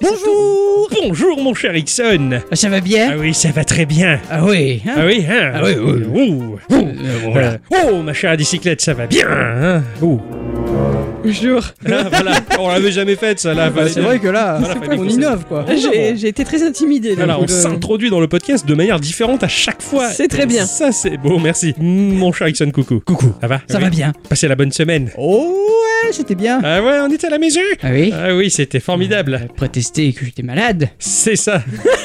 Bonjour Bonjour mon cher Ixon Ah, Ça va bien Ah oui, ça va très bien Ah oui, hein Ah oui, hein Ah oui, oui. Ouh, ouh, Euh, voilà. euh, Oh, ma chère bicyclette, ça va bien hein Ouh. Bonjour. Ah, voilà, on l'avait jamais faite, ça, là. Bah, C'est vrai que là, Voilà, fallait on qu'on se- innove quoi. J'ai j'ai été très intimidée. là, Voilà, vous on le- s'introduit dans le podcast de manière différente à chaque fois. C'est très bien. Ça, c'est beau, merci. Mm, Mon cher Ixon, coucou. Coucou. Ça va Ça Oui. va bien Passez la bonne semaine. Oh ouais, c'était bien. Ah ouais, on était à la maison Ah oui Ah oui, c'était formidable. Après tester que j'étais malade. C'est ça.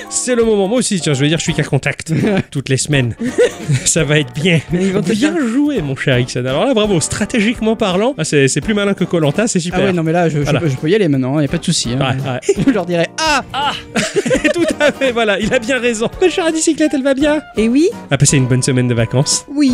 C'est le moment. Moi aussi, tiens, je veux dire, je suis qu'à contact. Toutes les semaines. ça va être bien. Mais ils vont te Bien joué, mon cher Ixon. Alors là, bravo. Stratégiquement parlant, ah, c'est c'est plus malin que Colanta, c'est super. Ah ouais, non mais là, je, je Voilà. peux, je peux y aller maintenant, y a pas de souci. hein. Ouais, ouais. je leur dirais Ah Et tout à fait, voilà, il a bien raison. Ma chère bicyclette, elle va bien Et Eh oui, A passer une bonne semaine de vacances. oui.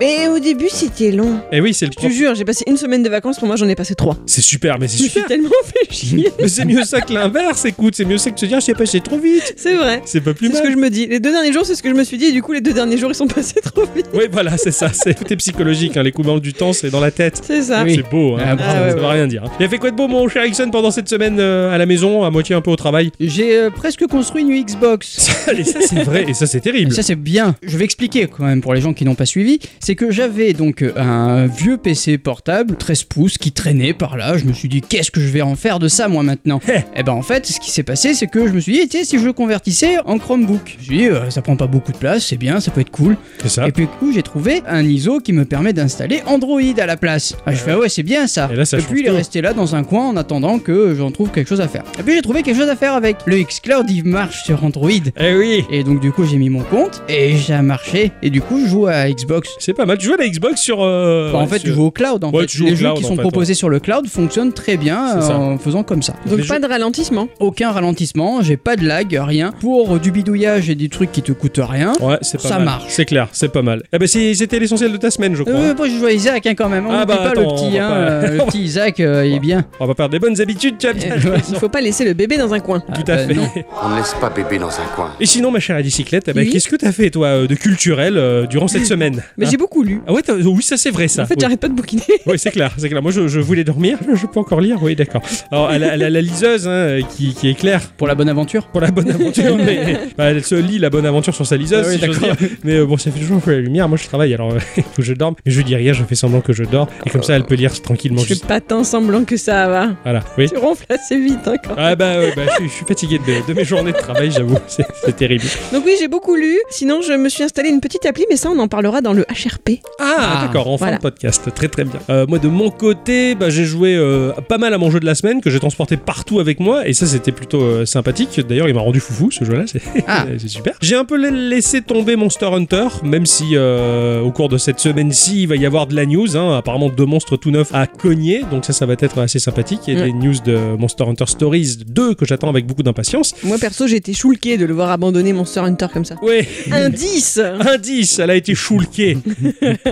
Mais au début, c'était long. Et oui, c'est le Je te propre. jure, j'ai passé une semaine de vacances. Pour moi, j'en ai passé trois. C'est super, mais c'est Je me suis super. tellement fait chier. Mais c'est mieux ça que l'inverse, écoute. C'est mieux ça que de se dire, j'ai passé trop vite. C'est vrai. C'est pas plus C'est ce mal. que je me dis. Les deux derniers jours, c'est ce que je me suis dit. Et du coup, les deux derniers jours, ils sont passés trop vite. Oui, voilà, c'est ça. C'est tout est psychologique. hein, Les coups manques du temps, c'est dans la tête. C'est ça. Oui. C'est beau, hein. Ah, bravo. ça Ah, ouais, veut ouais. rien dire. hein. Il a fait quoi de beau, mon cher Ixon, pendant cette semaine euh, à la maison, à moitié un peu au travail J'ai euh, presque construit une Xbox. Ça, et ça, c'est vrai, et ça, c'est Et terrible. Ça c'est bien. Je vais expliquer quand même pour les gens qui n'ont pas suivi. C'est que j'avais donc euh, un vieux PC portable 13 pouces qui traînait par là. Je me suis dit qu'est-ce que je vais en faire de ça moi maintenant Eh. Et ben en fait ce qui s'est passé c'est que je me suis dit tiens si je le convertissais en Chromebook. Je me suis dit euh, ça prend pas beaucoup de place c'est bien ça peut être cool. C'est ça. Et puis du coup j'ai trouvé un ISO qui me permet d'installer Android à la place. Ah, je fais ah ouais c'est bien ça. Et là, ça change puis il est tout. resté là dans un coin en attendant que j'en trouve quelque chose à faire. Et puis j'ai trouvé quelque chose à faire avec. Le Xcloud il marche sur Android. Eh oui Et donc du coup j'ai mis mon compte et ça a marché. Et du coup je joue à Xbox. C'est pas mal. Tu joues à la Xbox sur. euh, Enfin, Bah, en fait, sur- je joue au cloud. En Ouais, fait. tu joues Les au jeux cloud, qui en sont fait, proposés sur le cloud fonctionnent très bien C'est ça. en faisant comme ça. Donc Les pas jeux- de ralentissement. Aucun ralentissement, j'ai pas de lag, rien. Pour euh, du bidouillage et des trucs qui te coûtent rien. Ouais, c'est pas Ça mal. marche. C'est clair, c'est pas mal. Eh ben, c'est- c'était l'essentiel de ta semaine, je crois. Euh, moi je joue à Isaac hein, quand même, on Ah bah, oublie pas attends, le petit, on va hein, pas- euh, le petit Isaac euh, il est bien. On va pas perdre des bonnes habitudes, tu as bien joué. Il faut pas laisser le bébé dans un coin. Tout Ah, à Eh fait. bah, non. On ne laisse pas bébé dans un coin. Et sinon, ma chère bicyclette, eh ben, Oui. qu'est-ce que t'as fait, toi, euh, de culturel euh, durant cette semaine Mais Hein j'ai beaucoup lu. Ah ouais, t'as- oui, ça c'est vrai, ça. En fait, Oui. j'arrête pas de bouquiner. Oui, c'est clair, c'est clair. Moi, je, je voulais dormir, je peux encore lire, oui, d'accord. Alors, elle a, elle a la liseuse hein, qui, qui est claire Pour la bonne aventure pour la bonne aventure, mais bah, elle se lit la bonne aventure sur sa liseuse, Ah oui, si j'ose d'accord. dire. Mais euh, bon, ça fait toujours un peu la lumière. Moi, je travaille, alors euh, il faut que je dorme. Mais je dis rien, je fais semblant que je dors, et comme ça, elle peut lire tranquillement. Je juste- fais pas tant semblant que ça va. Voilà, oui. Tu ronfles assez vite hein, quand Ah bah, ouais, bah, je, suis- je suis fatigué de, de mes journées de travail, j'avoue, c'est c'est terrible. Donc oui, j'ai beaucoup lu. Sinon, je me suis installé une petite appli, mais ça, on en parlera dans le HRP. Ah, Ah, d'accord, en fin voilà. de podcast, très très bien. Euh, moi de mon côté, bah, j'ai joué euh, pas mal à mon jeu de la semaine que j'ai transporté partout avec moi et ça c'était plutôt euh, sympathique. D'ailleurs il m'a rendu foufou ce jeu-là, c'est Ah. c'est super. J'ai un peu la- laissé tomber Monster Hunter, même si euh, au cours de cette semaine-ci il va y avoir de la news, hein. apparemment deux monstres tout neufs à cogner, donc ça ça va être assez sympathique. Il y a Mm. Ouais. des news de Monster Hunter Stories 2 que j'attends avec beaucoup d'impatience. Moi, perso, j'ai été choulquée de le voir abandonner Monster Hunter comme ça. Ouais, Indice indice, elle a été choulquée.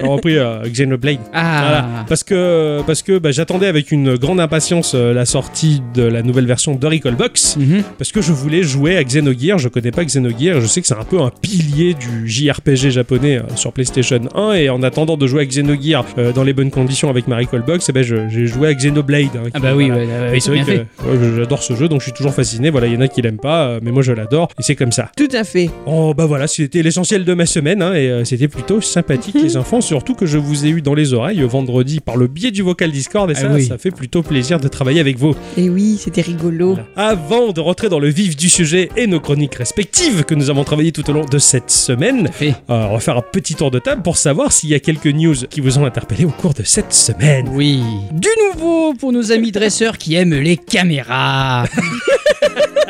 On repris euh, Xenoblade. Voilà. Ah Parce que, parce que bah, j'attendais avec une grande impatience euh, la sortie de la nouvelle version de Recallbox Mhm. parce que je voulais jouer à Xenogears. Je connais pas Xenogears, je sais que c'est un peu un pilier du JRPG japonais euh, sur PlayStation 1. Et en attendant de jouer à Xenogears euh, dans les bonnes conditions avec ma Recallbox, eh ben, je- j'ai joué à Xenoblade. hein, qui- Ah bah oui, voilà. ouais, ouais, Et ouais, c'est bien vrai que fait. ouais, j'adore ce jeu, donc je suis toujours fasciné. Voilà, il y en a qui l'aiment pas, euh, mais moi je l'adore, et c'est comme ça. Tout à fait. Oh bah voilà, c'était l'essentiel de ma semaine hein, et euh, c'était plutôt sympathique les enfants, surtout que je vous ai eu dans les oreilles euh, vendredi par le biais du vocal Discord et Ah ça, oui. ça fait plutôt plaisir de travailler avec vous. Et Eh oui, c'était rigolo. Avant de rentrer dans le vif du sujet et nos chroniques respectives que nous avons travaillées tout au long de cette semaine, Fait. euh, on va faire un petit tour de table pour savoir s'il y a quelques news qui vous ont interpellé au cours de cette semaine. Oui. Du nouveau pour nos amis dresseurs qui aiment les caméras.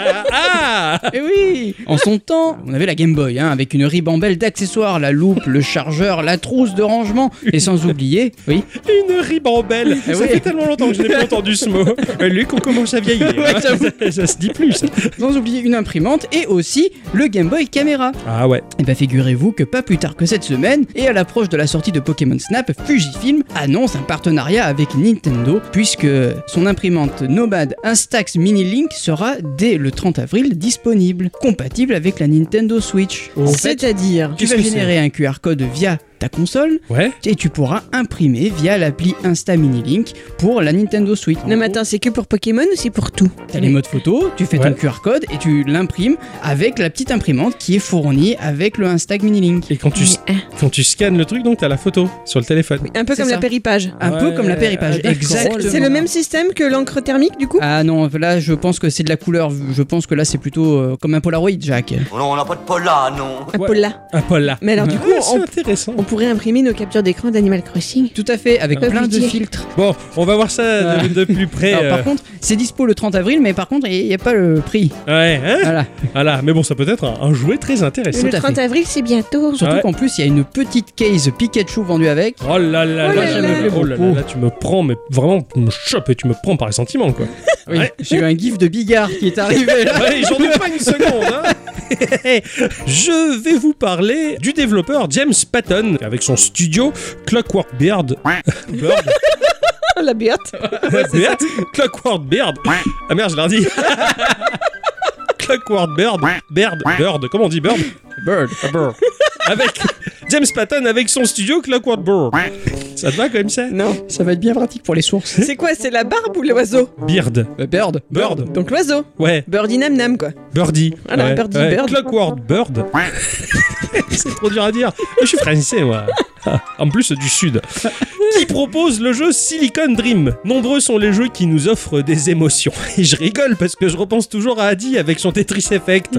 Ah, ah Eh oui En son temps, on avait la Game Boy, hein, avec une ribambelle d'accessoires, la loupe, le chargeur, la trousse de rangement, et sans oublier, oui, Une ribambelle Eh Ça oui. fait tellement longtemps que je n'ai pas entendu ce mot. Euh, Luc, on commence à vieillir. Ouais, hein. j'avoue. ça, ça se dit plus. ça. sans oublier une imprimante, et aussi le Game Boy Caméra. Ah ouais. Et bah figurez-vous que pas plus tard que cette semaine, et à l'approche de la sortie de Pokémon Snap, Fujifilm annonce un partenariat avec Nintendo, puisque son imprimante Nomad Instax Mini Link sera dès le 30 avril disponible, compatible avec la Nintendo Switch. Oh. En fait, C'est-à-dire tu Qu'est-ce vas que c'est générer un QR code via ta console Ouais. et tu pourras imprimer via l'appli Insta Mini Link pour la Nintendo Switch. En Non, mais gros, attends, c'est que pour Pokémon ou c'est pour tout T'as les modes photo, tu fais Ouais. ton QR code et tu l'imprimes avec la petite imprimante qui est fournie avec le Instag Mini Link. Et quand tu, s- Mais, quand tu scannes le truc, donc t'as la photo sur le téléphone. hein. Un peu C'est comme ça. la péripage. Un peu Ouais, comme la péripage. ah, d'accord. Exactement. C'est le même système que l'encre thermique du coup Ah non, là je pense que c'est de la couleur. Je pense que là c'est plutôt euh, comme un Polaroid, Jack. Oh Non, on n'a pas de pôle là, non. ouais. Paula. Ah, Paul là. Mais alors du Ah, coup, c'est on, intéressant. on pourrait imprimer nos captures d'écran d'Animal Crossing. Tout à fait, avec Ah. plein de Budget. filtres. Bon, on va voir ça Ah. de, de plus près. Alors, euh, Par contre, c'est dispo le 30 avril, mais par contre il n'y a pas le prix. Ouais, hein Voilà. Voilà, mais bon, ça peut être un, un jouet très intéressant. Le tout à 30 fait. avril, c'est bientôt. Surtout Ouais. qu'en plus il y a une petite case Pikachu vendue avec. Oh là là, là, Oh là je là. me- oh là là, là, tu me prends, mais vraiment, tu me chopes et tu me prends par les sentiments, quoi. Oui, Ouais. J'ai eu un gif de Bigard qui est arrivé là. Ouais, j'en doute pas une seconde. hein. Je vais vous parler du développeur James Patton avec son studio Clockwork Beard. Bird. la béate. Beard. Clockwork Beard. Ah merde, je l'ai redit. Clockwork Beard. Beard. Bird. Comment on dit Bird Bird. Ah, Bird. Avec James Patton avec son studio Clockwork Bird. Ça te va comme ça Non. Ça va être bien pratique pour les sources. C'est quoi C'est la barbe ou l'oiseau Beard. Euh, Bird. Bird. Donc l'oiseau. Ouais. Birdie Nam Nam quoi. Birdie. Voilà, Birdie, Bird. Clockwork Bird. c'est trop dur à dire. Je suis français, moi. Ah, En plus du sud. Qui propose le jeu Silicon Dream Nombreux sont les jeux qui nous offrent des émotions. Et je rigole parce que je repense toujours à Adi avec son Tetris Effect.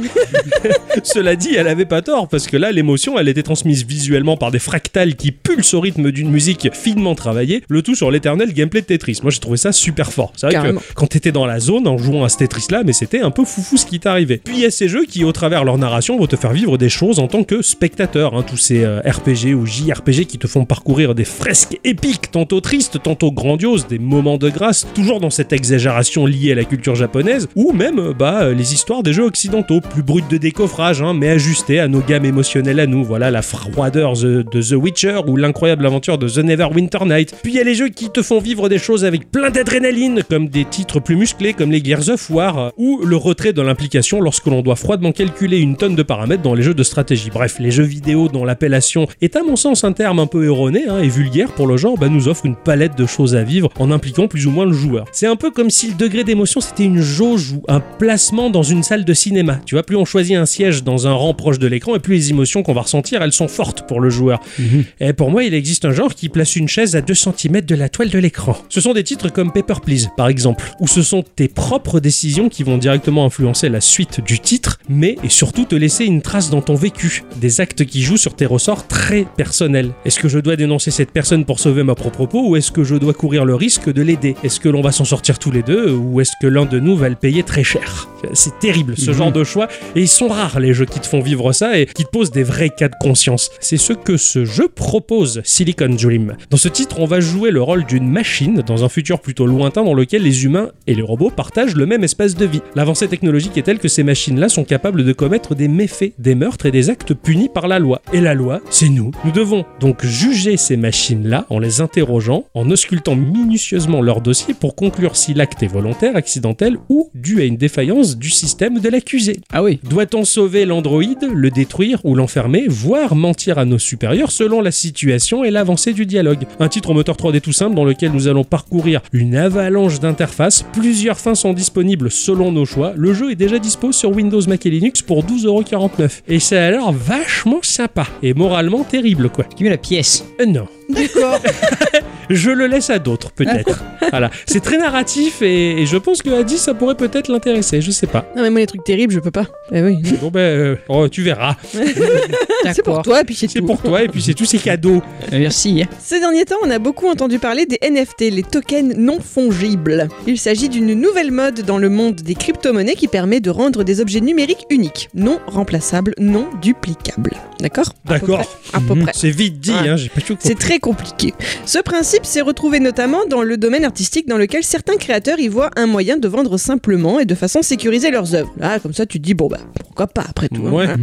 Cela dit, elle avait pas tort parce que là, l'émotion, elle était transmise visuellement par des fractales qui pulsent au rythme d'une musique finement travaillée, le tout sur l'éternel gameplay de Tetris. Moi, j'ai trouvé ça super fort. C'est vrai Carrément. que euh, quand t'étais dans la zone en jouant à ce Tetris-là, mais c'était un peu foufou ce qui t'arrivait. Puis il y a ces jeux qui, au travers de leur narration, vont te faire vivre des choses en tant que spectateur. hein. tous ces euh, RPG ou JRPG qui te font parcourir des fresques épiques, tantôt tristes, tantôt grandioses, des moments de grâce, toujours dans cette exagération liée à la culture japonaise, ou même euh, bah, euh, les histoires des jeux occidentaux, plus brutes de décoffrage, hein, mais ajustées à nos gammes émotionnelles à nous. Voilà la froideur The- de The Witcher ou l'incroyable aventure de The Neverwinter Night. Puis il y a les jeux qui te font vivre des choses avec plein d'adrénaline, comme des titres plus musclés comme les Gears of War, euh, ou le retrait de l'implication lorsque l'on doit froidement calculer une tonne de paramètres dans les jeux de stratégie. Bref, les jeux vidéo dont l'appellation est à mon sens un terme un peu erroné hein, et vulgaire pour le genre, bah, nous offre une palette de choses à vivre en impliquant plus ou moins le joueur. C'est un peu comme si le degré d'émotion c'était une jauge ou un placement dans une salle de cinéma. Tu vois, plus on choisit un siège dans un rang proche de l'écran et plus les émotions qu'on va ressentir, elles sont fortes pour le joueur. Et pour moi, il existe un genre qui place une chaise à 2 cm de la toile de l'écran. Ce sont des titres comme Paper Please, par exemple, où ce sont tes propres décisions qui vont directement influencer la suite du titre, mais et surtout te laisser une trace dans ton vécu, des actes qui jouent sur tes ressorts très personnels. Est-ce que je dois dénoncer cette personne pour sauver ma propre peau ou est-ce que je dois courir le risque de l'aider Est-ce que l'on va s'en sortir tous les deux ou est-ce que l'un de nous va le payer très cher C'est terrible ce Mhm. genre de choix et ils sont rares les jeux qui te font vivre ça et qui te posent des vrais cas de conscience. C'est ce que ce jeu propose, Silicon Dream. Dans ce titre, on va jouer le rôle d'une machine dans un futur plutôt lointain dans lequel les humains et les robots partagent le même espace de vie. L'avancée technologique est telle que ces machines-là sont capables de commettre des méfaits, des meurtres et des actes punis par la loi. Et la loi, c'est nous. Nous devons donc juger ces machines-là en les interrogeant, en auscultant minutieusement leur dossier pour conclure si l'acte est volontaire, accidentel ou dû à une défaillance du système de l'accusé. Ah oui. Doit-on sauver l'androïde, le détruire ou l'enfermer, voire mentir à nos supérieurs selon la situation et l'avancée du dialogue Un titre au moteur 3D tout simple dans lequel nous allons parcourir une avalanche d'interfaces, plusieurs fins sont disponibles selon nos choix, le jeu est déjà dispo sur Windows, Mac et Linux pour 12,49€. Et ça a l'air vachement sympa, et moralement terrible quoi. Qui met la pièce Euh, non. D'accord. Je le laisse à d'autres peut-être. voilà, c'est très narratif et, et je pense que Adi ça pourrait peut-être l'intéresser, je sais pas. Non mais moi les trucs terribles, je peux pas. Eh oui. Bon ben, euh, oh, tu verras. C'est pour D'accord. toi, puis c'est C'est tout. pour toi et puis c'est tous ces cadeaux. Merci. hein. Ces derniers temps, on a beaucoup entendu parler des NFT, les tokens non fongibles. Il s'agit d'une nouvelle mode dans le monde des crypto-monnaies qui permet de rendre des objets numériques uniques, non remplaçables, non duplicables. D'accord À peu D'accord. près. À peu Mhm. près. C'est vite dit, Ouais. hein, j'ai pas tout compris. C'est très compliqué. Ce principe s'est retrouvé notamment dans le domaine artistique dans lequel certains créateurs y voient un moyen de vendre simplement et de façon sécurisée sécuriser leurs œuvres. Là, comme ça, tu te dis, bon, bah, pourquoi pas après tout. hein, Ouais. hein.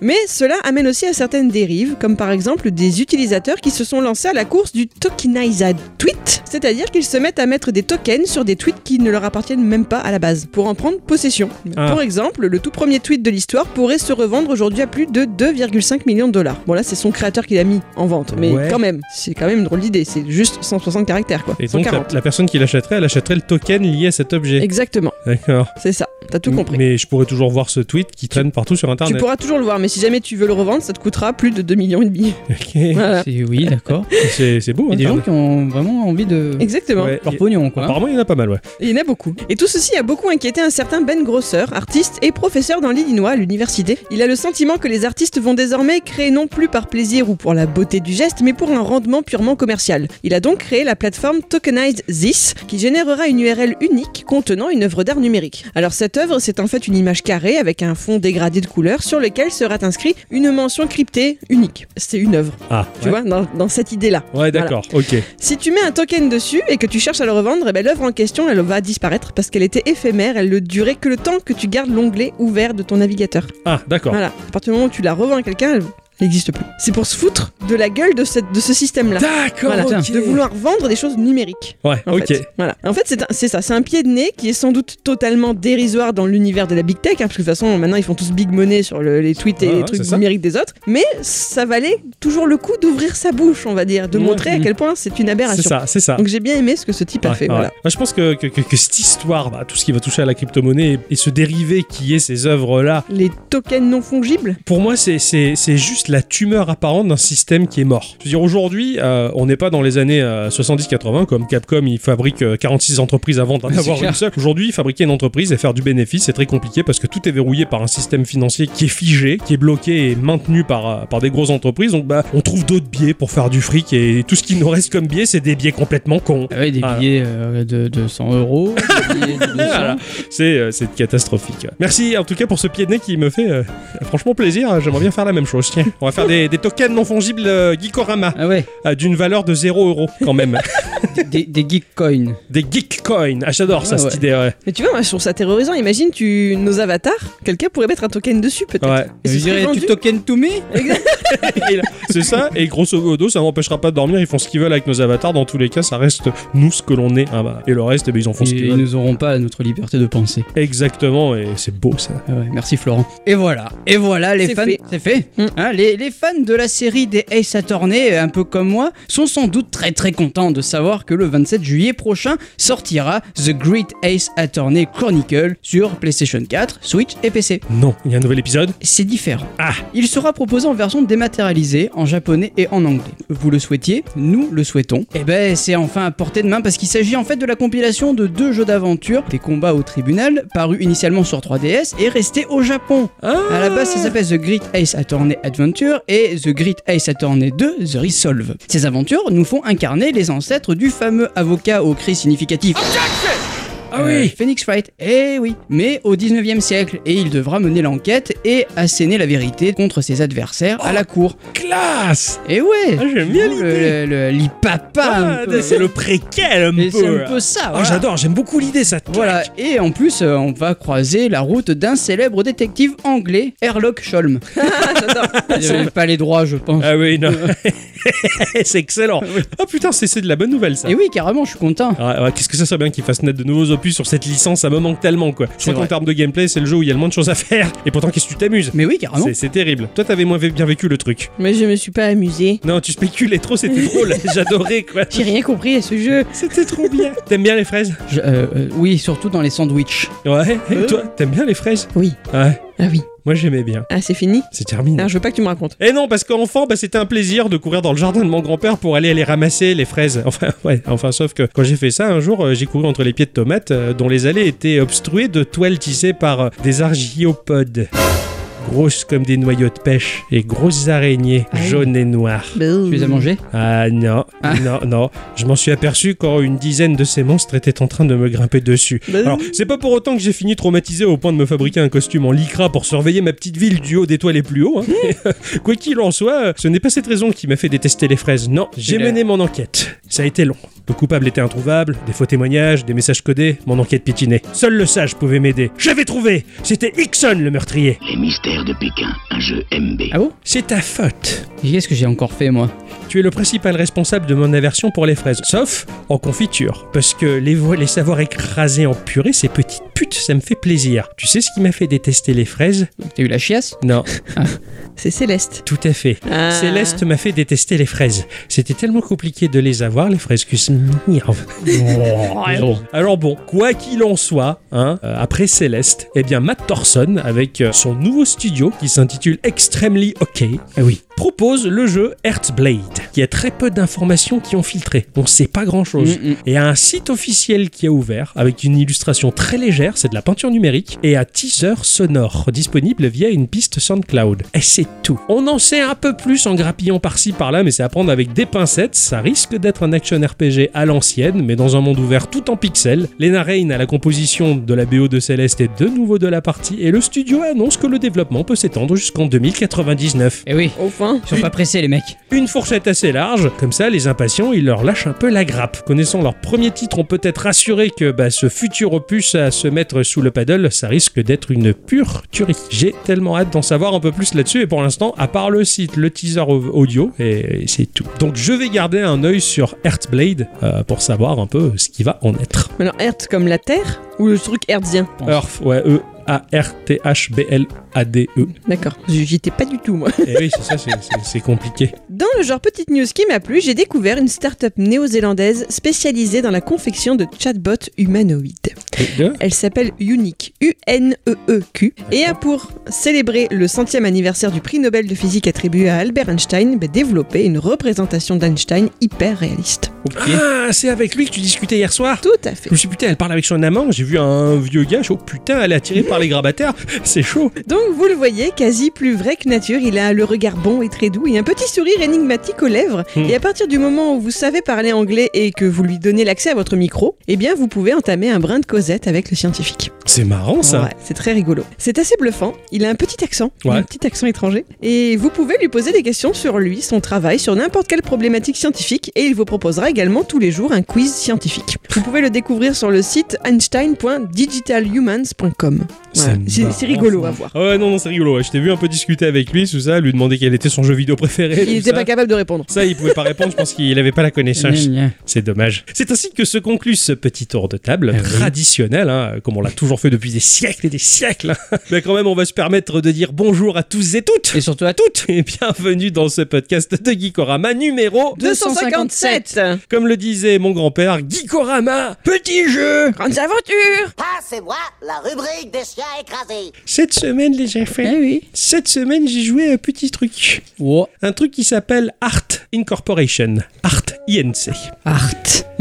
Mais cela amène aussi à certaines dérives, comme par exemple des utilisateurs qui se sont lancés à la course du tokenized tweet, c'est-à-dire qu'ils se mettent à mettre des tokens sur des tweets qui ne leur appartiennent même pas à la base, pour en prendre possession. Ah. Pour exemple, le tout premier tweet de l'histoire pourrait se revendre aujourd'hui à plus de 2,5 millions de dollars. Bon là, c'est son créateur qui l'a mis en vente, mais Ouais. quand même, c'est quand même une drôle d'idée, c'est juste 160 caractères quoi. Et donc, 140. la, la personne qui l'achèterait, elle achèterait le token lié à cet objet. Exactement, D'accord. c'est ça, t'as tout compris. Mais je pourrais toujours voir ce tweet qui traîne partout sur Tu Internet. pourras toujours le voir, mais si jamais tu veux le revendre, ça te coûtera plus de 2 millions et demi. Ok. Voilà. C'est- Oui, d'accord. Il C'est c'est beau. y a des gens Internet. qui ont vraiment envie de Exactement. Ouais. leur pognon, quoi. Apparemment, il y en a pas mal, ouais. Il y en a beaucoup. Et tout ceci a beaucoup inquiété un certain Ben Grosser, artiste et professeur dans l'Illinois à l'université. Il a le sentiment que les artistes vont désormais créer non plus par plaisir ou pour la beauté du geste, mais pour un rendement purement commercial. Il a donc créé la plateforme Tokenize This, qui générera une URL unique contenant une œuvre d'art numérique. Alors cette œuvre, c'est en fait une image carrée avec un fond dégradé de couleurs sur lequel sera inscrit une mention cryptée unique. C'est une œuvre, Ah, tu vois, dans- dans cette idée-là. vois Ouais, d'accord, ok. Si tu mets un token dessus et que tu cherches à le revendre, eh ben, l'œuvre en question, elle va disparaître parce qu'elle était éphémère, elle ne durait que le temps que tu gardes l'onglet ouvert de ton navigateur. Ah, d'accord. Voilà, à partir du moment où tu la revends à quelqu'un, elle n'existe plus. C'est pour se foutre de la gueule de, cette- de ce système-là. D'accord, Voilà, ok. de vouloir vendre des choses numériques. Ouais, En ok. fait. Voilà. En fait, c'est un- c'est ça. C'est un pied de nez qui est sans doute totalement dérisoire dans l'univers de la big tech, hein, parce que de toute façon, maintenant, ils font tous big money sur le- les tweets et Ouais, les ouais, trucs c'est ça. numériques des autres. Mais ça valait toujours le coup d'ouvrir sa bouche, on va dire, de Ouais. montrer à quel point c'est une C'est aberration. ça, c'est ça. Donc j'ai bien aimé ce que ce type a Ah. Ouais, fait. ouais. Voilà. Moi, je pense que, que, que- que cette histoire, bah, tout ce qui va toucher à la crypto-monnaie et, et ce dérivé qui est ces œuvres-là, Les tokens non fongibles pour moi, c'est- c'est c'est juste la tumeur apparente d'un système qui est mort. Je veux dire, aujourd'hui, euh, on n'est pas dans les années euh, 70-80, comme Capcom, il fabrique euh, 46 entreprises avant d'en C'est avoir clair. une seule. Aujourd'hui, fabriquer une entreprise et faire du bénéfice, c'est très compliqué parce que tout est verrouillé par un système financier qui est figé, qui est bloqué et maintenu par, euh, par des grosses entreprises. Donc, bah, on trouve d'autres biais pour faire du fric et tout ce qui nous reste comme biais, c'est des biais complètement cons. Ah ouais, des Voilà. billets euh, de, de 100 euros. des billets de 200. Voilà. C'est euh, c'est catastrophique. Merci en tout cas pour ce pied de nez qui me fait euh, franchement plaisir. J'aimerais bien faire la même chose. Tiens, on va faire des, des tokens non fongibles euh, Geekorama Ah ouais, euh, d'une valeur de 0 euros quand même. des, des geek coins. des Geekcoins. Ah, j'adore ça, Ouais, cette ouais. idée. Ouais. Mais tu vois, moi je trouve ça terrorisant. Imagine tu nos avatars, quelqu'un pourrait mettre un token dessus peut-être. Ouais. Et ce Je serait dirais, vendu. tu token to me Et là, C'est ça. Et grosso modo, ça m'empêchera pas de dormir. Ils font ce qu'ils veulent avec nos avatars. Dans tous les cas, ça reste nous ce que l'on est. Ah, bah, Et le reste, eh ben, ils en font ce Ils, qu'ils ils veulent. nous auront pas notre liberté de penser. Exactement. Et c'est beau ça. Ah ouais, merci Florent. Et voilà, et voilà les C'est fans, fait. c'est fait. Mm. Hein, les, les fans de la série des Ace Attorney, un peu comme moi, sont sans doute très très contents de savoir que le 27 juillet prochain sortira The Great Ace Attorney Chronicle sur PlayStation 4, Switch et PC. Non, il y a un nouvel épisode. C'est différent. Ah. Il sera proposé en version dématérialisée, en japonais et en anglais. Vous le souhaitiez, nous le souhaitons. Et ben c'est enfin à portée de main parce qu'il s'agit en fait de la compilation de deux jeux d'aventure, des combats au tribunal, paru initialement sur 3DS et resté au Japon. À la base, ça s'appelle The Great Ace Attorney Adventure et The Great Ace Attorney 2 The Resolve. Ces aventures nous font incarner les ancêtres du fameux avocat au cri significatif. Ah oui Phoenix Wright, eh oui Mais au 19e siècle, et il devra mener l'enquête et asséner la vérité contre ses adversaires à la cour. Euh, Classe. Et ouais Oh. Ah, j'aime bien le- l'idée. le- le- L'hypapa un peu. Ah, C'est le préquel un Et c'est peu. un peu ça, Ah, voilà. j'adore, j'aime beaucoup l'idée, ça. Voilà, et en plus, euh, on va croiser la route d'un célèbre détective anglais, Herlock Sholm. Il avait pas les droits, je pense. Ah oui, non. c'est excellent. Oh putain, c'est c'est de la bonne nouvelle ça. Et oui, carrément, je suis content. Ah, ouais, Qu'est-ce que ça serait bien qu'ils fassent naître de nouveaux opus sur cette licence Ça me manque tellement quoi. Je C'est crois qu'en vrai. termes de gameplay, c'est le jeu où il y a le moins de choses à faire. Et pourtant, qu'est-ce que tu t'amuses Mais oui, carrément. C'est- C'est terrible. Toi, t'avais moins vé- bien vécu le truc. Mais je me suis pas amusée. Non, tu spéculais trop, c'était drôle. J'adorais quoi. J'ai rien compris à ce jeu. C'était trop bien. T'aimes bien les fraises Je- euh, euh, oui, surtout dans les sandwichs. Ouais. Et toi, t'aimes bien les fraises Oui. Ouais. Ah oui. Moi, j'aimais bien. Ah c'est fini. C'est terminé. Ah, je veux pas que tu me racontes. Et non, parce qu'enfant, bah, c'était un plaisir de courir dans le jardin de mon grand-père pour aller aller ramasser les fraises. Enfin, ouais, enfin, sauf que quand j'ai fait ça, un jour, euh, j'ai couru entre les pieds de tomates, euh, dont les allées étaient obstruées de toiles tissées par euh, des argiopodes. Grosses comme des noyaux de pêche et grosses araignées Ah oui. jaunes et noires. Bah, Tu les as mangés Ah non, Ah. non, non. Je m'en suis aperçu quand une dizaine de ces monstres étaient en train de me grimper dessus. Alors, c'est pas pour autant que j'ai fini traumatisé au point de me fabriquer un costume en lycra pour surveiller ma petite ville du haut des toits les plus hauts. hein. Mais, euh, Quoi qu'il en soit, euh, ce n'est pas cette raison qui m'a fait détester les fraises. Non, j'ai Et là- mené mon enquête. Ça a été long. Le coupable était introuvable, des faux témoignages, des messages codés, mon enquête piétinait. Seul le sage pouvait m'aider. J'avais trouvé C'était Hickson le meurtrier Les mystères de Pékin, un jeu MB. Ah bon C'est ta faute Qu'est-ce que j'ai encore fait moi Tu es le principal responsable de mon aversion pour les fraises, sauf en confiture. Parce que les, vo- les savoir écrasés en purée, ces petites putes, ça me fait plaisir. Tu sais ce qui m'a fait détester les fraises T'as eu la chiasse Non, C'est Céleste. tout à fait. Ah. Céleste m'a fait détester les fraises. C'était tellement compliqué de les avoir, les fraises, que ça m'énerve. Alors bon, quoi qu'il en soit, hein, euh, après Céleste, eh bien Matt Thorson, avec euh, son nouveau studio qui s'intitule Extremely OK, oui. propose le jeu Heartblade. Il y a très peu d'informations qui ont filtré. On sait pas grand-chose. Mm, mm. Et un site officiel qui a ouvert avec une illustration très légère, c'est de la peinture numérique, et un teaser sonore disponible via une piste SoundCloud. Et c'est tout. On en sait un peu plus en grappillant par-ci par-là, mais c'est à prendre avec des pincettes. Ça risque d'être un action RPG à l'ancienne, mais dans un monde ouvert tout en pixels. Lena Rain à la composition de la BO de Céleste est de nouveau de la partie, et le studio annonce que le développement peut s'étendre jusqu'en 2099. Eh oui, Enfin. ils sont pas pressés les mecs. Une fourchette assez large, comme ça les impatients ils leur lâchent un peu la grappe. Connaissant leur premier titre, on peut être rassuré que bah, ce futur opus à se mettre sous le paddle, ça risque d'être une pure tuerie. J'ai tellement hâte d'en savoir un peu plus là-dessus et pour l'instant, à part le site, le teaser au- audio et c'est tout. Donc je vais garder un œil sur Heartblade euh, pour savoir un peu ce qui va en être. Alors, Hertz comme la Terre ou le truc hertzien pense. Earth, ouais, E. A-R-T-H-B-L-A-D-E. D'accord. J'y étais pas du tout, moi. Et Eh oui, c'est ça, c'est- c'est c'est compliqué. Dans le genre petite news qui m'a plu, j'ai découvert une start-up néo-zélandaise spécialisée dans la confection de chatbots humanoïdes. Et deux Elle s'appelle Unique, U-N-E-E-Q, E et a pour célébrer le centième anniversaire du prix Nobel de physique attribué à Albert Einstein, bah, développé une représentation d'Einstein hyper réaliste. Ok. Ah, c'est avec lui que tu discutais hier soir Tout à fait. Je me suis dit, putain, elle parle avec son amant. J'ai vu un vieux gars, je suis, oh putain, elle est attirée par les grabataires. C'est chaud. Donc vous le voyez, quasi plus vrai que nature, il a le regard bon et très doux et un petit sourire énigmatique aux lèvres. Hmm. Et à partir du moment où vous savez parler anglais et que vous lui donnez l'accès à votre micro, eh bien vous pouvez entamer un brin de causette avec le scientifique. C'est marrant ça. Ouais, c'est très rigolo. C'est assez bluffant, il a un petit accent, Ouais. un petit accent étranger. Et vous pouvez lui poser des questions sur lui, son travail, sur n'importe quelle problématique scientifique et il vous proposera également tous les jours un quiz scientifique. Vous pouvez le découvrir sur le site einstein.digitalhumans.com. Voilà. C'est C'est marrant, c'est rigolo à voir. Ah ouais, non, non, c'est rigolo. ouais. Je t'ai vu un peu discuter avec lui, tout ça, lui demander quel était son jeu vidéo préféré. Il tout n'était ça. pas capable Mmh. de répondre. Ça, il pouvait pas répondre, je pense qu'il avait pas la connaissance. Gna, gna. C'est dommage. C'est ainsi que se conclut ce petit tour de table Ah oui. traditionnel, hein, comme on l'a toujours fait depuis des siècles et des siècles. hein. Mais quand même, on va se permettre de dire bonjour à tous et toutes. Et surtout à tout. toutes et bienvenue dans ce podcast de Geekorama numéro 257. Comme le disait mon grand-père, Geekorama, petit jeu Grandes aventures Passez-moi la rubrique des chiens écrasés. Cette semaine, les affaires, Eh oui. cette semaine, j'ai joué à un petit truc. Oh. Un truc qui s'appelle Art Incorporation. Art INC. Art.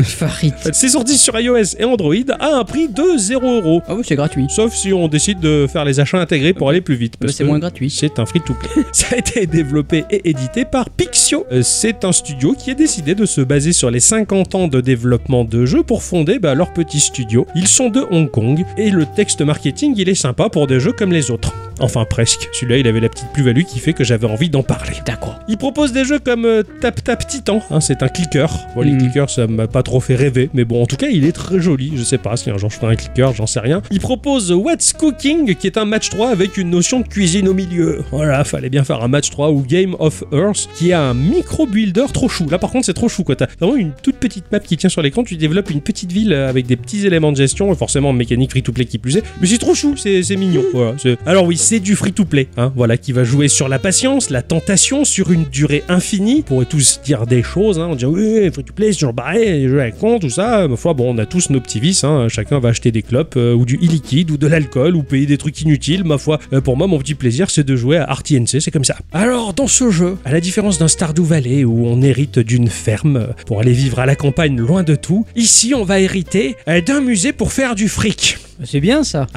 Farid. C'est sorti sur iOS et Android à un prix de 0 euros. Ah oui, c'est gratuit. Euh, Sauf si on décide de faire les achats intégrés pour aller plus vite. Mais parce c'est que moins gratuit. C'est un free-to-play. Ça a été développé et édité par Pixio. Euh, C'est un studio qui a décidé de se baser sur les 50 ans de développement de jeux pour fonder bah, leur petit studio. Ils sont de Hong Kong et le texte marketing, il est sympa pour des jeux comme les autres. Enfin presque. Celui-là, il avait la petite plus-value qui fait que j'avais envie d'en parler. D'accord. Il propose des jeux comme euh, Tap Tap Titan, hein, c'est un clicker. Bon, les Mhm. clickers, ça m'a pas trop fait rêver, mais bon, en tout cas, il est très joli. Je sais pas si un jour je ferai un clicker, j'en sais rien. Il propose What's Cooking, qui est un match 3 avec une notion de cuisine au milieu. Voilà, fallait bien faire un match 3 ou Game of Earth, qui est un micro-builder trop chou. Là, par contre, c'est trop chou, quoi. T'as vraiment une toute petite map qui tient sur l'écran, tu développes une petite ville euh, avec des petits éléments de gestion, forcément mécanique free-to-play qui plus est. Mais c'est trop chou, c'est c'est mignon. Voilà, c'est- Alors oui, c'est du free-to-play, hein, voilà, qui va jouer sur la patience, la tentation, sur une durée infinie. On pourrait tous dire des choses, hein, on dirait oui, free-to-play, c'est toujours pareil, les jeux à la con, tout ça. Ma foi, bon, on a tous nos petits vices, hein, chacun va acheter des clopes euh, ou du e-liquide ou de l'alcool ou payer des trucs inutiles. Ma foi, euh, pour moi, mon petit plaisir, c'est de jouer à RTNC, c'est comme ça. Alors, dans ce jeu, à la différence d'un Stardew Valley où on hérite d'une ferme euh, pour aller vivre à la campagne loin de tout, ici, on va hériter euh, d'un musée pour faire du fric. C'est bien ça.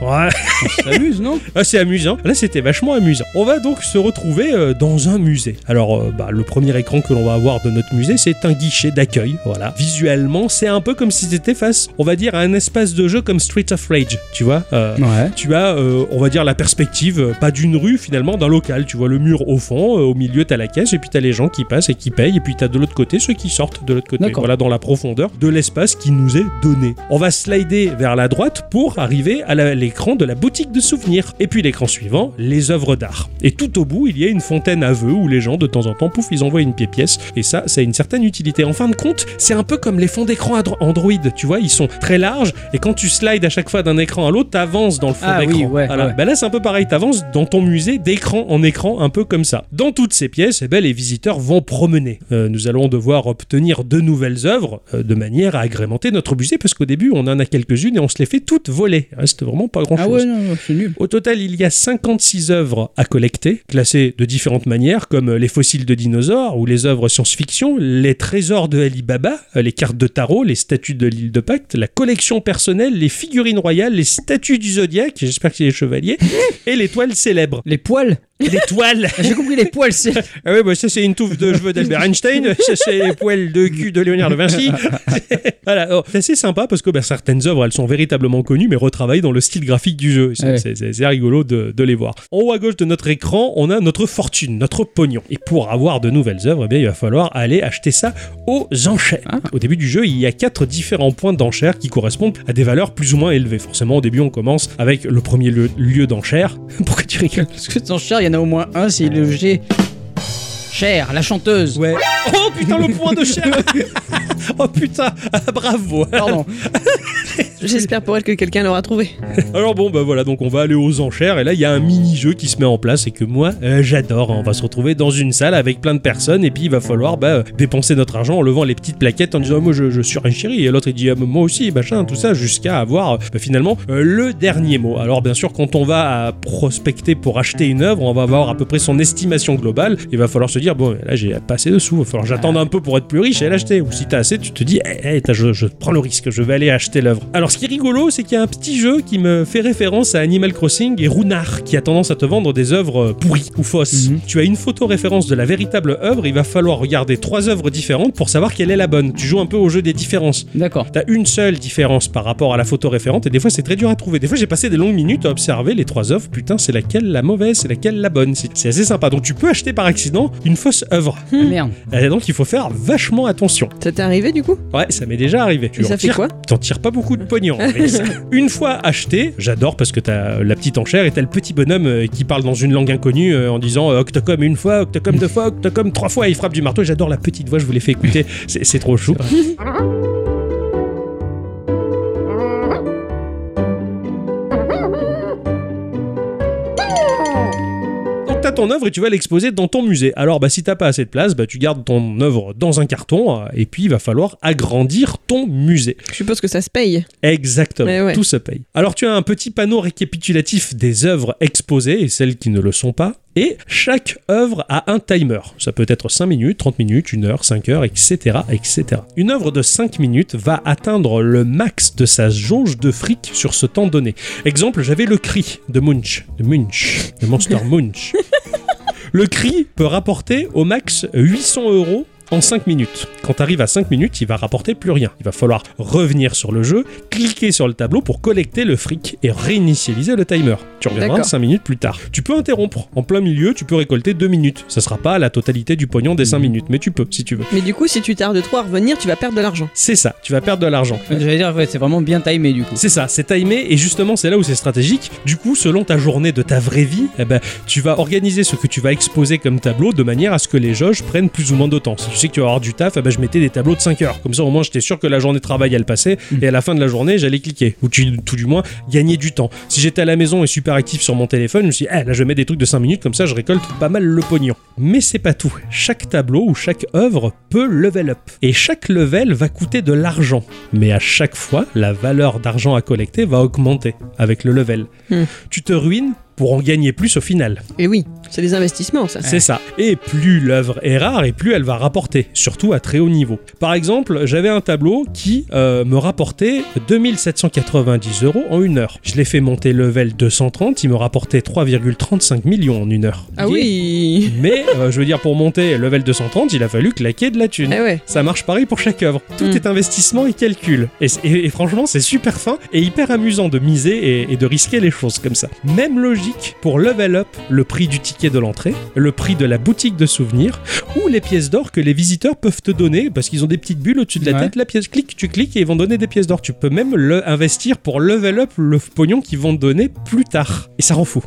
Ouais. On s'amuse, non Ah, c'est amusant. Là, c'était vachement amusant. On va donc se retrouver euh, dans un musée. Alors, euh, bah, le premier écran que l'on va avoir de notre musée, c'est un guichet d'accueil. Voilà. Visuellement, c'est un peu comme si c'était face, on va dire, à un espace de jeu comme Street of Rage. Tu vois Euh, Ouais. tu as, euh, on va dire, la perspective, euh, pas d'une rue finalement, d'un local. Tu vois le mur au fond, euh, au milieu, t'as la caisse, et puis t'as les gens qui passent et qui payent, et puis t'as de l'autre côté ceux qui sortent de l'autre côté. D'accord. Voilà, dans la profondeur de l'espace qui nous est donné. On va slider vers la droite pour arriver à la- l'écran de la boutique de souvenirs. Et puis l'écran suivant, les œuvres d'art. Et tout au bout, il y a une fontaine à vœux où les gens, de temps en temps, pouf, ils envoient une pièce. Et ça, ça a une certaine utilité. En fin de compte, c'est un peu comme les fonds d'écran Andro- Android. Tu vois, ils sont très larges, et quand tu slides à chaque fois d'un écran à l'autre, t'avances dans le fond Ah d'écran. oui, ouais, Voilà. ouais. Bah là, c'est un peu pareil. T'avances dans ton musée d'écran en écran, un peu comme ça. Dans toutes ces pièces, eh ben, les visiteurs vont promener. Euh, nous allons devoir obtenir de nouvelles œuvres euh, de manière à agrémenter notre musée, parce qu'au début, on en a quelques-unes et on se les fait toutes voler. Il reste vraiment pas grand-chose. Ah ouais, non, non, c'est nul. Au total, il y a 56 œuvres à collecter, classées de différentes manières, comme euh, les fossiles de dinosaures ou les œuvres science-fiction, les trésors de Alibaba, euh, les cartes de tarot, les statues de l'île de Pacte, la collection personnelle, les figurines royales, les statues du zodiaque, j'espère que c'est les chevaliers, et les toiles célèbres. Les poils Les toiles Ah, J'ai compris, les poils, c'est. Ah oui, bah ça c'est une touffe de cheveux d'Albert Einstein, ça c'est les poils de cul de Léonard de Vinci. voilà, oh, c'est assez sympa parce que bah, certaines œuvres elles sont véritablement connues mais retravaillées dans le style graphique du jeu. C'est Ouais. c'est- c'est- c'est rigolo de, de les voir. En haut à gauche de notre écran, on a notre fortune, notre pognon. Et pour avoir de nouvelles œuvres, eh bien, il va falloir aller acheter ça aux enchères. Ah. Au début du jeu, il y a quatre différents points d'enchères qui correspondent à des valeurs plus ou moins élevées. Forcément, au début, on commence avec le premier lieu, lieu d'enchères. Pourquoi tu rigoles Parce que dans Cher, il y en a au moins un, c'est le G. Cher, la chanteuse. Ouais. Oh putain, le point de chair Oh putain, ah, bravo Pardon. J'espère pour elle que quelqu'un l'aura trouvé. Alors bon, bah voilà, donc on va aller aux enchères et là il y a un mini-jeu qui se met en place et que moi euh, j'adore. On va se retrouver dans une salle avec plein de personnes et puis il va falloir bah, euh, dépenser notre argent en levant les petites plaquettes en disant Ah, moi je, je suis un chéri et l'autre il dit Ah, mais moi aussi, machin, tout ça jusqu'à avoir euh, bah, finalement euh, le dernier mot. Alors bien sûr, quand on va à prospecter pour acheter une œuvre, on va avoir à peu près son estimation globale. Il va falloir se dire Bon, là j'ai pas assez de sous, il va falloir j'attendre un peu pour être plus riche et l'acheter. Ou si t'as assez, tu te dis Eh, eh, t'as- je, je prends le risque, je vais aller acheter l'œuvre. Alors ce qui est rigolo, c'est qu'il y a un petit jeu qui me fait référence à Animal Crossing et Runard qui a tendance à te vendre des œuvres euh, pourries ou fausses. Mhm. Tu as une photo référence de la véritable œuvre, il va falloir regarder trois œuvres différentes pour savoir quelle est la bonne. Tu joues un peu au jeu des différences. D'accord. T'as une seule différence par rapport à la photo référente et des fois c'est très dur à trouver. Des fois j'ai passé des longues minutes à observer les trois œuvres. Putain, c'est laquelle la mauvaise, c'est laquelle la bonne. C'est c'est assez sympa. Donc tu peux acheter par accident une fausse œuvre. Ah, Merde. Et donc il faut faire vachement attention. Ça t'est arrivé du coup Ouais, ça m'est déjà arrivé. Tu Et ça en fait tires- quoi T'en tires pas beaucoup de pognon. avec ça. Une fois acheté, j'adore parce que t'as la petite enchère et t'as le petit bonhomme euh, qui parle dans une langue inconnue euh, en disant euh, Octocom une fois, Octocom deux fois, Octocom trois fois. Et il frappe du marteau. J'adore la petite voix. Je vous l'ai fait écouter. C'est c'est trop chou. Donc t'as ton œuvre et tu vas l'exposer dans ton musée. Alors bah si t'as pas assez de place, bah tu gardes ton œuvre dans un carton euh, et puis il va falloir agrandir ton musée. Je suppose que ça se paye. Exactement, Mais ouais. tout se paye. Alors tu as un petit panneau récapitulatif des œuvres exposées et celles qui ne le sont pas. Et chaque œuvre a un timer. Ça peut être 5 minutes, 30 minutes, 1 heure, 5 heures, etc. etc. Une œuvre de 5 minutes va atteindre le max de sa jauge de fric sur ce temps donné. Exemple, j'avais le cri de Munch, de Munch, de Monster Munch. Le cri peut rapporter au max 800 euros en 5 minutes. Quand t'arrives à 5 minutes, il va rapporter plus rien. Il va falloir revenir sur le jeu, cliquer sur le tableau pour collecter le fric et réinitialiser le timer. Tu reviendras D'accord. 5 minutes plus tard. Tu peux interrompre. En plein milieu, tu peux récolter 2 minutes. Ça sera pas la totalité du pognon des 5 minutes, mais tu peux si tu veux. Mais du coup, si tu tardes trop à revenir, tu vas perdre de l'argent. C'est ça, tu vas perdre de l'argent. J'allais dire, ouais, c'est vraiment bien timé du coup. C'est ça, c'est timé et justement c'est là où c'est stratégique. Du coup, selon ta journée de ta vraie vie, eh ben, tu vas organiser ce que tu vas exposer comme tableau de manière à ce que les jauges prennent plus ou moins de temps. Si tu sais que tu vas avoir du taf, eh ben, je mettais des tableaux de 5 heures. Comme ça au moins j'étais sûr que la journée de travail elle passait Mm. et à la fin de la journée j'allais cliquer. Ou tu- tout du moins gagner du temps. Si j'étais à la maison et super actif sur mon téléphone, je me suis dit, eh, là je mets des trucs de 5 minutes comme ça je récolte pas mal le pognon. Mais c'est pas tout. Chaque tableau ou chaque œuvre peut level up. Et chaque level va coûter de l'argent. Mais à chaque fois, la valeur d'argent à collecter va augmenter avec le level. Hmm. Tu te ruines pour en gagner plus au final. Et oui, C'est des investissements, ça. C'est ça. Et plus l'œuvre est rare et plus elle va rapporter, surtout à très haut niveau. Par exemple, j'avais un tableau qui euh, me rapportait 2790 euros en une heure. Je l'ai fait monter level 230, il me rapportait 3,35 millions en une heure. Ah oui Mais euh, je veux dire, pour monter level 230, il a fallu claquer de la thune. Ah ouais. Ça marche pareil pour chaque œuvre. Tout Mm. est investissement et calcul. Et, c- et- et franchement, c'est super fin et hyper amusant de miser et, et de risquer les choses comme ça. Même logique pour Level Up, le prix du ticket de l'entrée, le prix de la boutique de souvenirs ou les pièces d'or que les visiteurs peuvent te donner parce qu'ils ont des petites bulles au-dessus de la Ouais. tête. La pièce clique, tu cliques et ils vont donner des pièces d'or. Tu peux même le investir pour Level Up le pognon qu'ils vont te donner plus tard. Et ça rend fou.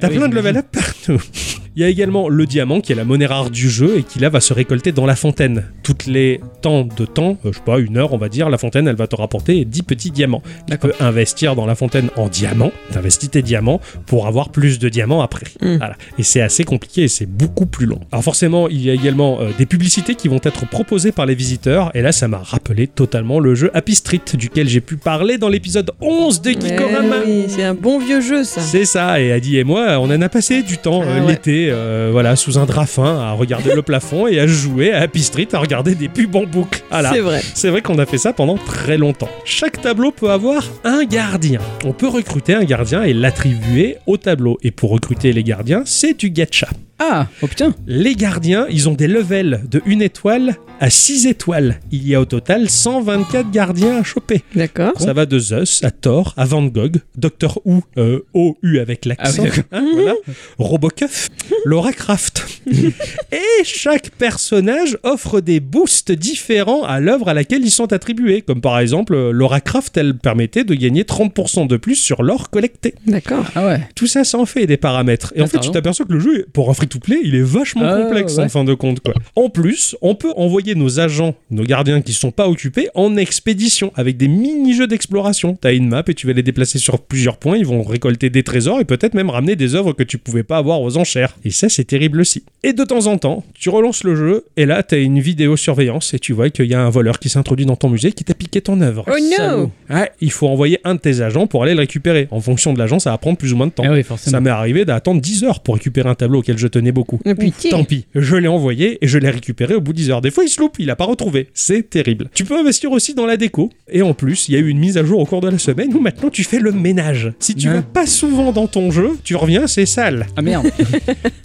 T'as Ah oui, plein de level up partout. Il y a également le diamant qui est la monnaie rare du jeu et qui là va se récolter dans la fontaine. Toutes les temps de temps, euh, je sais pas, une heure on va dire, la fontaine elle va te rapporter 10 petits diamants. Tu D'accord. peux investir dans la fontaine en diamants, t'investis tes diamants pour avoir plus de diamants après. Mm. Voilà. Et c'est assez compliqué et c'est beaucoup plus long. Alors forcément, il y a également euh, des publicités qui vont être proposées par les visiteurs et là ça m'a rappelé totalement le jeu Happy Street duquel j'ai pu parler dans l'épisode 11 de Geekorama. Eh oui, c'est un bon vieux jeu, ça. C'est ça, et Adi et moi, on en a passé du temps Hein. Ah euh, ouais. l'été, euh, voilà, sous un drap fin, à regarder le plafond et à jouer à Happy Street, à regarder des pubs en boucle. Voilà. C'est vrai. C'est vrai qu'on a fait ça pendant très longtemps. Chaque tableau peut avoir un gardien. On peut recruter un gardien et l'attribuer au tableau. Et pour recruter les gardiens, c'est du gacha. Ah, oh putain. Les gardiens, ils ont des levels de 1 étoile à 6 étoiles. Il y a au total 124 gardiens à choper. D'accord. Ça va de Zeus à Thor à Van Gogh, Docteur Who, euh, O-U avec l'accent, Ah oui, hein, voilà, Robocuff, Laura Croft. Et chaque personnage offre des boosts différents à l'œuvre à laquelle ils sont attribués. Comme par exemple, euh, Laura Croft, elle permettait de gagner 30% de plus sur l'or collecté. D'accord. Ah ouais. Tout ça, ça en fait des paramètres. Et en Ah, fait, tu pardon. t'aperçois que le jeu, pour un free-to-play, il est vachement Ah, complexe ouais. en fin de compte. Quoi. En plus, on peut envoyer nos agents, nos gardiens qui sont pas occupés, en expédition avec des mini-jeux d'exploration. T'as une map et tu vas les déplacer sur plusieurs points. Ils vont récolter des trésors et peut-être même ramener des œuvres que tu pouvais pas avoir aux enchères. Et ça, c'est terrible aussi. Et de temps en temps, tu relances le jeu et là, t'as une vidéo surveillance et tu vois qu'il y a un voleur qui s'introduit dans ton musée qui t'a piqué ton œuvre. Oh no Salaud. Ouais, il faut envoyer un de tes agents pour aller le récupérer. En fonction de l'agent, ça va prendre plus ou moins de temps. Ah oui, Ça forcément. m'est arrivé d'attendre 10 heures pour récupérer un tableau auquel je tenais beaucoup. Oh, putain. Tant pis, je l'ai envoyé et je l'ai récupéré au bout de 10 heures. Des fois, il se loupe, il l'a pas retrouvé. C'est terrible. Tu peux investir aussi dans la déco. Et en plus, il y a eu une mise à jour au cours de la semaine où maintenant tu fais le ménage. Si tu Ouais. vas pas souvent dans ton jeu, tu reviens, c'est sale. Ah merde.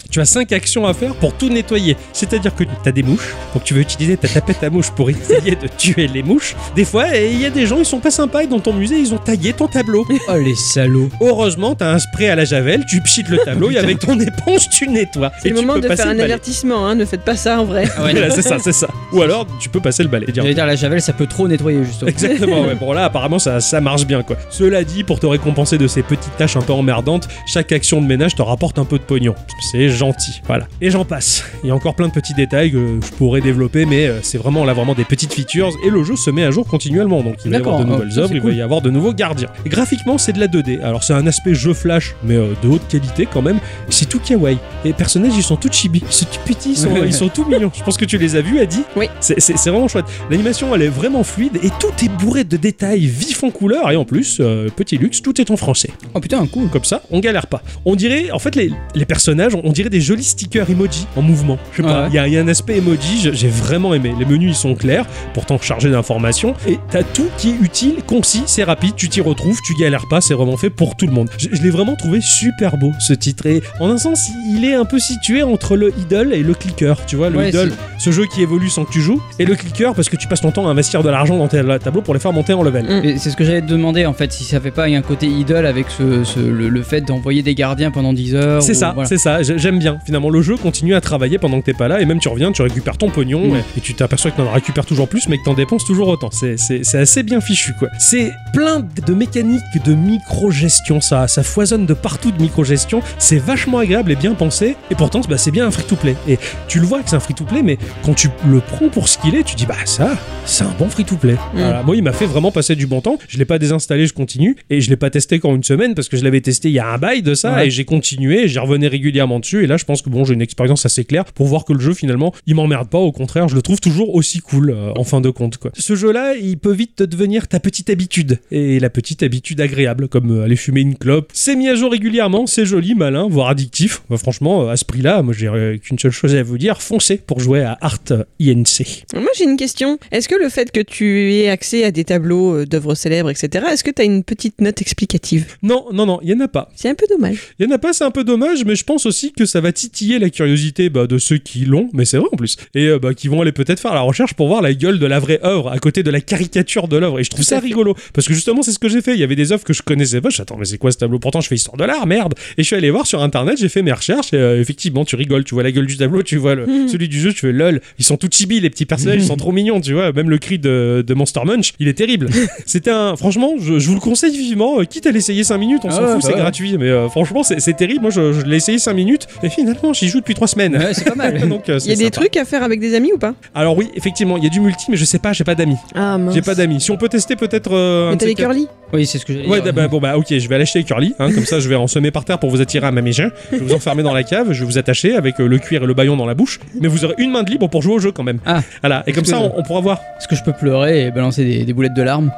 Tu as 5 actions à faire pour tout nettoyer. C'est-à-dire que tu as des mouches, donc tu veux utiliser ta tapette à mouches pour essayer de tuer les mouches. Des fois, et il y a des gens, ils sont pas sympas et dans ton musée, ils ont taillé ton tableau. Oh les salauds. Heureusement, t'as un spray à la javel, tu pchites le tableau et avec ton éponge, tu nettoies. C'est Et le tu moment peux de passer faire un le balai. avertissement, hein, ne faites pas ça en vrai. Ah ouais. Voilà, c'est ça, c'est ça. Ou alors, tu peux passer le balai. et dire, J'allais dire la javel, ça peut trop nettoyer justement. Exactement, ouais. Bon, là, apparemment, ça, ça marche bien, quoi. Cela dit, pour te récompenser de ces petites tâches un peu emmerdantes, chaque action de ménage te rapporte un peu de pognon. C'est gentil, voilà. Et j'en passe. Il y a encore plein de petits détails que je pourrais développer, mais euh, c'est vraiment là, vraiment des petites features. Et le jeu se met à jour continuellement, donc il va y avoir de D'accord, nouvelles oh, œuvres, c'est il va cool. y avoir de nouveaux gardiens. Et graphiquement, c'est de la 2D. Alors, c'est un aspect jeu flash, mais euh, de haute qualité quand même. C'est tout kawaii. Et les personnages, ils sont tout chibi. Ils sont tout petits, ils sont, ils sont tout mignons. Je pense que tu les as vus, Adi. Oui. C'est- C'est c'est vraiment chouette. L'animation, elle est vraiment fluide et tout est bourré de détails vifs en couleur et en plus, euh, petit luxe, tout est en français. Oh putain, cool. Comme ça, on galère pas. On dirait, en fait, les, les personnages, on dirait des jolis stickers emoji en mouvement. Je sais pas, Ouais. il y a- il y, a un aspect emoji, je- j'ai vraiment aimé. Les menus, ils sont clairs, pourtant chargés d'informations et t'as tout qui est utile, concis, c'est rapide, tu t'y retrouves, tu galères pas, c'est vraiment fait pour tout le monde. Je, je l'ai vraiment trouvé super beau ce titre et en un sens, il est un peu situé entre le idle et le clicker. Tu vois, le Ouais, idle, ce jeu qui évolue sans que tu joues, et le clicker parce que tu passes ton temps à investir de l'argent dans tes tableaux pour les faire monter en level. Et C'est ce que j'allais te demander en fait, si ça fait pas un côté idole avec ce, ce- le, le fait d'envoyer des gardiens pendant 10 heures. C'est ou- ça, voilà. c'est ça, J'ai- j'aime bien. Finalement, le jeu continue à travailler pendant que t'es pas là, et même tu reviens, tu récupères ton pognon, Mm. et, et tu t'aperçois que t'en récupères toujours plus, mais que t'en dépenses toujours autant. C'est- C'est c'est assez bien fichu, quoi. C'est plein de mécaniques de micro-gestion, ça, ça foisonne de partout de micro-gestion, c'est vachement agréable et bien pensé, et pourtant, bah, c'est bien un free-to-play. Et tu le vois que c'est un free-to-play, mais quand tu le prends pour ce qu'il est, tu dis, bah ça, c'est un bon free-to-play. Voilà, moi, il m'a fait vraiment passer du bon temps. Je l'ai pas désinstallé, je continue. Et je l'ai pas testé qu'en une semaine parce que je l'avais testé il y a un bail de ça. Ouais. Et j'ai continué, j'y revenais régulièrement dessus. Et là, je pense que bon, j'ai une expérience assez claire pour voir que le jeu, finalement, il m'emmerde pas. Au contraire, je le trouve toujours aussi cool euh, en fin de compte. Quoi. Ce jeu-là, il peut vite te devenir ta petite habitude. Et la petite habitude agréable, comme euh, aller fumer une clope. C'est mis à jour régulièrement, c'est joli, malin, voire addictif. Bah, franchement, euh, à à ce prix-là, moi j'ai euh, qu'une seule chose à vous dire, foncez pour jouer à euh, Art INC. Moi, j'ai une question. Est-ce que le fait que tu aies accès à des tableaux euh, d'œuvres célèbres, etc., est-ce que tu as une petite note explicative Non, non, non, il y en a pas. C'est un peu dommage. Il y en a pas, c'est un peu dommage, mais je pense aussi que ça va titiller la curiosité bah, de ceux qui l'ont, mais c'est vrai en plus, et euh, bah, qui vont aller peut-être faire la recherche pour voir la gueule de la vraie œuvre à côté de la caricature de l'œuvre. Et je trouve ça rigolo, parce que justement c'est ce que j'ai fait. Il y avait des œuvres que je connaissais pas. Je dis, attends, mais c'est quoi ce tableau Pourtant je fais histoire de l'art, merde. Et je suis allé voir sur internet, j'ai fait mes recherches. Et euh, effectivement, tu rigoles, tu vois la gueule du tableau, tu vois le- celui du jeu, tu fais lol. Ils sont tout chibi les petits personnages, ils sont trop mignons, tu vois. Même le cri de, de Monster Munch, il est terrible. C'était un, franchement, je, je vous le conseille vivement. euh, Quitte à l'essayer 5 minutes, on Ah s'en ouais, fout, bah c'est ouais. gratuit. Mais euh, franchement, c'est c'est terrible. Moi, je, je l'ai essayé 5 minutes. Et finalement, j'y joue depuis 3 semaines. Ouais, c'est pas mal. Donc, euh, Il y a c'est des sympa. trucs à faire avec des amis ou pas Alors oui, effectivement, il y a du multi, mais je sais pas, j'ai pas d'amis. Ah, mince. J'ai pas d'amis. Si on peut tester peut-être. euh, un Mais de t'as ces les quatre- curly Oui, c'est ce que j'allais Ouais, dire. bah, bon, bah, ok, je vais aller acheter Curly, hein, comme ça je vais en semer par terre pour vous attirer à ma maison. Je vais vous enfermer dans la cave, je vais vous attacher avec euh, le cuir et le baillon dans la bouche, mais vous aurez une main de libre pour jouer au jeu quand même. Ah. Voilà, et comme Est-ce ça que- on, on pourra voir. Est-ce que je peux pleurer et balancer des, des boulettes de larmes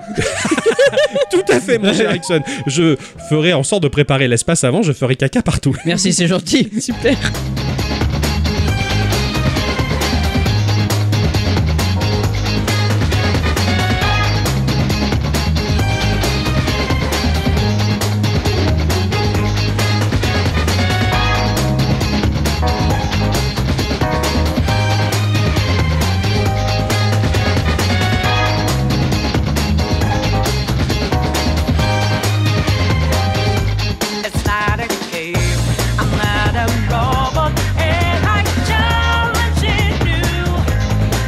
Tout à fait, mon cher Erickson. Je ferai en sorte de préparer l'espace avant, je ferai caca partout. Merci, c'est gentil. Super. It's not a game. I'm not a robot, and I challenge you.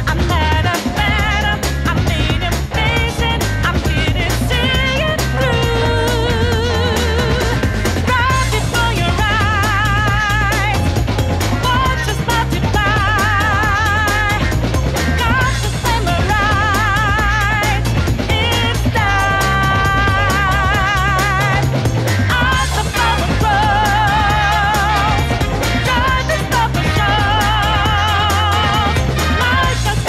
I'm not a phantom. I'm made of patient. I'm here to see it through. Right before your eyes, fortunes multiply. Got to memorize. It's time. Eyes of our world, judges of the show. Light us will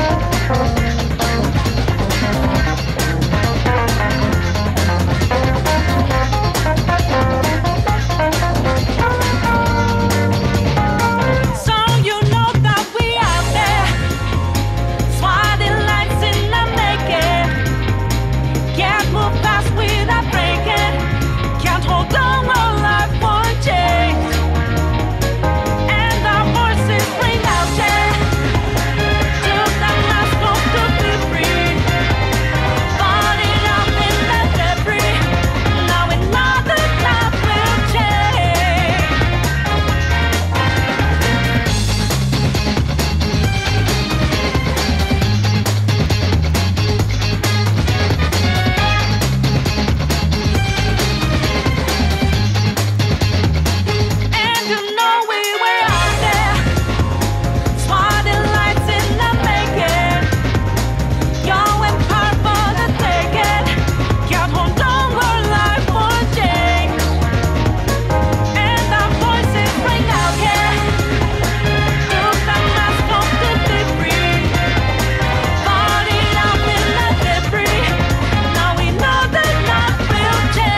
shine. The sky. So you know that we out there, swatting lights in the making. Can't move fast without breaking. Can't hold on our life for change. And our voices ring out there. Till that last hope to be free. Falling up in the debris. Now another life will change. And you know we were out there, swatting lights in the making. Going hard for the taking, can't hold on our life for change. And our voices ring out here, through the mask of the debris, falling up in the debris. Now we know that life will change.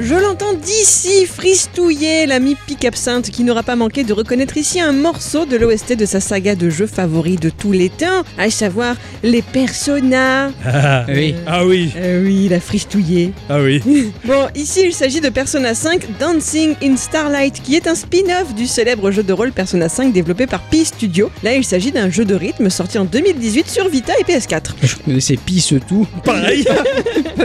Je l'entends d'ici fristouiller l'ami Pic Absinthe qui n'aura pas manqué de reconnaître ici un morceau de l'OST de sa saga de jeux favoris de tous les temps, à savoir les Persona. Ah, Oui. ah oui, Euh, oui, il a fristouillé. ah oui. Bon, ici il s'agit de Persona 5 Dancing in Starlight qui est un spin-off du célèbre jeu de rôle Persona 5 développé par Pi Studio. Là, il s'agit d'un jeu de rythme sorti en 2018 sur Vita et PS4. Je connaissais pisse tout. Oh. Pareil,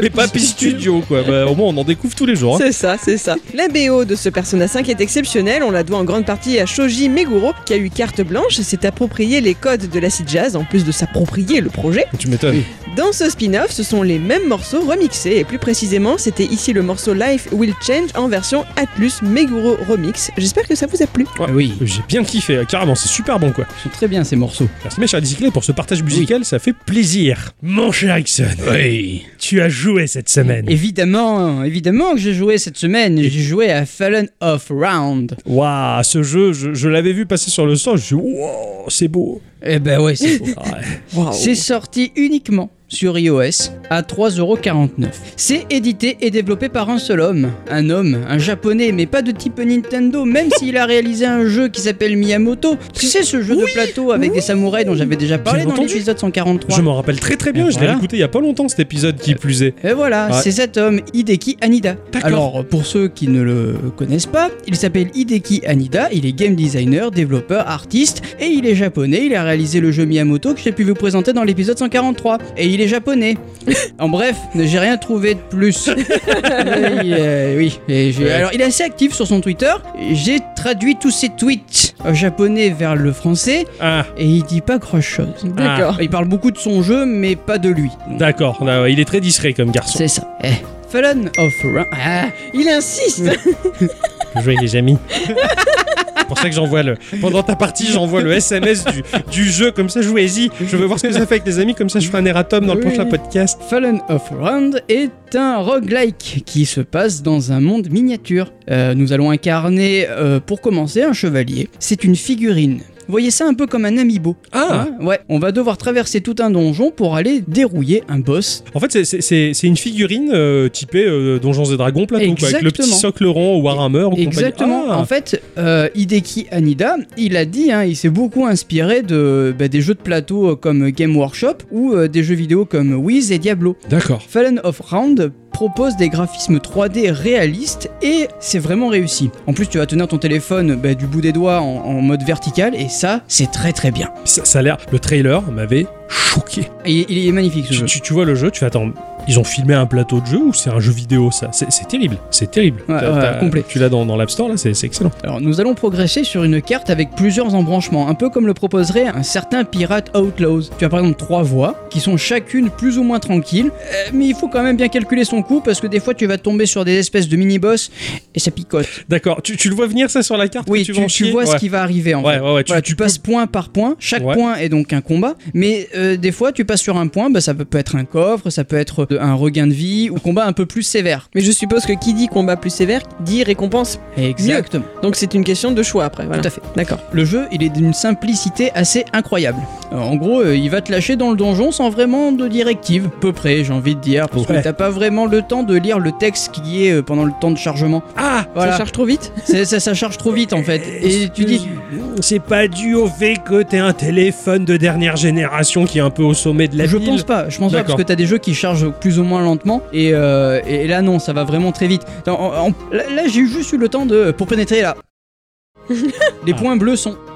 mais pas P Studio quoi. Bah, au moins on en découvre tous les jours. hein. C'est ça, C'est ça. La BO de ce Persona 5 est exceptionnelle, on la doit en grande partie à Shoji Meguro qui a eu carte blanche, s'est approprié les codes de l'acid jazz en plus de s'approprier le projet. Tu m'étonnes. Dans ce spin-off, ce sont les mêmes morceaux remixés et plus précisément, c'était ici le morceau Life Will Change en version Atlus Meguro Remix. J'espère que ça vous a plu. Ouais. Oui, J'ai bien kiffé, euh, carrément, c'est super bon quoi. ils sont très bien ces morceaux. Merci mes chers bicyclettes pour ce partage musical, ça fait plaisir. Mon cher Ixon, Oui. tu as joué cette semaine. Évidemment, évidemment que j'ai joué cette semaine. J'ai joué à Fallen of Round. Waouh, ce jeu, je, je l'avais vu passer sur le store, je me suis dit, wow, c'est beau. Eh ben ouais, c'est beau. Ouais. Waouh. C'est sorti uniquement sur iOS à 3,49€. C'est édité et développé par un seul homme, un homme, un japonais, mais pas de type Nintendo, même s'il a réalisé un jeu qui s'appelle Miyamoto. Tu sais ce jeu de plateau avec des samouraïs dont j'avais déjà parlé dans entendu. l'épisode 143 Je m'en rappelle très très bien, Et je l'ai voilà. écouté il y a pas longtemps cet épisode qui plus est. Et voilà, Ouais. c'est cet homme, Hideki Anida. D'accord. Alors, pour ceux qui ne le connaissent pas, il s'appelle Hideki Anida, il est game designer, développeur, artiste, et il est japonais, il a réalisé le jeu Miyamoto que j'ai pu vous présenter dans l'épisode 143. Et il est japonais. en bref, j'ai rien trouvé de plus. Mais il est- oui, et j'ai- alors il est assez actif sur son Twitter, j'ai traduit tous ses tweets en japonais vers le français, Ah, et il dit pas grand-chose. D'accord. Il parle beaucoup de son jeu, mais pas de lui. Donc, d'accord, Ah ouais, il est très discret comme garçon. c'est ça. Eh. Fallen of Ra- Ah, Il insiste. Que jouer les amis. C'est pour ça que j'envoie le. Pendant ta partie, j'envoie le SMS du, du jeu, comme ça jouez-y. Je veux voir ce que ça fait avec les amis, comme ça je ferai un erratum dans le Oui. prochain podcast. Fallen of Round est un roguelike qui se passe dans un monde miniature. Euh, nous allons incarner, euh, pour commencer, un chevalier. C'est une figurine. Voyez ça un peu comme un amiibo. Ah. Hein Ouais, on va devoir traverser tout un donjon pour aller dérouiller un boss. En fait, c'est- c'est- c'est c'est une figurine euh, typée euh, Donjons et Dragons plateau, quoi, avec le petit Exactement. socle rond au Warhammer ou compagnie. Exactement. Ah. En fait, euh, Hideki Anida, il a dit, hein, il s'est beaucoup inspiré de bah, des jeux de plateau euh, comme Game Workshop ou euh, des jeux vidéo comme Wiz et Diablo. D'accord. Fallen of Round propose des graphismes 3D réalistes et c'est vraiment réussi. En plus, tu vas tenir ton téléphone bah, du bout des doigts en, en mode vertical et ça, c'est très très bien. Ça, ça a l'air. Le trailer m'avait choqué. Et il est magnifique ce Tu, jeu. tu- tu vois le jeu, tu fais attends. Ils ont filmé un plateau de jeu ou c'est un jeu vidéo ça C'est c'est terrible, c'est terrible. Ouais, T'as- ouais, t'as- complet. Tu l'as dans, dans l'App Store là, c'est c'est excellent. Alors, nous allons progresser sur une carte avec plusieurs embranchements, un peu comme le proposerait un certain Pirate Outlaws. Tu as par exemple trois voies qui sont chacune plus ou moins tranquilles, euh, mais il faut quand même bien calculer son coût parce que des fois tu vas tomber sur des espèces de mini-boss et ça picote. D'accord, tu, tu le vois venir ça sur la carte Oui, que tu, vas en tu chier vois Ouais. ce qui va arriver en Ouais, fait. ouais, ouais, tu- Voilà, tu, tu passes point par point, chaque Ouais. point est donc un combat, mais euh, des fois tu passes sur un point, bah, ça peut, peut être un coffre, ça peut être de- un regain de vie ou combat un peu plus sévère. Mais je suppose que qui dit combat plus sévère dit récompense. Exactement. Donc c'est une question de choix après. Voilà. Tout à fait. D'accord. Le jeu, il est d'une simplicité assez incroyable. Euh, en gros, euh, il va te lâcher dans le donjon sans vraiment de directive, peu près, j'ai envie de dire, parce Ouais. que t'as pas vraiment le temps de lire le texte qui est euh, pendant le temps de chargement. Ah Voilà, Ça charge trop vite. C'est- ça, ça charge trop vite en fait. Et tu dis, C'est pas dû au fait que t'es un téléphone de dernière génération qui est un peu au sommet de la je pile. pense pas, je pense pas D'accord. parce que t'as des jeux qui chargent plus ou moins lentement et, euh, et là non, ça va vraiment très vite. En- en- en- là là, j'ai juste eu le temps de pour pénétrer là. les points bleus sont.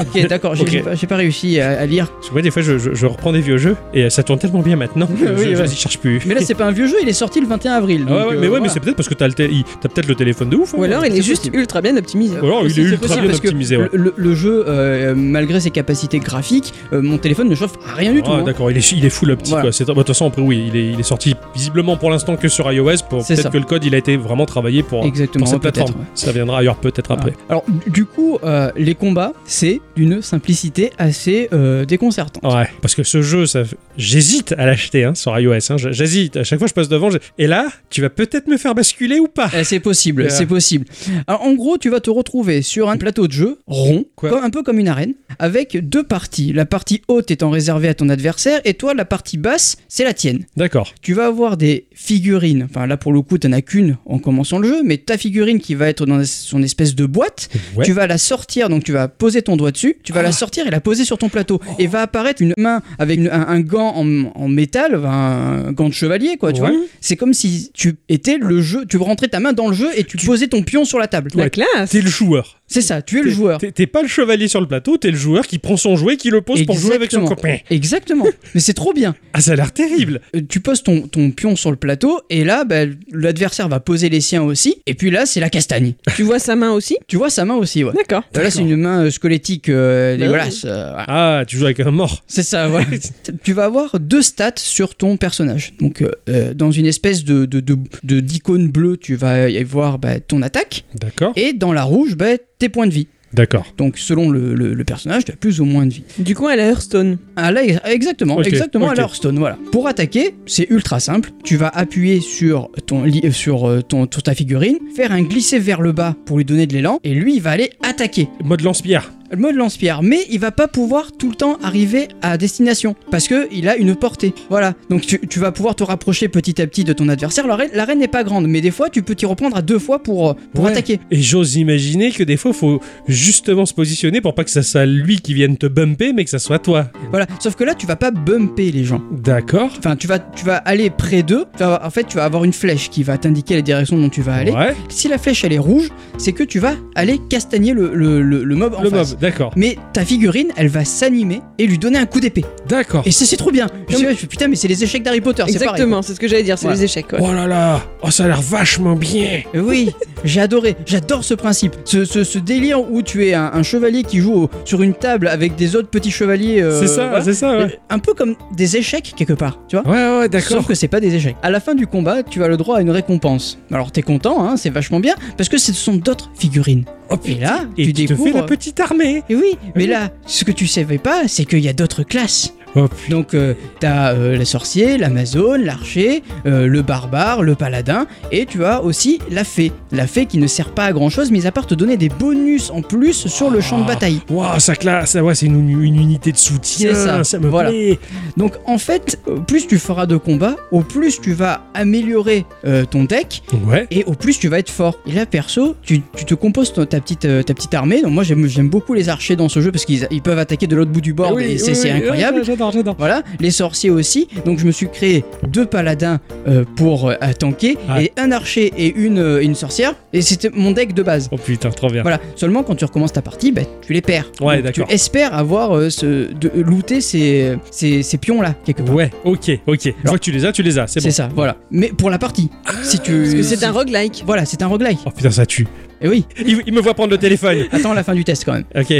ok d'accord, j'ai Ok. j'ai pas, j'ai pas réussi à, à lire. Parce que moi, des fois, je, je- je reprends des vieux jeux et euh, ça tourne tellement bien maintenant. que Oui, je ouais. je n'y cherche plus. Mais là c'est pas un vieux jeu, il est sorti le 21 avril. Ah ouais, donc, ouais, euh, mais ouais, mais voilà. c'est peut-être parce que t'as le té- il- t'as peut-être le téléphone de ouf. hein. Ou alors il est c'est juste possible. ultra bien optimisé. Ou alors, il C'est- est c'est ultra possible bien parce que optimisé. ouais. le, le- le jeu, euh, malgré ses capacités graphiques, euh, mon téléphone ne chauffe à rien du tout. Ah, hein. d'accord, il est, il est full optique. Voilà. quoi. C'est- bah, De toute façon, après, oui, il est, il est sorti visiblement pour l'instant que sur iOS. Pour C'est ça. peut-être que le code, il a été vraiment travaillé pour, Exactement, pour cette ouais, peut-être, plateforme. ouais. Ça viendra ailleurs peut-être après. Voilà. Alors du- du coup, euh, les combats, c'est d'une simplicité assez euh, déconcertante. Ouais, parce que ce jeu, ça, fait- j'hésite à l'acheter hein, sur iOS. hein. J- J'hésite. À chaque fois, je passe devant. j'ai- Et là, tu vas peut-être me faire basculer ou pas. Eh, c'est possible, Yeah. c'est possible. Alors, en gros, tu vas te retrouver sur un plateau de jeu rond, Quoi comme- un peu comme une arène, avec deux parties. La partie haute étant réservée à ton adversaire, et toi, la partie basse, c'est la tienne. D'accord. Tu vas avoir des figurines, enfin là pour le coup, t'en as qu'une en commençant le jeu, mais ta figurine qui va être dans son espèce de boîte, Ouais. Ah. tu vas la sortir, donc tu vas poser ton doigt dessus, tu vas la sortir et la poser sur ton plateau. Oh. Et va apparaître une main avec une- un, un gant en, en métal, enfin, un gant de chevalier, quoi, tu Ouais. vois. C'est comme si tu étais le jeu, tu rentrais ta main dans le jeu et tu, posais ton pion sur la table. La classe. T'es le joueur. C'est ça, tu es le T'es- joueur. T'es t'es pas le chevalier sur le plateau, t'es le joueur qui prend son jouet, qui le pose pour jouer avec son Exactement. copain. Exactement. Mais c'est trop bien. Ah, ça a l'air terrible. Euh, Tu poses ton, ton pion sur le plateau et là, bah, l'adversaire va poser les siens aussi. Et puis là, c'est la castagne. Tu vois sa main aussi Tu vois sa main aussi, ouais. D'accord. Euh, Là, c'est une main euh, squelettique euh, Bah dégueulasse. euh, voilà. Ah, tu joues avec un mort. C'est ça, voilà. tu vas avoir deux stats sur ton personnage. Donc, euh, euh, dans une espèce de de- de- de- d'icône bleue, tu vas y voir bah, ton attaque. D'accord. Et dans la rouge, bah, tes points de vie. D'accord. Donc, selon le, le- le personnage, tu as plus ou moins de vie. Du coup, elle a Hearthstone. Ah là, exactement, Ok, exactement ok. à l'Hearthstone, voilà. Pour attaquer, c'est ultra simple. Tu vas appuyer sur, ton, li- euh, sur, euh, ton, sur ta figurine, faire un glisser vers le bas pour lui donner de l'élan, et lui, il va aller attaquer. Mode lance-pierre. Le mode lance-pierre, mais il va pas pouvoir tout le temps arriver à destination, parce que il a une portée. Voilà, donc tu, tu vas pouvoir te rapprocher petit à petit de ton adversaire. La reine- la reine n'est pas grande, mais des fois, tu peux t'y reprendre à deux fois pour, euh, pour Ouais. attaquer. Et j'ose imaginer que des fois, faut justement se positionner pour pas que ça soit lui qui vienne te bumper, mais que ça soit toi. Voilà, sauf que là, tu vas pas bumper les gens. D'accord. Enfin, tu vas, tu vas aller près d'eux. Tu vas- En fait, tu vas avoir une flèche qui va t'indiquer la direction dont tu vas aller. Ouais. Si la flèche elle est rouge, c'est que tu vas aller castagner le, le, le- le mob en Le face. mob. D'accord. Mais ta figurine, elle va s'animer et lui donner un coup d'épée. D'accord. Et ça, c'est trop bien. Je Non, suis- je- putain, mais c'est les échecs d'Harry Potter, c'est pareil. Exactement, c'est ce que j'allais dire, c'est Voilà. les échecs. ouais. Oh là là. Oh, ça a l'air vachement bien. Euh, Oui, j'ai adoré, j'adore ce principe. Ce, ce- ce délire où tu es un, un chevalier qui joue au- sur une table avec des autres petits chevaliers. euh, c'est ça, voilà. c'est ça. Ouais, Euh, Un peu comme des échecs quelque part, tu vois ouais, ouais Sauf d'accord. que c'est pas des échecs. À la fin du combat, tu as le droit à une récompense. Alors t'es content, hein, c'est vachement bien, parce que ce sont d'autres figurines. Oh, Et là, Et tu, tu te fais découvres. la petite armée. Et oui, mais là, ce que tu savais pas, c'est qu'il y a d'autres classes. Oh putain. Donc, euh, t'as euh, la sorcier, l'amazone, l'archer, euh, le barbare, le paladin, et tu as aussi la fée. La fée qui ne sert pas à grand chose, mis à part te donner des bonus en plus sur le champ de bataille. Waouh, ça classe. Ça, ouais, c'est une, une unité de soutien. C'est ça, me voilà. plaît. Donc, en fait, euh, plus tu feras de combats, au plus tu vas améliorer euh, ton deck, Ouais. et au plus tu vas être fort. Et là perso, tu, tu te composes ton- ta petite, euh, ta petite armée. Donc moi j'aime j'aime beaucoup les archers dans ce jeu parce qu'ils ils peuvent attaquer de l'autre bout du bord et c'est c'est incroyable. J'adore, j'adore. Voilà, les sorciers aussi. Donc je me suis créé deux paladins euh, pour euh, à tanker Ouais. et un archer et une, euh, une sorcière. Et c'était mon deck de base. Oh putain, trop bien. Voilà, seulement quand tu recommences ta partie, bah, tu les perds. Ouais, Donc, d'accord. Tu espères avoir euh, ce, de, looter ces, ces, ces pions-là, quelque part. Ouais, ok, ok. Une fois que tu les as, tu les as, c'est C'est bon. ça, voilà. Mais pour la partie. Si tu... Parce que c'est un roguelike. Voilà, c'est un roguelike. Oh putain, ça tue. Et oui, Il, il me voit prendre le téléphone. attends la fin du test quand même. Ok.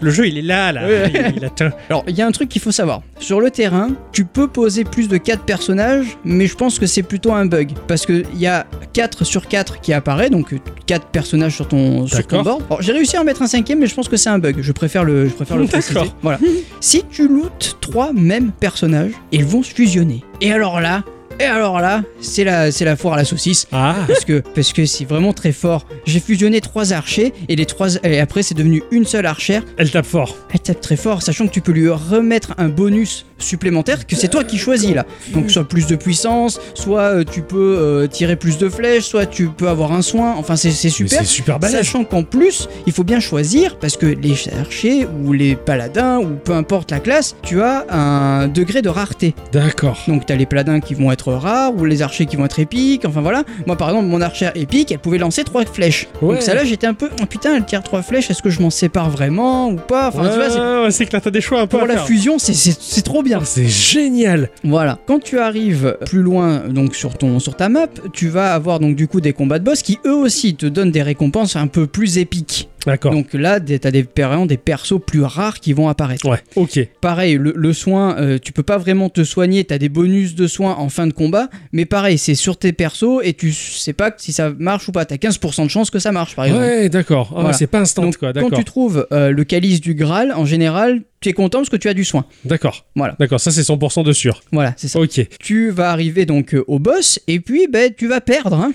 le jeu, il est là, là. Il, il atteint. Alors, il y a un truc qu'il faut savoir. Sur le terrain, tu peux poser plus de 4 personnages, mais je pense que c'est plutôt un bug. Parce qu'il y a 4 sur 4 qui apparaît, donc 4 personnages sur ton, sur ton D'accord. board. Alors, j'ai réussi à en mettre un cinquième, mais je pense que c'est un bug. Je préfère le, je préfère le préciser. D'accord. Voilà. si tu lootes 3 mêmes personnages, ils vont se fusionner. Et alors là, et alors là, c'est la, c'est la foire à la saucisse. Ah. Parce que parce que c'est vraiment très fort. J'ai fusionné trois archers et les trois et après c'est devenu une seule archère Elle tape fort. elle tape très fort, sachant que tu peux lui remettre un bonus supplémentaire que c'est toi qui choisis là. Donc soit plus de puissance, soit euh, tu peux euh, tirer plus de flèches, soit tu peux avoir un soin. Enfin c'est c'est Mais super. C'est super balèze. Sachant qu'en plus, il faut bien choisir parce que les archers ou les paladins ou peu importe la classe, tu as un degré de rareté. D'accord. Donc t'as les paladins qui vont être rares ou les archers qui vont être épiques. Enfin voilà. Moi par exemple, mon archère épique, elle pouvait lancer trois flèches. Ouais. Donc ça là, j'étais un peu, oh, putain, elle tire trois flèches. Est-ce que je m'en sépare vraiment ou pas Enfin Ouais, tu vois, c'est- ouais, c'est que là, t'as des choix un peu. pour Oh, à la faire. fusion, c'est- c'est c'est trop bien. Oh, c'est génial. Voilà. Quand tu arrives plus loin donc sur ton sur ta map, tu vas avoir donc du coup des combats de boss qui eux aussi te donnent des récompenses un peu plus épiques. D'accord. Donc là, des- t'as des vraiment des persos plus rares qui vont apparaître. Ouais, ok. Pareil, le, le soin, euh, tu peux pas vraiment te soigner, t'as des bonus de soins en fin de combat, mais pareil, c'est sur tes persos et tu sais pas si ça marche ou pas. T'as 15% de chance que ça marche, par exemple. Ouais, d'accord. Ah, Voilà. C'est pas instant, Donc, quoi. quand D'accord. tu trouves euh, le calice du Graal, en général, tu es content parce que tu as du soin. D'accord. Voilà. D'accord, ça, c'est 100% de sûr. Voilà, c'est ça. Ok. tu vas arriver donc euh, au boss et puis ben tu vas perdre hein,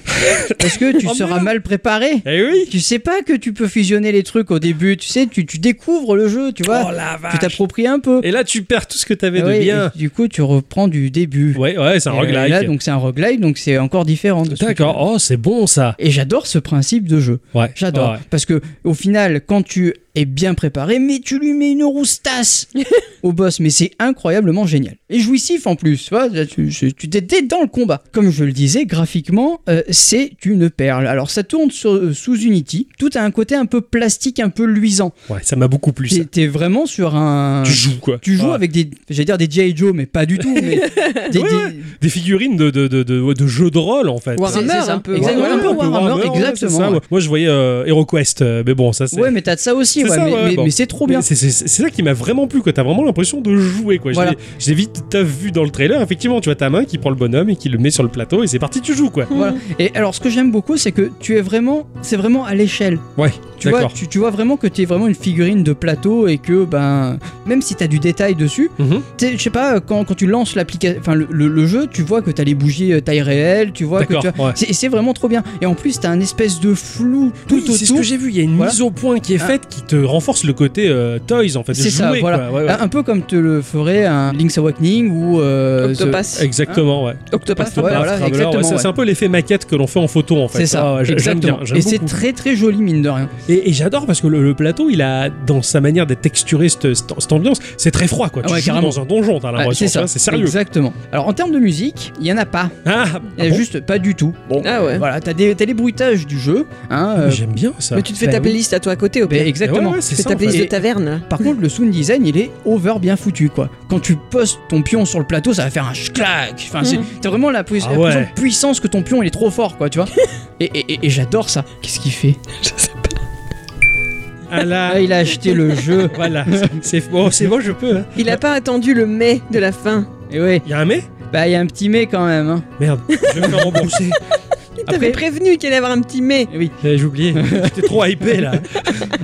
parce que tu Oh, seras merde. mal préparé. Eh oui. Tu sais pas que tu peux fusionner les trucs au début, tu sais, tu, tu découvres le jeu, tu vois, Oh la tu vache. t'appropries un peu. Et là, tu perds tout ce que t'avais Ah ouais, de bien. et du coup, tu reprends du début. Ouais, ouais, c'est un Et, euh, Là, roguelike. donc c'est un roguelike, donc c'est encore différent. de ce que D'accord. Oh, c'est bon ça. et j'adore ce principe de jeu. Ouais. J'adore. Ouais. Parce que au final, quand tu est bien préparé, mais tu lui mets une roustasse au boss, mais c'est incroyablement génial. Et jouissif en plus, tu vois, là, tu tu- tu t'étais dans le combat. Comme je le disais, graphiquement, euh, c'est une perle. Alors ça tourne sur- euh, sous Unity, tout a un côté un peu plastique, un peu luisant. Ouais, ça m'a beaucoup plu ça. T'es t'es vraiment sur un... Tu joues quoi Tu joues Ah, avec des, j'allais dire des G.I. Joe, mais pas du tout. Mais des, Ouais, des- ouais. des figurines de, de, de, de, de jeux de rôle en fait. Warhammer, c'est ça. un peu. Exactement, Ouais, un peu ouais, Warhammer, ouais, c'est exactement. ça, ouais. Moi je voyais euh, HeroQuest, euh, mais bon, ça c'est. Ouais, mais t'as de ça aussi, C'est ouais, ça, mais, ouais, mais- bon. mais c'est trop bien. Mais C'est c'est- c'est ça qui m'a vraiment plu, quoi. T'as vraiment l'impression de jouer, quoi. Je Voilà. l'ai- Je l'ai vite t'as vu dans le trailer. Effectivement, tu vois ta main qui prend le bonhomme et qui le met sur le plateau et c'est parti, tu joues, quoi. Voilà. Et alors, ce que j'aime beaucoup, c'est que tu es vraiment, c'est vraiment à l'échelle. Ouais, Tu vois, d'accord. tu, tu vois vraiment que t'es vraiment une figurine de plateau et que, ben, même si t'as du détail dessus, Mhm. t'es- je sais pas, quand, quand tu lances l'application, enfin le, le- le jeu, tu vois que t'as les bougies euh, taille réelle, tu vois que D'accord, tu as- ouais. c'est- c'est vraiment trop bien. Et en plus, t'as un espèce de flou tout Oui, autour. c'est ce que j'ai vu. Il y a une Voilà. mise au point qui est Ah. faite qui te renforce le côté euh, toys en fait. C'est ça, jouer, voilà. Ah, quoi. Ouais, ouais. Un- Un peu comme te le ferait un Link's Awakening ou. euh, The- Octopass. Exactement, ouais. Octopass. Ouais, Pas voilà, Scrabble, exactement, ouais, c'est- C'est ouais. un peu l'effet maquette que l'on fait en photo en fait. C'est ça, Ah, ouais, j'aime exactement. bien, j'aime et c'est beaucoup. très très joli mine de rien. Et, et j'adore parce que le, le plateau, il a dans sa manière d'être texturé cette, cette- cette ambiance, c'est très froid quoi. Ah Tu ouais, joues carrément. dans un donjon, t'as Ah, l'impression. tu vois, c'est sérieux. Exactement. Alors en termes de musique, il y en a pas. Ah, Il ah y en a bon juste pas du tout. Bon, Ah ouais. voilà, t'as des- t'as les bruitages du jeu. Hein, euh, J'aime bien ça. Mais tu te fais Bah ta oui. playlist à toi à côté, au ben, pire. exactement. Ouais, ouais, c'est C'est ça, ta en playlist fait. de taverne. Par contre, le sound design, il est over bien foutu, quoi. Quand tu postes ton pion sur le plateau, ça va faire un clac. Enfin, c'est- t'as vraiment la, pui- Ah la puissance- ouais. puissance que ton pion, il est trop fort, quoi, tu vois. et et- et- et j'adore ça. Qu'est-ce qu'il fait Ah là, Ah, il a acheté le jeu. voilà. C'est bon, c'est bon, je peux. hein. Il a pas attendu le mai de la fin. Et ouais, Il y a un mais bah il y a un petit mais quand même. Hein. Merde, je vais me faire rembourser. Il t'avait prévenu qu'il allait avoir un petit mai. Et oui. Eh, J'ai oublié. J'étais trop hypé là.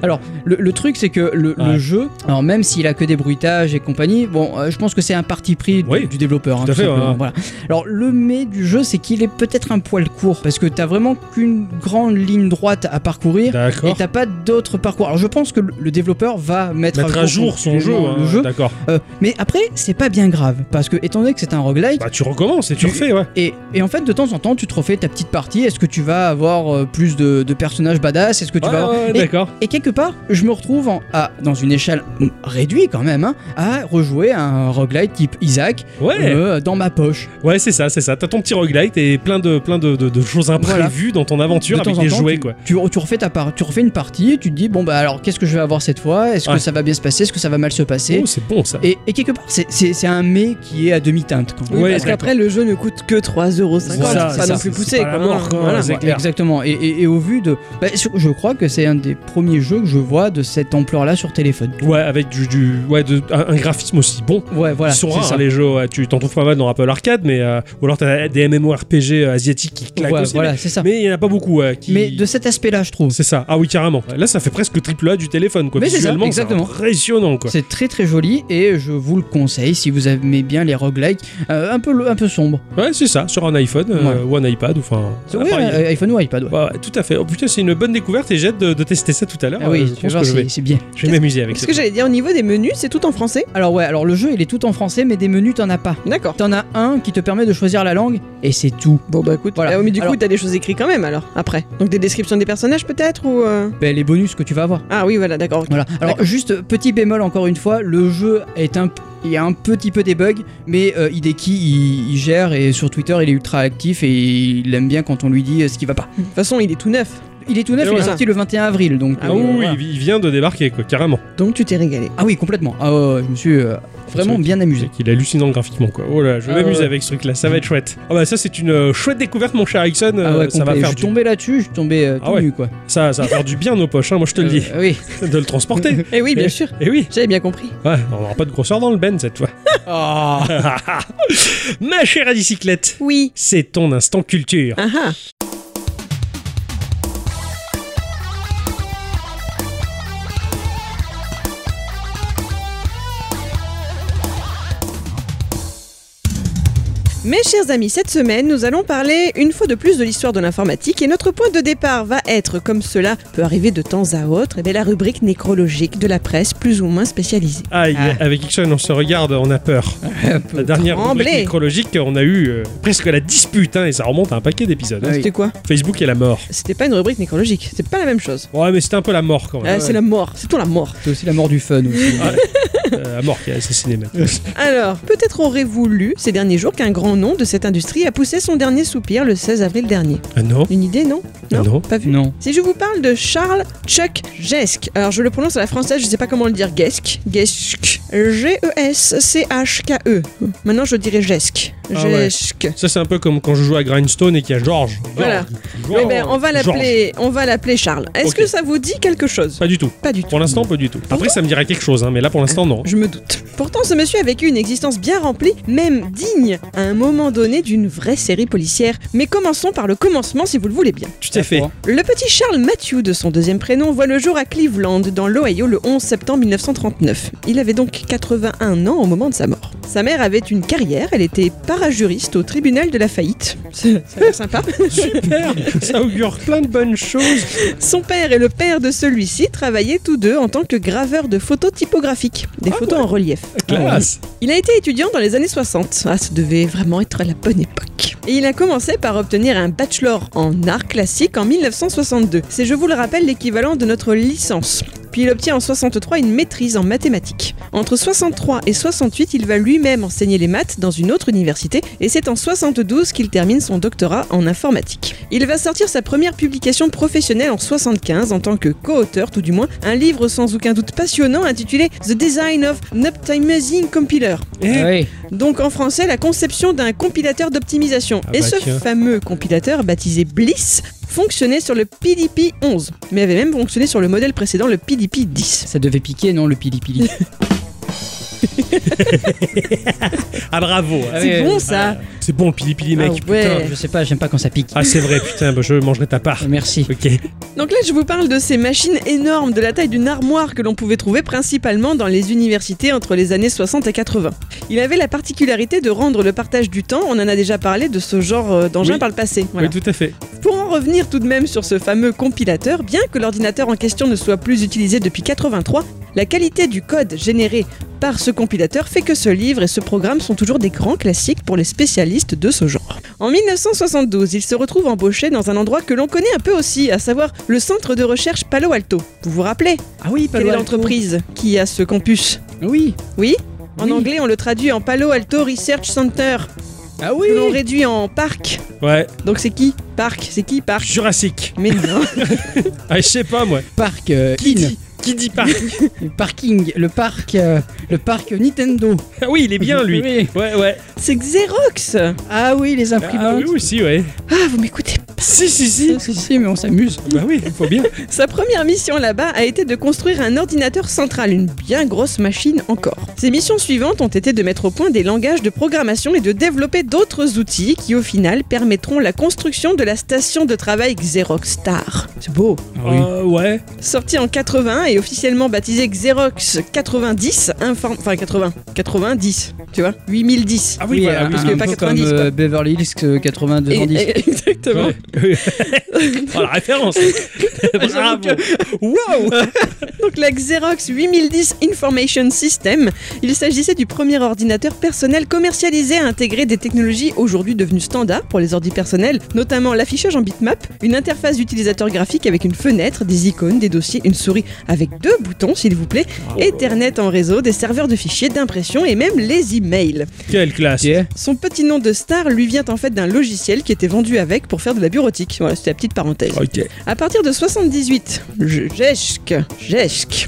Alors, le, le truc, c'est que le, le Ouais. jeu, alors même s'il a que des bruitages et compagnie, bon, euh, je pense que c'est un parti pris du, Oui, du développeur. hein, tout à fait, simplement, ouais. voilà. Alors, le mais du jeu, c'est qu'il est peut-être un poil court, parce que t'as vraiment qu'une grande ligne droite à parcourir. Et D'accord. t'as pas d'autres parcours. Alors je pense que le le développeur va mettre, Mettre à jour son jeu. continuellement hein, le jeu. D'accord. Euh, mais après, c'est pas bien grave. Parce que étant donné que c'est un roguelike, Bah tu recommences et tu Tu- refais, ouais. et, et en fait, de temps en temps, tu te refais ta petite partie. Est-ce que tu vas avoir euh, plus de, de personnages badass Est-ce que tu Ouais, vas avoir... ouais, Et- D'accord. et quelque part, je me retrouve en- à, dans une échelle mm, réduite quand même, hein, à rejouer à un roguelite type Isaac Ouais. euh, dans ma poche. Ouais, c'est ça, c'est ça. T'as ton petit roguelite et plein de, plein de, de- de choses imprévues dans ton aventure De temps avec en des temps, jouets, tu, quoi. Tu, tu refais ta part, tu refais une partie, tu te dis bon bah alors qu'est-ce que je vais avoir cette fois Est-ce Ouais. que ça va bien se passer Est-ce que ça va mal se passer Oh, c'est bon ça. et, et quelque part, c'est- c'est c'est un mais qui est à demi-teinte quand même. Ouais, parce d'accord. qu'après, le jeu ne coûte que 3,50€. Voilà, C'est c'est pas ça, non plus c'est poussé. pas la quoi. mort, quoi. Voilà. c'est Ouais, clair. Exactement. Et, et- et au vu de. bah, sur- je crois que c'est un des premiers jeux que je vois de cette ampleur-là sur téléphone. Ouais, avec du, du ouais, de, un, un graphisme aussi bon. Ouais, voilà. Ils sont c'est rares hein, ça. les jeux, ouais. tu t'en trouves pas mal dans Apple Arcade, mais euh, ou alors t'as des MMORPG euh, asiatiques qui claquent Ouais, aussi. voilà, c'est ça. Mais mais il y en a pas beaucoup ouais, qui. mais de cet aspect-là, je trouve. C'est ça. Ah oui, carrément. Là, ça fait presque triple A du téléphone, quoi. Mais c'est ça, Visuellement, exactement. impressionnant, quoi. C'est très très joli et je vous le conseille si vous aimez bien les roguelikes euh, un peu lo- un peu sombre. Ouais, c'est ça. Sur un iPhone euh, ou un iPad, ou enfin. un Oui, appareil. euh, iPhone ou iPad. Ouais. Ouais, ouais, tout à fait. Oh putain, c'est une bonne découverte et j'ai hâte de, de tester ça tout à l'heure. Ah oui, Euh, je tu vas pense voir, que je vais, c'est c'est bien. je vais m'amuser avec Parce ça. que j'allais dire, au niveau des menus, c'est tout en français. Alors ouais, alors le jeu il est tout en français mais des menus t'en as pas. D'accord. T'en as un qui te permet de choisir la langue et c'est tout. Bon bah écoute, Voilà. Ah oui, mais du coup Alors- t'as des choses écrites quand même alors après. Donc des descriptions des personnages peut-être ou euh, Ben, les bonus que tu vas avoir. ah oui voilà d'accord. ok. Voilà. Alors juste petit bémol encore une fois, le jeu est un il y a un petit peu des bugs, mais euh, Hideki il, il gère et sur Twitter il est ultra actif et il aime bien quand on lui dit euh, ce qui va pas. De toute façon il est tout neuf. Il est tout neuf, Et il est voilà. sorti le 21 avril donc. Ah euh, oui, oui, voilà. il il vient de débarquer, quoi, carrément. Donc tu t'es régalé. Ah oui, complètement. Ah ouais, ouais, je me suis euh, vraiment C'est- bien amusé. Il est hallucinant graphiquement, quoi. Oh là, je vais Ah m'amuser ouais. avec ce truc-là, ça va être chouette. Ah bah, ça, c'est une euh, chouette découverte, mon cher Ericsson. Ah euh, ouais, ça, va complet. faire je du... suis tombé là-dessus, je suis tombé euh, tout Ah ouais. nu quoi. ça, ça va faire du bien nos poches, hein, moi je te le Euh, dis. oui. De le transporter. Eh oui bien Mais- sûr. Eh oui, J'avais bien compris. ouais, on n'aura pas de grosseur dans le Ben cette fois. Ah. Ma chère à bicyclette, Oui. c'est ton instant culture. Ah ah. Mes chers amis, cette semaine, nous allons parler une fois de plus de l'histoire de l'informatique et notre point de départ va être, comme cela peut arriver de temps à autre, eh bien, la rubrique nécrologique de la presse plus ou moins spécialisée. Aïe, Ah. avec Ixon, on se regarde, on a peur. Ah, La dernière trembler. rubrique nécrologique, on a eu euh, presque la dispute, hein, et ça remonte à un paquet d'épisodes. hein. Oui. C'était quoi Facebook et la mort. C'était pas une rubrique nécrologique, c'est pas la même chose. Ouais, mais c'était un peu la mort quand Euh, même. C'est la mort, c'est tout la mort. C'est aussi la mort du fun aussi. Euh, la mort qui a assassiné Matt. Alors, peut-être aurez-vous lu ces derniers jours qu'un grand nom de cette industrie a poussé son dernier soupir le 16 avril dernier. Ah non Une idée, non Ah non. Pas vu non. Si je vous parle de Charles Chuck Gesk, alors je le prononce à la française, je sais pas comment le dire, Gesk, Gesk, G-E-S-C-H-K-E. Maintenant je dirais Gesk, Ah ouais. Gesk. Ça, c'est un peu comme quand je joue à Grindstone et qu'il y a George. Voilà. George, Eh ben, on va George. l'appeler, on va l'appeler Charles. Est-ce Ok. que ça vous dit quelque chose Pas du tout. Pas du tout. Pour l'instant, pas du tout. Après, ça me dira quelque chose, hein, mais là, pour l'instant, non. Je me doute. Pourtant, ce monsieur a vécu une existence bien remplie, même digne, à un moment donné, d'une vraie série policière. Mais commençons par le commencement, si vous le voulez bien. Tu t'es fait. Le petit Charles Matthew, de son deuxième prénom, voit le jour à Cleveland, dans l'Ohio, le 11 septembre 1939. Il avait donc 81 ans au moment de sa mort. Sa mère avait une carrière, elle était parajuriste au tribunal de la faillite. Ça a l'air sympa. Super Ça augure plein de bonnes choses. Son père et le père de celui-ci travaillaient tous deux en tant que graveurs de photos typographiques, des photos en relief. Classe. Il a été étudiant dans les années 60. Ah, ça devait vraiment être la bonne époque. Et il a commencé par obtenir un bachelor en art classique en 1962. C'est, je vous le rappelle, l'équivalent de notre licence. Puis il obtient en 63 une maîtrise en mathématiques. Entre 63 et 68, il va lui-même enseigner les maths dans une autre université et c'est en 72 qu'il termine son doctorat en informatique. Il va sortir sa première publication professionnelle en 75 en tant que co-auteur, tout du moins, un livre sans aucun doute passionnant intitulé The Design of an Optimizing Compiler. Eh, Oui. Donc en français, la conception d'un compilateur d'optimisation. Ah et bah ce tiens. fameux compilateur, baptisé Bliss, fonctionnait sur le PDP-11, mais avait même fonctionné sur le modèle précédent, le PDP-10. Ça devait piquer, non, le pili pili. Ah bravo. Ah C'est oui, bon oui. ça C'est bon, pili pili, mec. Ah ouais. Putain. Oh, Je sais pas, j'aime pas quand ça pique. Ah, c'est vrai, putain, bah, je mangerai ta part. Merci. Ok. Donc là, je vous parle de ces machines énormes, de la taille d'une armoire que l'on pouvait trouver principalement dans les universités entre les années 60 et 80. Il avait la particularité de rendre le partage du temps, on en a déjà parlé de ce genre euh, d'engin Oui. par le passé. Voilà. Oui, tout à fait. Pour en revenir tout de même sur ce fameux compilateur, bien que l'ordinateur en question ne soit plus utilisé depuis 83, la qualité du code généré par ce compilateur fait que ce livre et ce programme sont toujours des grands classiques pour les spécialistes de ce genre. En 1972, il se retrouve embauché dans un endroit que l'on connaît un peu aussi, à savoir le centre de recherche Palo Alto. Vous vous rappelez Ah oui, pas Quelle est l'entreprise qui a ce campus Oui. Oui En Oui. anglais, on le traduit en Palo Alto Research Center, Ah que l'on oui. réduit en parc. Ouais. Donc c'est qui Parc C'est qui Parc Jurassique. Mais non Ah, je sais pas, moi. Parc euh, Qui in. dit Qui dit pas Le parking, le parc, euh, le parc Nintendo. Ah oui, il est bien, lui. Oui. Ouais, ouais. C'est Xerox Ah oui, les Ah, imprimantes. oui aussi, ouais. Ah, vous m'écoutez pas. Si, si, si. Si, si, si, mais on s'amuse. Bah oui, il faut bien. Sa première mission là-bas a été de construire un ordinateur central, une bien grosse machine encore. Ses missions suivantes ont été de mettre au point des langages de programmation et de développer d'autres outils qui, au final, permettront la construction de la station de travail Xerox Star. C'est beau Euh, ouais. Sorti en 81 et officiellement baptisé Xerox 90, inform- enfin 80, 90, tu vois, 8010. Ah oui, voilà, un, oui, parce que un pas peu 90, comme quoi. euh, Beverly Hills euh, 8210. Et- et- exactement. oh, la référence. Bravo. Wow Donc la Xerox 8010 Information System, il s'agissait du premier ordinateur personnel commercialisé à intégrer des technologies aujourd'hui devenues standards pour les ordi personnels, notamment l'affichage en bitmap, une interface d'utilisateur graphique avec une fenêtre, des icônes, des dossiers, une souris avec deux boutons s'il vous plaît, Ethernet en réseau, des serveurs de fichiers, d'impression et même les emails. Quelle classe. Ok. Son petit nom de star lui vient en fait d'un logiciel qui était vendu avec pour faire de la bureautique. Voilà, c'était la petite parenthèse. Ok. À partir de 78, Jeschk, Jeschk,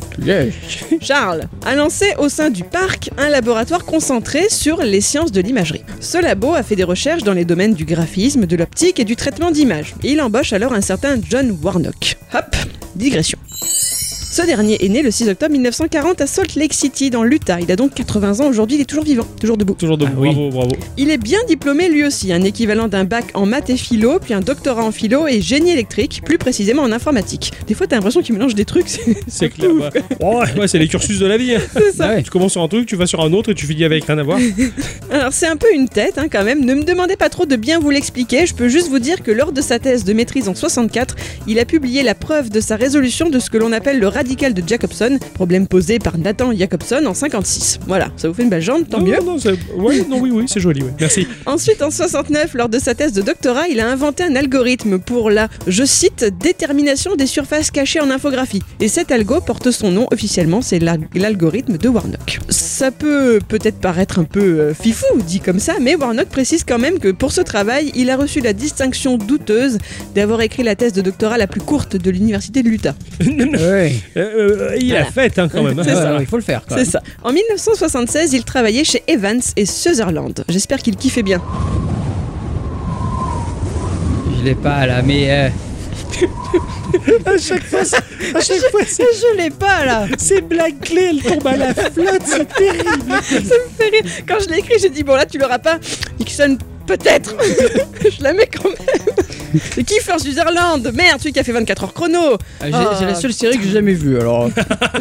Charles a lancé au sein du parc un laboratoire concentré sur les sciences de l'imagerie. Ce labo a fait des recherches dans les domaines du graphisme, de l'optique et du traitement d'images. Il embauche alors un certain John Warnock. Hop, digression. Ce Ce dernier est né le 6 octobre 1940 à Salt Lake City, dans l'Utah. Il a donc 80 ans aujourd'hui, il est toujours vivant, toujours debout. Toujours de Ah oui. bravo, bravo. Il est bien diplômé lui aussi, un équivalent d'un bac en maths et philo, puis un doctorat en philo et génie électrique, plus précisément en informatique. Des fois, t'as l'impression qu'il mélange des trucs, c'est C'est clair. bah. Oh, ouais, c'est les cursus de la vie. hein. c'est ça. Ah ouais. Tu commences sur un truc, tu vas sur un autre et tu finis avec rien à voir. Alors c'est un peu une tête hein, quand même, ne me demandez pas trop de bien vous l'expliquer, je peux juste vous dire que lors de sa thèse de maîtrise en 64, il a publié la preuve de sa résolution de ce que l'on appelle le radical de Jacobson, problème posé par Nathan Jacobson en 56. Voilà, ça vous fait une belle jambe, tant Non, mieux. Non, non, c'est- ouais, non, oui, oui, c'est joli. ouais. Merci. Ensuite, en 69, lors de sa thèse de doctorat, il a inventé un algorithme pour la, je cite, détermination des surfaces cachées en infographie. Et cet algo porte son nom officiellement, c'est la- l'algorithme de Warnock. Ça peut peut-être paraître un peu euh, fifou dit comme ça, mais Warnock précise quand même que pour ce travail, il a reçu la distinction douteuse d'avoir écrit la thèse de doctorat la plus courte de l'université de l'Utah. Ouais. Euh, euh, il a fait hein, quand même. hein. Ah, alors, il faut le faire. quoi. C'est ça. En 1976, il travaillait chez Evans et Sutherland. J'espère qu'il kiffait bien. Je l'ai pas là, mais euh, À chaque fois, c'est- à chaque fois, c'est- Je l'ai pas là ces blagues clés, elles tombent à la flotte, c'est terrible. Ça me fait rire. Quand je l'ai écrit, j'ai dit bon là tu l'auras pas. Nixon peut-être. je la mets quand même. C'est Kiefer Sutherland. Merde, celui qui a fait 24 heures chrono. j'ai- Ah. c'est la seule série que j'ai jamais vue. Alors,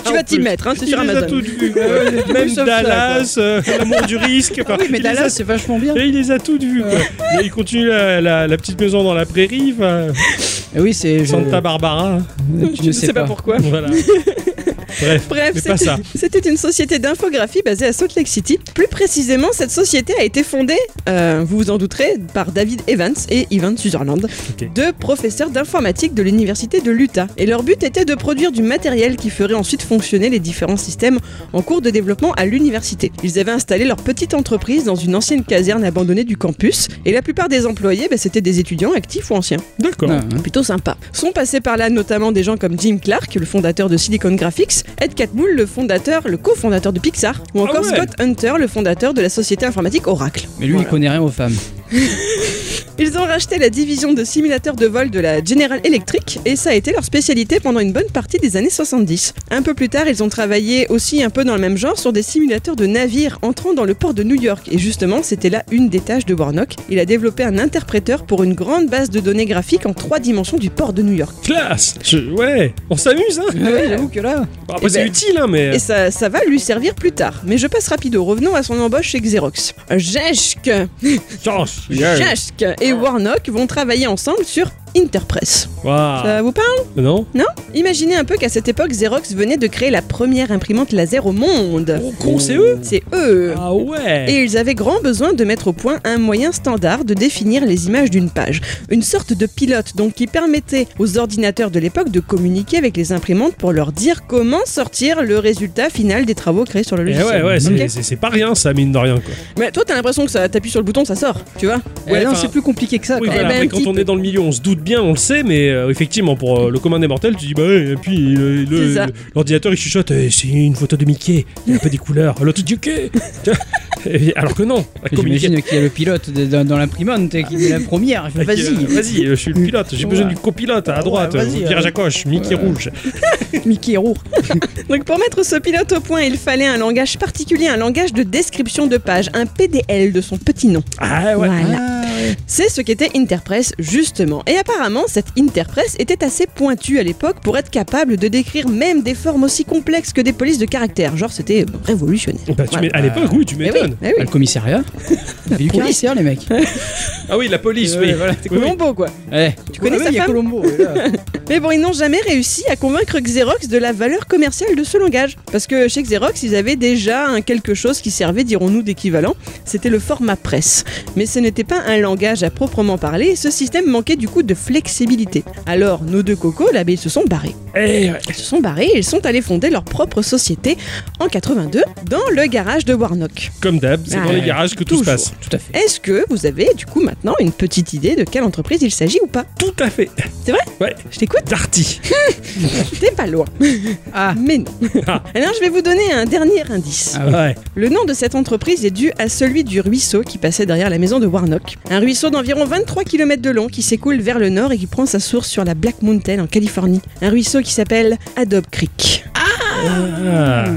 Tu vas t'y mettre, hein, c'est Il sur les a Amazon. toutes vues. quoi. Ouais, ouais, Même sauf ça, Dallas, euh, l'amour du risque. enfin, Ah oui, mais il les a- Dallas, c'est vachement bien. Et il les a toutes vues. quoi. Et il continue la, la- la petite maison dans la prairie, enfin, Ah oui, c'est. je- Santa Barbara. Tu ne sais pas. pourquoi. Voilà. Bref. Bref, Mais pas c'était- ça. c'était une société d'infographie basée à Salt Lake City. Plus précisément, cette société a été fondée, euh, vous vous en douterez, par David Evans et Ivan Sutherland, Ok. deux professeurs d'informatique de l'université de l'Utah. Et leur but était de produire du matériel qui ferait ensuite fonctionner les différents systèmes en cours de développement à l'université. Ils avaient installé leur petite entreprise dans une ancienne caserne abandonnée du campus, et la plupart des employés, bah, c'était des étudiants actifs ou anciens. D'accord. Ah, hein. Plutôt sympa. Sont passés par là notamment des gens comme Jim Clark, le fondateur de Silicon Graphics, Ed Catmull, le fondateur, le cofondateur de Pixar, ou Ah encore ouais. Scott Hunter, le fondateur de la société informatique Oracle. Mais lui, il connaît rien aux femmes. Ils ont racheté la division de simulateurs de vol de la General Electric et ça a été leur spécialité pendant une bonne partie des années 70. Un peu plus tard, ils ont travaillé aussi un peu dans le même genre sur des simulateurs de navires entrant dans le port de New York et justement, c'était là une des tâches de Warnock. Il a développé un interpréteur pour une grande base de données graphiques en trois dimensions du port de New York. Classe. Je- Ouais. On s'amuse, hein. Ah Ouais, j'avoue que là. Bon, Après, Eh c'est ben- utile, hein, mais. Et ça, ça va lui servir plus tard. Mais je passe rapido. Revenons à son embauche chez Xerox. Jeschk, Chance. Jeschk et Warnock vont travailler ensemble sur Interpress. Waouh. Ça vous parle Non Imaginez un peu qu'à cette époque, Xerox venait de créer la première imprimante laser au monde. Oh, con, c'est eux C'est eux. Ah ouais. Et ils avaient grand besoin de mettre au point un moyen standard de définir les images d'une page. Une sorte de pilote donc qui permettait aux ordinateurs de l'époque de communiquer avec les imprimantes pour leur dire comment sortir le résultat final des travaux créés sur le Eh logiciel. ouais, ouais, c'est- Ok c'est c'est pas rien, ça, mine de rien, quoi. Mais toi, t'as l'impression que ça t'appuies sur le bouton, ça sort, tu vois Ouais, Eh non, enfin- c'est plus compliqué que ça. Oui, quoi. voilà, ben, après, un quand petit on peu. est dans le milieu, on se doute bien, on le sait, mais euh, effectivement, pour euh, le commun des mortels, tu dis, bah ouais, et puis euh, le- C'est ça. l'ordinateur il chuchote, Eh, c'est une photo de Mickey, il y a un peu des couleurs, l'autre il dit, ok Tu vois Et Alors que non, la Mais communication. J'imagine qu'il y a le pilote de- dans, dans l'imprimante qui est la première. Il fait, Avec, euh, Vas-y. Mm. vas-y, euh, je suis le pilote, j'ai Ouais. besoin du copilote à Ouais, droite, vas-y, vous euh, virage à gauche, Mickey rouge. Mickey Rourke. Donc pour mettre ce pilote au point, il fallait un langage particulier, un langage de description de page, un PDL de son petit nom. Ah ouais, Voilà. C'est ce qu'était Interpress justement. Et apparemment, cette Interpress était assez pointue à l'époque pour être capable de décrire même des formes aussi complexes que des polices de caractères. Genre, c'était euh, révolutionnaire. Bah, tu Voilà. m'é- à l'époque, oui, tu Eh oui, m'étonnes. eh oui. Le commissariat. Il fait du commissaire, les mecs. Ah oui, la police, Euh, oui. voilà, Oui, oui. Colombo, quoi. Eh, Tu connais ouais, sa il y a femme Colombo. ouais, là. Mais bon, ils n'ont jamais réussi à convaincre Xerox de la valeur commerciale de ce langage. Parce que chez Xerox, ils avaient déjà un quelque chose qui servait, dirons-nous, d'équivalent. C'était le format presse. Mais ce n'était pas un langage à proprement parler et ce système manquait du coup de flexibilité. Alors, nos deux cocos, là, ben, ils se sont barrés. Eh, ouais. Ils se sont barrés et ils sont allés fonder leur propre société en 82 dans le garage de Warnock. Comme d'hab, c'est Ah dans les ouais. garages que tout se Toujours. passe. Tout à fait. Est-ce que vous avez du coup ma- maintenant une petite idée de quelle entreprise il s'agit ou pas. Tout à fait. C'est vrai Ouais. Je t'écoute, Darty. t'es pas loin. Ah. Mais non. Ah. Alors je vais vous donner un dernier indice. Ah. Ouais. Le nom de cette entreprise est dû à celui du ruisseau qui passait derrière la maison de Warnock. Un ruisseau d'environ 23 km de long qui s'écoule vers le nord et qui prend sa source sur la Black Mountain en Californie. Un ruisseau qui s'appelle Adobe Creek. Ah.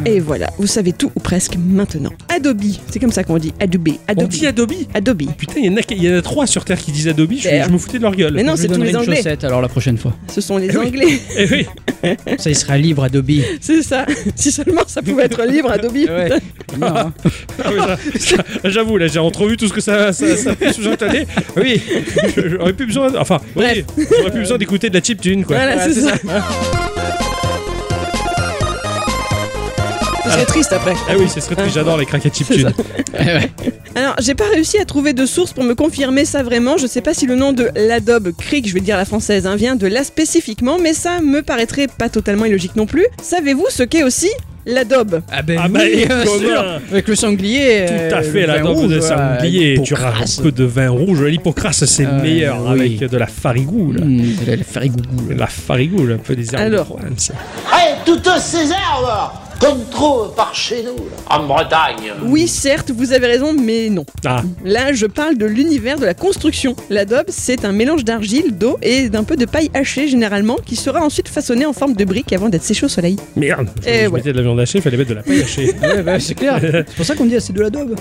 Et voilà, vous savez tout ou presque maintenant. Adobe, c'est comme ça qu'on dit. Adobe, On Adobe, dit Adobe Adobe. Putain, il y, en a- il y en a trois sur Terre qui disent Adobe, je, Terre. je me foutais de leur gueule. Mais non, Je c'est lui tous donnerai les une Anglais. chaussette alors la prochaine fois. Ce sont les Eh oui. Anglais. Eh oui. Ça, il sera libre, Adobe. C'est ça. Si seulement ça pouvait être libre, Adobe. Non, hein. Ah oui, ça- ça- J'avoue, là, j'ai entrevu tout ce que ça, ça, ça peut sous-entendre. Oui, j'aurais plus besoin. Enfin, oui, j'aurais plus besoin d'écouter de la chip tune, quoi. Voilà, c'est ça. Ce serait triste après. Ah oui, ce serait triste, j'adore les craquettes chip tune. Alors, j'ai pas réussi à trouver de source pour me confirmer ça vraiment. Je sais pas si le nom de l'Adobe Creek, je vais le dire à la française, hein, vient de là spécifiquement, mais ça me paraîtrait pas totalement illogique non plus. Savez-vous ce qu'est aussi l'Adobe Ah ben, Ah bah, oui, et bien commun. sûr. Avec le sanglier. Tout euh, à fait, le la vin dame rouge, de voilà, sanglier. l'hypocras. Tu rajoutes un peu de vin rouge. L'hypocrase, c'est le Euh, meilleur oui. avec de la farigoule. Mmh, de la- la farigougou, là. La farigoule, un peu des herbes. Alors. de Provence. Hey, toutes ces herbes qu'on trouve par chez nous. là. En Bretagne. Oui, certes, vous avez raison, mais non. Ah, Là, je parle de l'univers de la construction. L'adobe, c'est un mélange d'argile, d'eau et d'un peu de paille hachée généralement, qui sera ensuite façonné en forme de brique avant d'être séché au soleil. merde. Je, Eh je ouais. mettais de la viande hachée, fallait mettre de la paille hachée. Ouais, bah, c'est clair. C'est pour ça qu'on dit ah, c'est de l'adobe.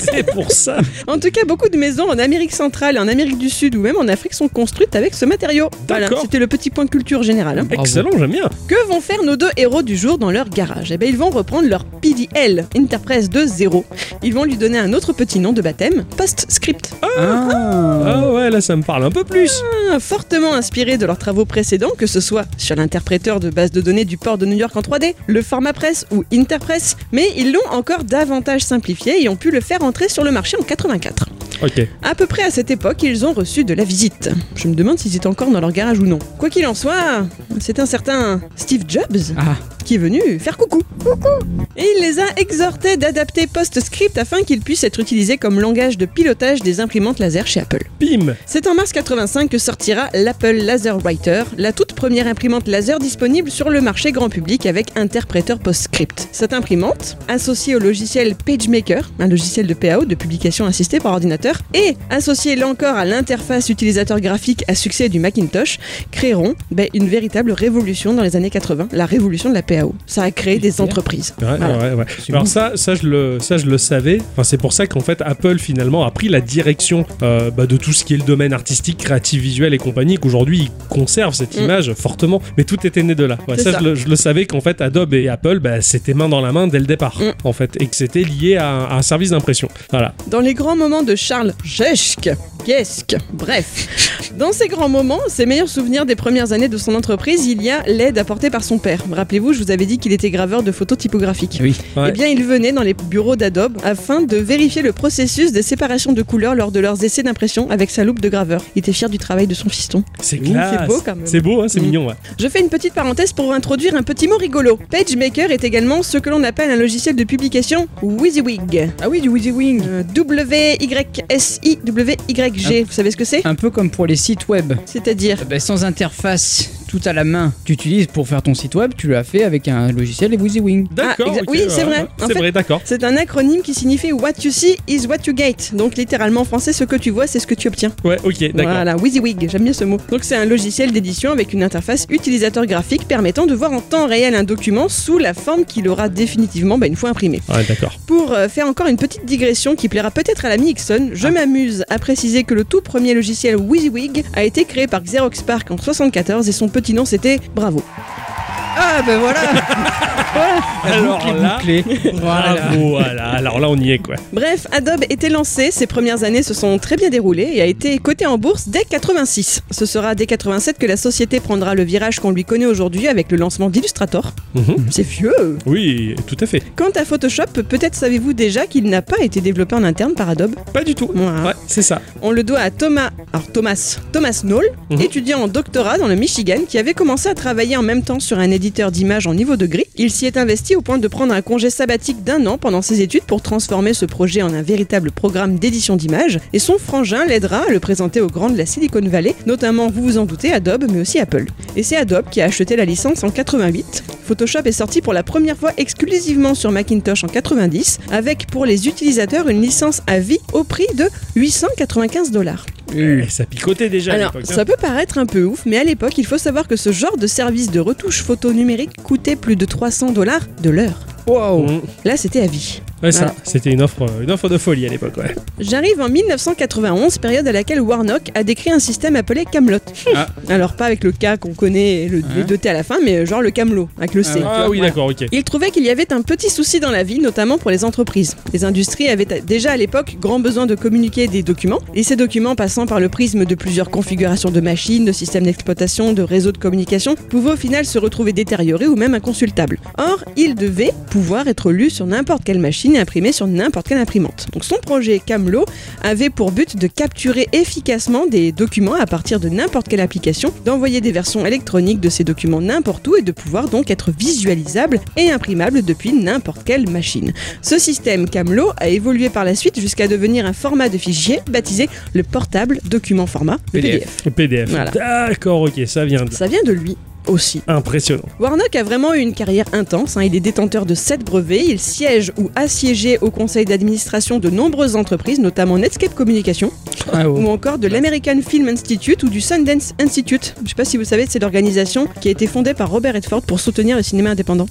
c'est pour ça. En tout cas, beaucoup de maisons en Amérique centrale, en Amérique du Sud ou même en Afrique sont construites avec ce matériau. Voilà, D'accord. c'était le petit point de culture générale. hein. Bravo. Excellent, j'aime bien. Que vont faire nos deux héros du jour dans leur garage Eh bien, ils vont reprendre leur PDL, Interpress de 0. Ils vont lui donner un autre petit nom de baptême, Postscript. Ah. Ah ouais, là, ça me parle un peu plus. Ah, fortement inspiré de leurs travaux précédents, que ce soit sur l'interpréteur de base de données du port de New York en 3D, le format presse ou Interpress, mais ils l'ont encore davantage simplifié et ont pu le faire entrer sur le marché en 84. Ok. À peu près à cette époque, ils ont reçu de la visite. Je me demande s'ils étaient encore dans leur garage ou non. Quoi qu'il en soit, c'est un certain Steve Jobs Ah. qui est venu faire coucou. Coucou Et il les a exhortés d'adapter PostScript afin qu'il puisse être utilisé comme langage de pilotage des imprimantes laser chez Apple. Pim. C'est en mars 85 que sortira l'Apple Laser Writer, la toute première imprimante laser disponible sur le marché grand public avec interpréteur PostScript. Cette imprimante, associée au logiciel PageMaker, un logiciel de PAO de publication assistée par ordinateur, et associée là encore à l'interface utilisateur graphique à succès du Macintosh, créeront ben, une véritable révolution dans les années 80, la révolution de la PAO. Ça a créé des entreprises. Ouais, Voilà. ouais, ouais. Alors ça, ça je le, ça je le savais. Enfin, c'est pour ça qu'en fait Apple finalement a pris la direction euh, bah, de tout ce qui est le domaine artistique, créatif, visuel et compagnie. Qu'aujourd'hui ils conservent cette Mm. image fortement, mais tout était né de là. Ouais, C'est ça, ça. Je, le, je le savais qu'en fait Adobe et Apple, bah, c'était main dans la main dès le départ, Mm. en fait, et que c'était lié à, un- à un service d'impression. Voilà. Dans les grands moments de Charles Gesque, Gesque, bref. Dans ces grands moments, ses meilleurs souvenirs des premières années de son entreprise, il y a l'aide apportée par son père. Rappelez-vous, je vous avais dit qu'il était graveur de photos typographiques. Oui. Ouais. Eh bien, il venait dans les bureaux d'Adobe afin de vérifier le processus des séparations de couleurs lors de leurs essais d'impression avec sa loupe de graveur. Il était fier du travail de son fiston. C'est Ouh, classe. c'est beau quand même. C'est beau, hein, c'est Mm. mignon. Ouais. Je fais une petite parenthèse pour introduire un petit mot rigolo. PageMaker est également ce que l'on appelle un logiciel de publication WYSIWYG. Ah oui, du Wheezy Wing. Euh, Ah. W-Y-S-I-W-Y-G. Vous savez ce que c'est Un peu comme pour les sites web. C'est-à-dire. Eh ben, sans interface, tout à la main, tu utilises pour faire ton site web, tu l'as fait avec un logiciel et Wheezy Wing. D'accord. exa- ok, oui, c'est ouais, vrai. ouais. En C'est fait- vrai, d'accord. C'est un acronyme qui signifie What you see is what you get. Donc littéralement en français, ce que tu vois, c'est ce que tu obtiens. Ouais, ok, d'accord. Voilà, WYSIWYG, j'aime bien ce mot. Donc c'est un logiciel d'édition avec une interface utilisateur graphique permettant de voir en temps réel un document sous la forme qu'il aura définitivement bah, une fois imprimé. Ouais, d'accord. Pour euh, faire encore une petite digression qui plaira peut-être à l'ami Ixon, je m'amuse à préciser que le tout premier logiciel WYSIWYG a été créé par Xerox PARC en 74 et son petit nom c'était Bravo. Ah ben voilà Alors là, Voilà. bravo, Ah, voilà. Alors là, on y est quoi. Bref, Adobe était lancé, ses premières années se sont très bien déroulées et a été coté en bourse dès 86. Ce sera dès 87 que la société prendra le virage qu'on lui connaît aujourd'hui avec le lancement d'Illustrator. Mhm. C'est vieux Oui, tout à fait. Quant à Photoshop, peut-être savez-vous déjà qu'il n'a pas été développé en interne par Adobe. Pas du tout. Mouah. Ouais, c'est ça. On le doit à Thomas, alors Thomas, Thomas Knoll, Mhm. étudiant en doctorat dans le Michigan, qui avait commencé à travailler en même temps sur un éditeur d'images en niveau de gris. Il s'y s'y est investi au point de prendre un congé sabbatique d'un an pendant ses études pour transformer ce projet en un véritable programme d'édition d'images. Et son frangin l'aidera à le présenter aux grands de la Silicon Valley, notamment, vous vous en doutez, Adobe, mais aussi Apple. Et c'est Adobe qui a acheté la licence en 88. Photoshop est sorti pour la première fois exclusivement sur Macintosh en 90, avec pour les utilisateurs une licence à vie au prix de 895 dollars. Eh, ça picotait déjà Alors, à l'époque. hein. ça peut paraître un peu ouf, mais à l'époque, il faut savoir que ce genre de service de retouche photo numérique coûtait plus de 300 dollars de l'heure. Wow. Mm. Là, c'était à vie. Ouais, ça, Voilà. c'était une offre, euh, une offre de folie à l'époque, ouais. J'arrive en 1991, période à laquelle Warnock a décrit un système appelé Camelot. Ah. Alors pas avec le K qu'on connaît, et le, Hein les deux T à la fin, mais genre le Camelot avec le C. Ah Ah oui, voilà. d'accord, ok. Il trouvait qu'il y avait un petit souci dans la vie, notamment pour les entreprises. Les industries avaient déjà à l'époque grand besoin de communiquer des documents, et ces documents passant par le prisme de plusieurs configurations de machines, de systèmes d'exploitation, de réseaux de communication, pouvaient au final se retrouver détériorés ou même inconsultables. Or, ils devaient pouvoir être lus sur n'importe quelle machine et imprimés sur n'importe quelle imprimante. Donc son projet Camelot avait pour but de capturer efficacement des documents à partir de n'importe quelle application, d'envoyer des versions électroniques de ces documents n'importe où et de pouvoir donc être visualisables et imprimables depuis n'importe quelle machine. Ce système Camelot a évolué par la suite jusqu'à devenir un format de fichier baptisé le portable document format, le PDF. PDF. Le PDF. Voilà. D'accord, ok, ça vient de là. Ça vient de lui aussi. Impressionnant. Warnock a vraiment eu une carrière intense. hein. Il est détenteur de 7 brevets. Il siège ou a siégé au conseil d'administration de nombreuses entreprises, notamment Netscape Communication Ah, ouais. ou encore de l'American Film Institute ou du Sundance Institute. Je sais pas si vous savez, c'est l'organisation qui a été fondée par Robert Redford pour soutenir le cinéma indépendant.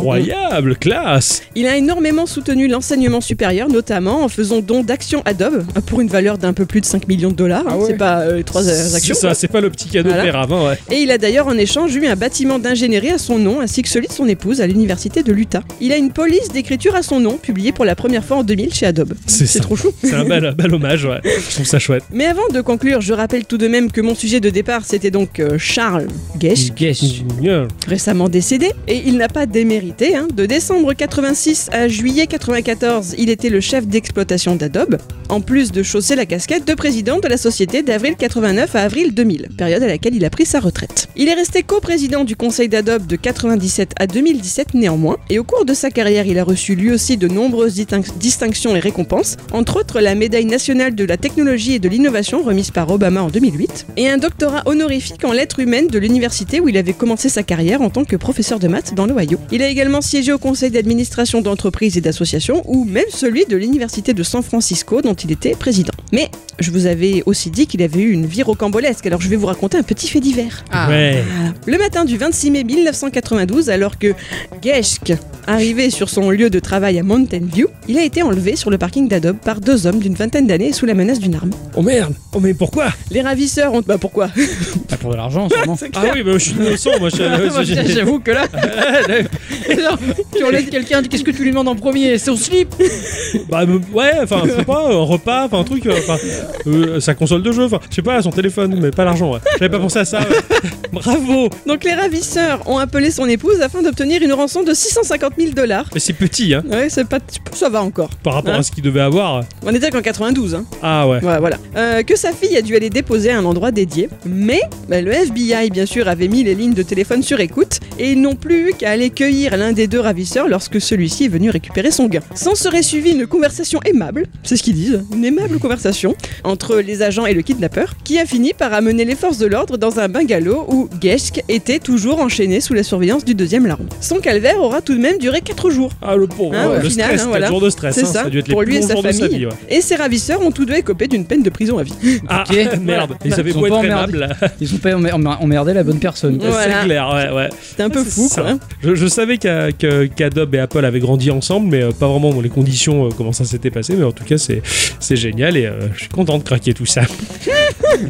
Incroyable, classe Il a énormément soutenu l'enseignement supérieur, notamment en faisant don d'actions Adobe pour une valeur d'un peu plus de 5 millions de dollars. Ah hein. ouais. C'est pas euh, trois euh, C'est actions. ça, c'est pas le petit cadeau Voilà. père avant, ouais. Et il a d'ailleurs en échange eu un bâtiment d'ingénierie à son nom ainsi que celui de son épouse à l'université de l'Utah. Il a une police d'écriture à son nom publiée pour la première fois en 2000 chez Adobe. C'est C'est ça. trop chou. C'est un bel, bel hommage, ouais. Je trouve ça chouette. Mais avant de conclure, je rappelle tout de même que mon sujet de départ c'était donc euh, Charles Gesch, Mm. Guess. Génial. récemment décédé, et il n'a pas démérité. hein. De décembre 86 à juillet 94, il était le chef d'exploitation d'Adobe, en plus de chausser la casquette de président de la société d'avril 89 à avril 2000, période à laquelle il a pris sa retraite. Il est resté coprésident du conseil d'Adobe de 97 à 2017 néanmoins, et au cours de sa carrière, il a reçu lui aussi de nombreuses distinc- distinctions et récompenses, entre autres la médaille nationale de la technologie et de l'innovation remise par Obama en 2008, et un doctorat honorifique en lettres humaines de l'université où il avait commencé sa carrière en tant que professeur de maths dans l'Ohio. Il a également siégé au conseil d'administration d'entreprises et d'associations, ou même celui de l'université de San Francisco dont il était président. Mais je vous avais aussi dit qu'il avait eu une vie rocambolesque, alors je vais vous raconter un petit fait divers. Ah. Ouais. Le matin du 26 mai 1992, alors que Geschk arrivait sur son lieu de travail à Mountain View, il a été enlevé sur le parking d'Adobe par deux hommes d'une vingtaine d'années sous la menace d'une arme. Oh merde Oh mais pourquoi Les ravisseurs ont... Bah pourquoi Pas pour de l'argent, sûrement. Ah oui, mais je suis innocent, moi. Je, Moi, putain, J'avoue que là, Genre, tu enlèves quelqu'un, qu'est-ce que tu lui demandes en premier Son slip Bah me- ouais, enfin, je sais pas, un repas, enfin un truc, euh, enfin euh, sa console de jeu, enfin, je sais pas, son téléphone, mais pas l'argent, ouais. J'avais pas pensé à ça. ouais. Bravo Donc les ravisseurs ont appelé son épouse afin d'obtenir une rançon de 650 000 dollars. Mais c'est petit, hein, Ouais, c'est pas... Ça va encore. par rapport Hein à ce qu'il devait avoir. On était qu'en 92, hein. Ah ouais. Ouais, voilà. Euh, que sa fille a dû aller déposer à un endroit dédié. Mais bah, le FBI, bien sûr, avait mis les lignes de téléphone sur écoute et ils n'ont plus eu qu'à aller cueillir l'un des deux ravisseurs lorsque celui-ci est venu récupérer son gain. S'en serait suivie une conversation aimable, c'est ce qu'ils disent, une aimable conversation entre les agents et le kidnappeur, qui a fini par amener les forces de l'ordre dans un bungalow où Geschk était toujours enchaîné sous la surveillance du deuxième larron. Son calvaire aura tout de même duré 4 jours. Ah le pauvre, Hein, ouais, au le final, stress, hein, quatre voilà. jours de stress, C'est hein, ça, dû être pour les lui et bons sa jours de famille. sa vie, ouais. Et ses ravisseurs ont tous deux écopé d'une peine de prison à vie. Ah Ok. merde, ils Ils avaient sont beau pas être emmerdés. aimables. Ils ont pas emmer- emmer- emmerdé la bonne personne. quoi. Voilà. C'est clair, ouais, ouais. C'est un peu Ah, C'est fou, ça. quoi. hein. Je, je savais qu'à- que- qu'Adobe et Apple avaient grandi ensemble, mais euh, pas vraiment dans les conditions, euh, comment ça s'était passé, mais en tout cas, c'est c'est génial et euh, je suis content de craquer tout ça.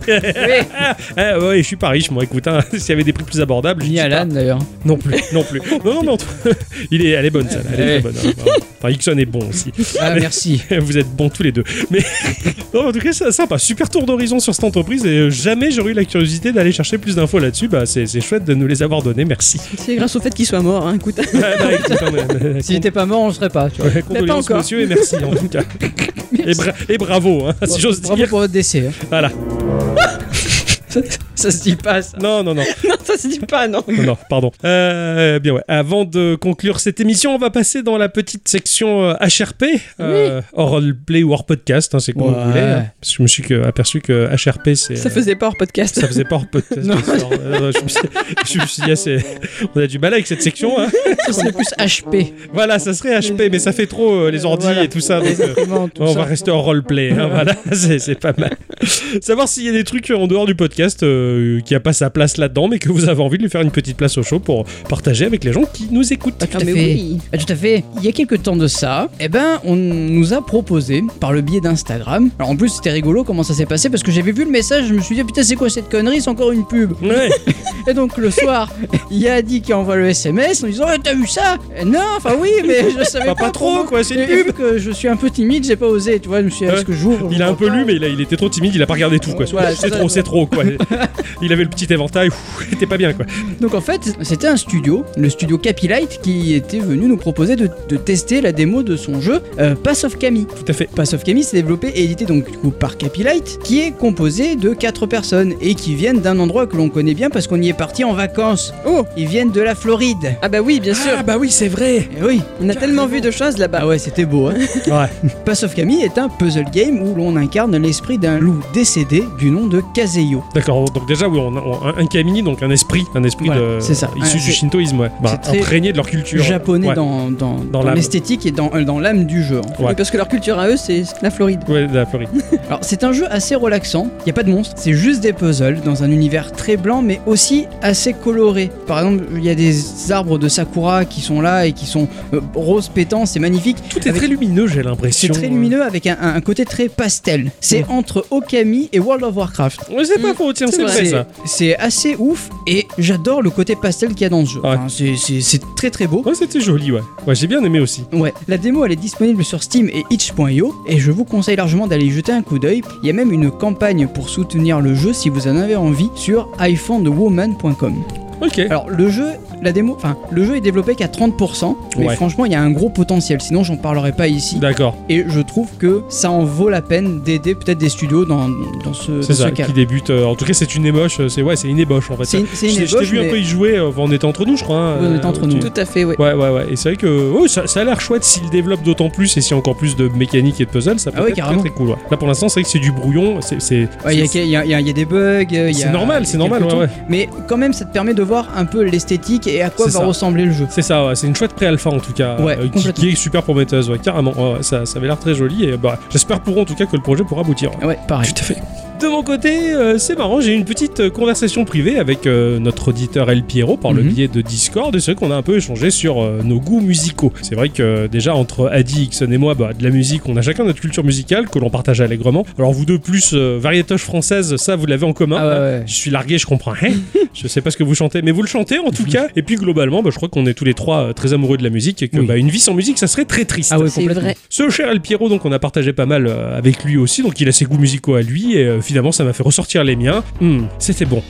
Eh ouais, je suis pas riche, moi, écoute, hein, s'il y avait des prix plus abordables, je Ni dis Alan d'ailleurs. pas. Non plus, non plus. Non, non, mais en tout il est, elle est bonne, ça, elle est très Ouais. bonne. hein. Enfin, Ixon est bon aussi. Ah merci. Vous êtes bons tous les deux. Mais non, en tout cas, c'est sympa. Super tour d'horizon sur cette entreprise. Et euh, jamais j'aurais eu la curiosité d'aller chercher plus d'infos là-dessus. Bah, c'est c'est chouette de nous les avoir données. Merci. C'est grâce au fait qu'il soit mort, hein, écoute. Ah, bah, écoute, hein, mais- mais- S'il était pas mort, on le serait pas. Tu vois. Ouais, Mais pas Condoléances, encore. monsieur, et merci en tout cas. et, bra- et bravo, hein, si j'ose Bravo dire. pour votre décès. hein. Voilà. Ça se dit pas, ça. Non, non, non. Non, ça se dit pas, non. Non, non, pardon. Euh, bien ouais. Avant de conclure cette émission, on va passer dans la petite section euh, HRP, euh, hors roleplay ou hors podcast, hein, c'est quoi Ouais. vous voulez. hein. Parce que je me suis que- aperçu que HRP, c'est. Ça euh, faisait pas hors podcast. ça faisait pas hors podcast. Non. c'est hors- euh, je, me suis, je me suis dit, ah, c'est- on a du mal avec cette section. hein. Ça serait plus HP. Voilà, ça serait HP, mais ça fait trop euh, les ordi Voilà. et tout ça. donc, Les euh, imprimantes, tout on ça. va rester en roleplay, hein, voilà, c'est c'est pas mal. Savoir s'il y a des trucs en dehors du podcast euh, qui a pas sa place là-dedans, mais que vous avez envie de lui faire une petite place au show pour partager avec les gens qui nous écoutent. Tout à fait. Ah, Tout à fait. Il y a quelques temps de ça, eh ben, on nous a proposé par le biais d'Instagram. Alors en plus, c'était rigolo comment ça s'est passé parce que j'avais vu le message, je me suis dit putain c'est quoi cette connerie, c'est encore une pub. Ouais, Et donc le soir, il y a Adi qui envoie le SMS en disant Eh, t'as vu ça Eh, Non, enfin oui, mais je savais Bah, pas, pas trop, pourquoi. quoi, c'est une Et vu que je suis un peu timide, j'ai pas osé, tu vois, je me suis dit, Ouais. est-ce que j'ouvre il a un peu j'ouvre lu, pas mais il, a- il était trop timide, il a pas regardé tout, quoi. Voilà, c'est c'est trop, ça. c'est trop, quoi. Il avait le petit éventail, était pas bien, quoi. Donc en fait, c'était un studio, le studio Capilite, qui était venu nous proposer de, de tester la démo de son jeu euh, Pass of Kami. Tout à fait. Pass of Kami, c'est développé et édité donc du coup par Capilite, qui est composé de quatre personnes et qui viennent d'un endroit que l'on connaît bien parce qu'on y est parti en vacances. Oh Ils viennent de la Floride. Ah bah oui, bien sûr. bah oui, c'est vrai. Eh oui. On a tellement vu de choses là-bas. Bah ouais, c'était beau. Hein Ouais. Pass of Kami est un puzzle game où l'on incarne l'esprit d'un loup décédé du nom de Kazeyo. D'accord, donc déjà, oui, on a, on a un kamini, donc un esprit, un esprit Voilà, de- c'est ça. issu Ouais, du c'est- shintoïsme, ouais. Bah, c'est très imprégné de leur culture. Japonais Ouais. dans, dans, dans l'âme. l'esthétique et dans, euh, dans l'âme du jeu. en fait. Ouais. Oui, Parce que leur culture à eux, c'est la Floride. Ouais, de la Floride. Alors c'est un jeu assez relaxant, il n'y a pas de monstres, c'est juste des puzzles dans un univers très blanc mais aussi assez coloré. Par exemple, il y a des arbres de sakura qui sont là et qui sont euh, roses pétants, c'est magnifique. Tout est Avec- très lumineux, j'ai c'est l'impression. très lumineux avec un, un- un côté très pastel. C'est entre Okami et World of Warcraft. Ouais, c'est pas faux, tiens, Ah, c'est vrai, ça. Mmh, c'est assez ouf et j'adore le côté pastel qu'il y a dans ce jeu. Ouais. Enfin, c'est- c'est c'est très très beau. Ouais, c'était joli, ouais. Ouais, j'ai bien aimé aussi. Ouais, la démo elle est disponible sur Steam et itch.io et je vous conseille largement d'aller y jeter un coup d'œil. Il y a même une campagne pour soutenir le jeu si vous en avez envie sur iPhonewoman.com. Ok. Alors le jeu, la démo, enfin le jeu est développé qu'à 30%, mais Ouais. Bah. franchement il y a un gros potentiel, sinon j'en parlerai pas ici. D'accord, Et je trouve que ça en vaut la peine d'aider peut-être des studios dans, dans ce, c'est dans ce ça, cas. qui débute. euh, en tout cas, c'est une ébauche. euh, C'est ouais, c'est une ébauche en fait. C'est une, c'est une Je t'ai- je t'ai ébauche, vu un mais- peu y jouer. euh, on était entre nous, je crois. hein, Oui, on euh, était entre nous. tu- Tout à fait, oui. Ouais, ouais, ouais. Et c'est vrai que oh, ça, ça a l'air chouette s'il développe d'autant plus et s'il y a encore plus de mécanique et de puzzle, ça peut Ah ouais, être très, carrément. très cool. ouais. Là, pour l'instant, c'est vrai que c'est du brouillon. C'est c'est- Ouais, Il y, a- c'est- il y a- il y a- il y a des bugs. il y a- c'est il y normal, a c'est normal. quelques ouais, ouais. trucs, Mais quand même, ça te permet de voir un peu l'esthétique et à quoi C'est va ça. ressembler le jeu. C'est ça, ouais, c'est une chouette pré-alpha en tout cas, euh, Ouais, qui- qui, complètement. est super prometteuse, ouais, carrément. Ouais, ouais, ça, ça avait l'air très joli et bah, j'espère pour eux, en tout cas que le projet pourra aboutir. Ouais, pareil. Tout à fait. De mon côté, euh, c'est marrant, j'ai eu une petite euh, conversation privée avec euh, notre auditeur El Piero par le Mhm. biais de Discord. Et c'est vrai qu'on a un peu échangé sur euh, nos goûts musicaux. C'est vrai que euh, déjà entre Adi, Ixon et moi, bah, de la musique, on a chacun notre culture musicale que l'on partage allègrement. Alors vous deux plus euh, variétoche française, ça vous l'avez en commun. Ah ouais, hein. ouais. Je suis largué, je comprends rien. je sais pas ce que vous chantez, mais vous le chantez en tout cas. Et puis globalement, bah, je crois qu'on est tous les trois euh, très amoureux de la musique et que Oui. bah, une vie sans musique, ça serait très triste. Ah ouais, C'est complètement. vrai. Ce cher El Piero, donc, on a partagé pas mal euh, avec lui aussi, donc il a ses goûts musicaux à lui, et euh, finalement, ça m'a fait ressortir les miens. Hmm, c'était bon.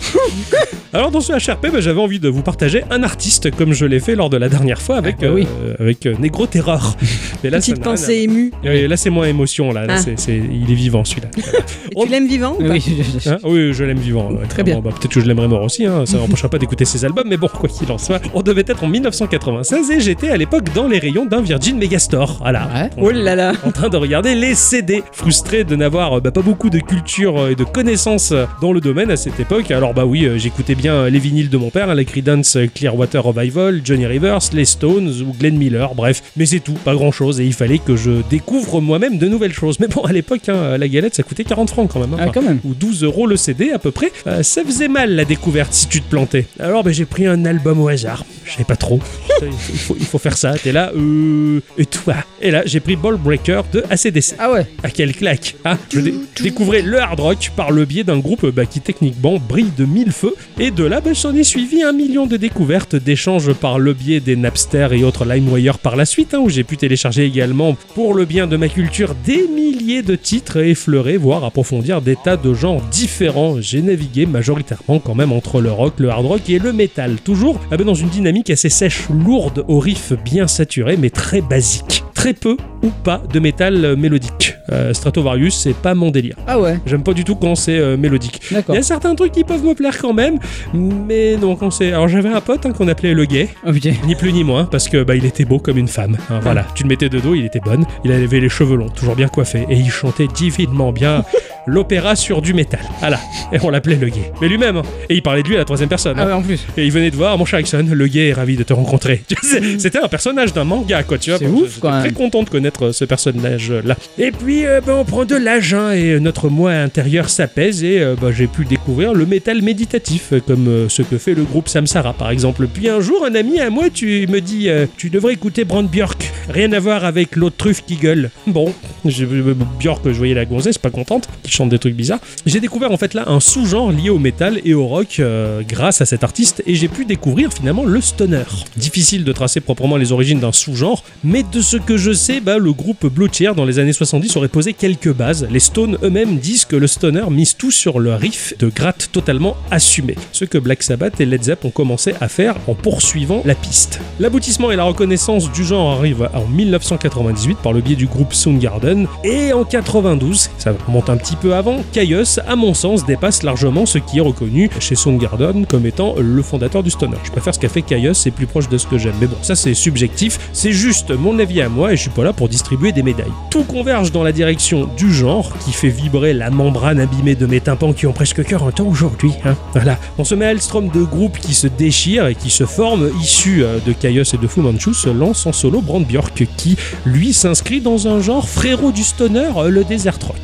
Alors, dans ce HRP, bah, j'avais envie de vous partager un artiste, comme je l'ai fait lors de la dernière fois avec, Ah, bah oui. euh, avec euh, Negro Terror. Mais là, ça Petite n'a rien à- pensée émue. Euh, Là, c'est moins émotion, là. Là, Ah. c'est- c'est- Il est vivant, celui-là. Et On- Tu l'aimes vivant ou pas Oui, je- je- Hein oui, je l'aime vivant. ouais, Très clairement. Bah, Peut-être que je l'aimerais mort aussi. hein, Ça m'empêchera pas d'écouter ses albums, mais bon, quoi qu'il en soit, on devait être en 1996 et j'étais à l'époque dans les rayons d'un Virgin Megastore. Voilà. Ouais. On- Oh là là en train de regarder les CD, frustré de n'avoir euh, bah, pas beaucoup de culture euh, et de connaissances euh, dans le domaine à cette époque. Alors bah oui, euh, j'écoutais bien euh, les vinyles de mon père, hein, la Creedence Clearwater Revival, Johnny Rivers, les Stones ou Glenn Miller, bref, mais c'est tout, pas grand chose et il fallait que je découvre moi-même de nouvelles choses. Mais bon, à l'époque, hein, la galette ça coûtait 40 francs quand même. hein. Ah, quand même. ou 12 euros le CD à peu près, Euh, ça faisait mal la découverte si tu te plantais. Alors ben, j'ai pris un album au hasard, je sais pas trop. Ça, il, faut, il faut- il faut faire ça, t'es là, euh, et toi Et là j'ai pris Ball Breaker de ACDC. Ah ouais. À quelle claque hein Je dé- découvrais le hard rock par le biais d'un groupe bah, qui techniquement brille de mille feux, et de là bah, s'en est suivi un million de découvertes, d'échanges par le biais des Napster et autres LimeWire par la suite, hein, où j'ai pu télécharger également, pour le bien de ma culture, des milliers de titres et effleurer, voire approfondir des tas de genres différents. J'ai navigué majoritairement quand même entre le rock, le hard rock et le métal, toujours ah bah, dans une dynamique assez sèche, lourde, aux riffs bien saturés mais très basiques. Très peu ou pas de métal euh, mélodique. Euh, Stratovarius, c'est pas mon délire. Ah ouais. J'aime pas du tout surtout quand c'est euh, mélodique. Il D'accord. y a certains trucs qui peuvent me plaire quand même, mais non, quand c'est. Alors j'avais un pote hein, qu'on appelait le gay, Oh putain. ni plus ni moins, parce que bah, il était beau comme une femme. hein, voilà, tu le mettais de dos, il était bonne, il avait les cheveux longs, toujours bien coiffé, et il chantait divinement bien l'opéra sur du métal. Voilà, et on l'appelait le gay. Mais lui-même, hein. et il parlait de lui à la troisième personne. hein. Ah ouais, en plus. Et il venait de voir, mon cher Jackson, le gay est ravi de te rencontrer. Tu sais, C'était un personnage d'un manga, quoi, tu vois. C'est Bon, ouf, j'étais quand même. Très content de connaître euh, ce personnage-là. Et puis, euh, bah, on prend de l'âge, hein, et euh, notre moi intérieur s'apaise, et euh, bah, j'ai pu découvrir le métal méditatif, euh, comme euh, ce que fait le groupe Samsara, par exemple. Puis un jour, un ami à moi, tu me dis, euh, tu devrais écouter Brand Björk. Rien à voir avec l'autre truffe qui gueule. Bon, je- euh, Björk, je voyais la gonzesse, pas contente, qui chante des trucs bizarres. J'ai découvert en fait là un sous-genre lié au métal et au rock euh, grâce à cet artiste et j'ai pu découvrir finalement le stoner. Difficile de tracer proprement les origines d'un sous-genre, mais de ce que je sais, bah, le groupe Blottier dans les années 70 aurait posé quelques bases. Les Stones eux-mêmes disent que le stoner mise tout sur le riff de gratte totalement assumé, ce que Black Sabbath et Led Zepp ont commencé à faire en poursuivant la piste. L'aboutissement et la reconnaissance du genre arrivent en 1998 par le biais du groupe Soundgarden et en 92, ça remonte un petit peu avant, Caius, à mon sens, dépasse largement ce qui est reconnu chez Soundgarden comme étant le fondateur du stoner. Je préfère ce qu'a fait Caius, c'est plus proche de ce que j'aime. Mais bon, ça c'est subjectif, c'est juste mon avis à moi et je suis pas là pour distribuer des médailles. Tout converge dans la direction du genre qui fait vibrer la membrane abîmée de mes tympans qui ont presque 40 ans aujourd'hui. hein. Voilà, on se met à Elstrom de groupes qui se déchirent et qui se forment, issus euh, de Caius et de Fu Manchu, se lance en solo Brand Björk qui, lui, s'inscrit dans un genre frérot du stoner, euh, le desert rock.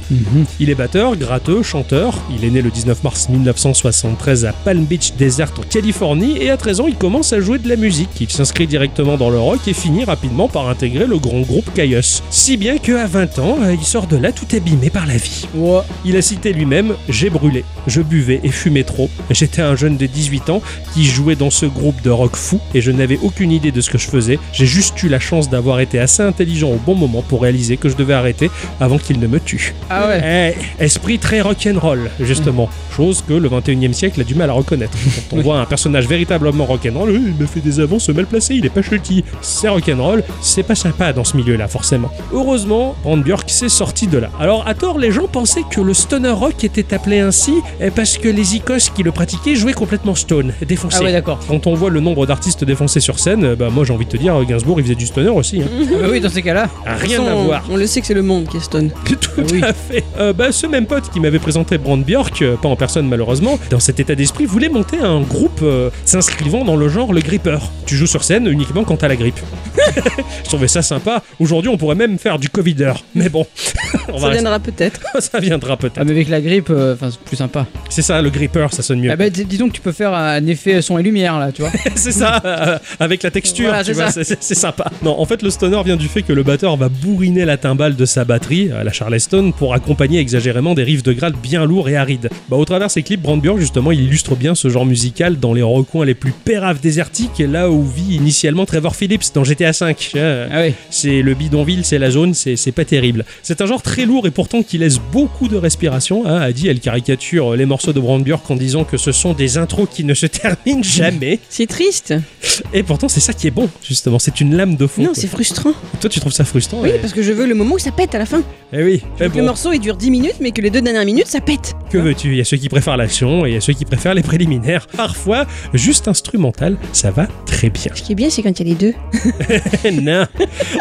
Il est batteur, gratteux, chanteur. Il est né le 19 mars 1973 à Palm Beach Desert en Californie et à 13 ans, il commence à jouer de la musique. Il s'inscrit directement dans le rock et finit rapidement par intégrer le grand groupe Caius. Si bien qu'à 20 ans, euh, il sort de là tout abîmé par la vie. Ouah. Il a cité lui-même J'ai brûlé, je buvais et fumais trop. J'étais un jeune de 18 ans qui jouait dans ce groupe de rock fou et je n'avais aucune idée de ce que je faisais. J'ai juste eu la chance d'avoir été assez intelligent au bon moment pour réaliser que je devais arrêter avant qu'il ne me tue. Ah ouais. Eh, esprit très rock'n'roll, justement. Chose que le 21e siècle a du mal à reconnaître. Quand on voit un personnage véritablement rock'n'roll, Euh, il me fait des avances mal placées, il est pas chutty. C'est rock'n'roll, c'est pas sympa dans ce milieu-là, forcément. Heureusement, Brand Björk s'est sorti de là. Alors, à tort, les gens pensaient que le stoner rock était appelé ainsi eh, parce que les icos qui le pratiquaient jouaient complètement stone, défoncés. Ah ouais, d'accord. Quand on voit le nombre d'artistes défoncés sur scène, euh, bah moi j'ai envie de te dire, Gainsbourg il faisait du stoner aussi. hein. Ah bah oui, dans ces cas-là. Rien De toute à façon, voir. On le sait que c'est le monde qui est stone. Tout Oui. à fait. Euh, bah, ce même pote qui m'avait présenté Brand Bjork, euh, pas en personne malheureusement, dans cet état d'esprit, voulait monter un groupe euh, s'inscrivant dans le genre le gripper. Tu joues sur scène uniquement quand t'as la grippe. Je trouvais ça sympa. Aujourd'hui, on pourrait même faire du covideur. Mais bon, on va Ça rester- viendra peut-être. ça viendra peut-être. Ah mais avec la grippe, euh, enfin c'est plus sympa. C'est ça, le gripper, ça sonne mieux. Ah bah dis dis donc tu peux faire un effet son et lumière là, tu vois. c'est ça, euh, avec la texture, Voilà, tu c'est vois, ça. c'est- c'est sympa. Non, en fait, le stoner vient du fait que le batteur va bourriner la timbale de sa batterie, euh, la Charleston, pour accompagner exagérément des riffs de grade bien lourds et arides. Bah, au travers de ses clips, Brandbjörk, justement, il illustre bien ce genre musical dans les recoins les plus péraves désertiques, et là où vit initialement Trevor Phillips dans GTA V. Euh, Ah ouais. c'est le bidonville, c'est la zone, c'est c'est pas terrible. C'est un genre très lourd et pourtant qui laisse beaucoup de respiration. hein. Adi, elle caricature les morceaux de Brandbjörk en disant que ce sont des intros qui ne se terminent jamais. C'est triste. Et pourtant, c'est ça qui est bon, justement. C'est une lame de fond. non, quoi. c'est frustrant. Toi, tu trouves ça frustrant Oui, et- parce que je veux le moment où ça pète à la fin. Eh oui. Eh Que hein. Le bon, morceau il dure 10 minutes, mais que les deux dernières minutes ça pète. que veux-tu Il y a ceux qui préfèrent l'action et il y a ceux qui préfèrent les préliminaires. Parfois, juste instrumental, ça va très bien. Ce qui est bien, c'est quand il y a les deux. Non.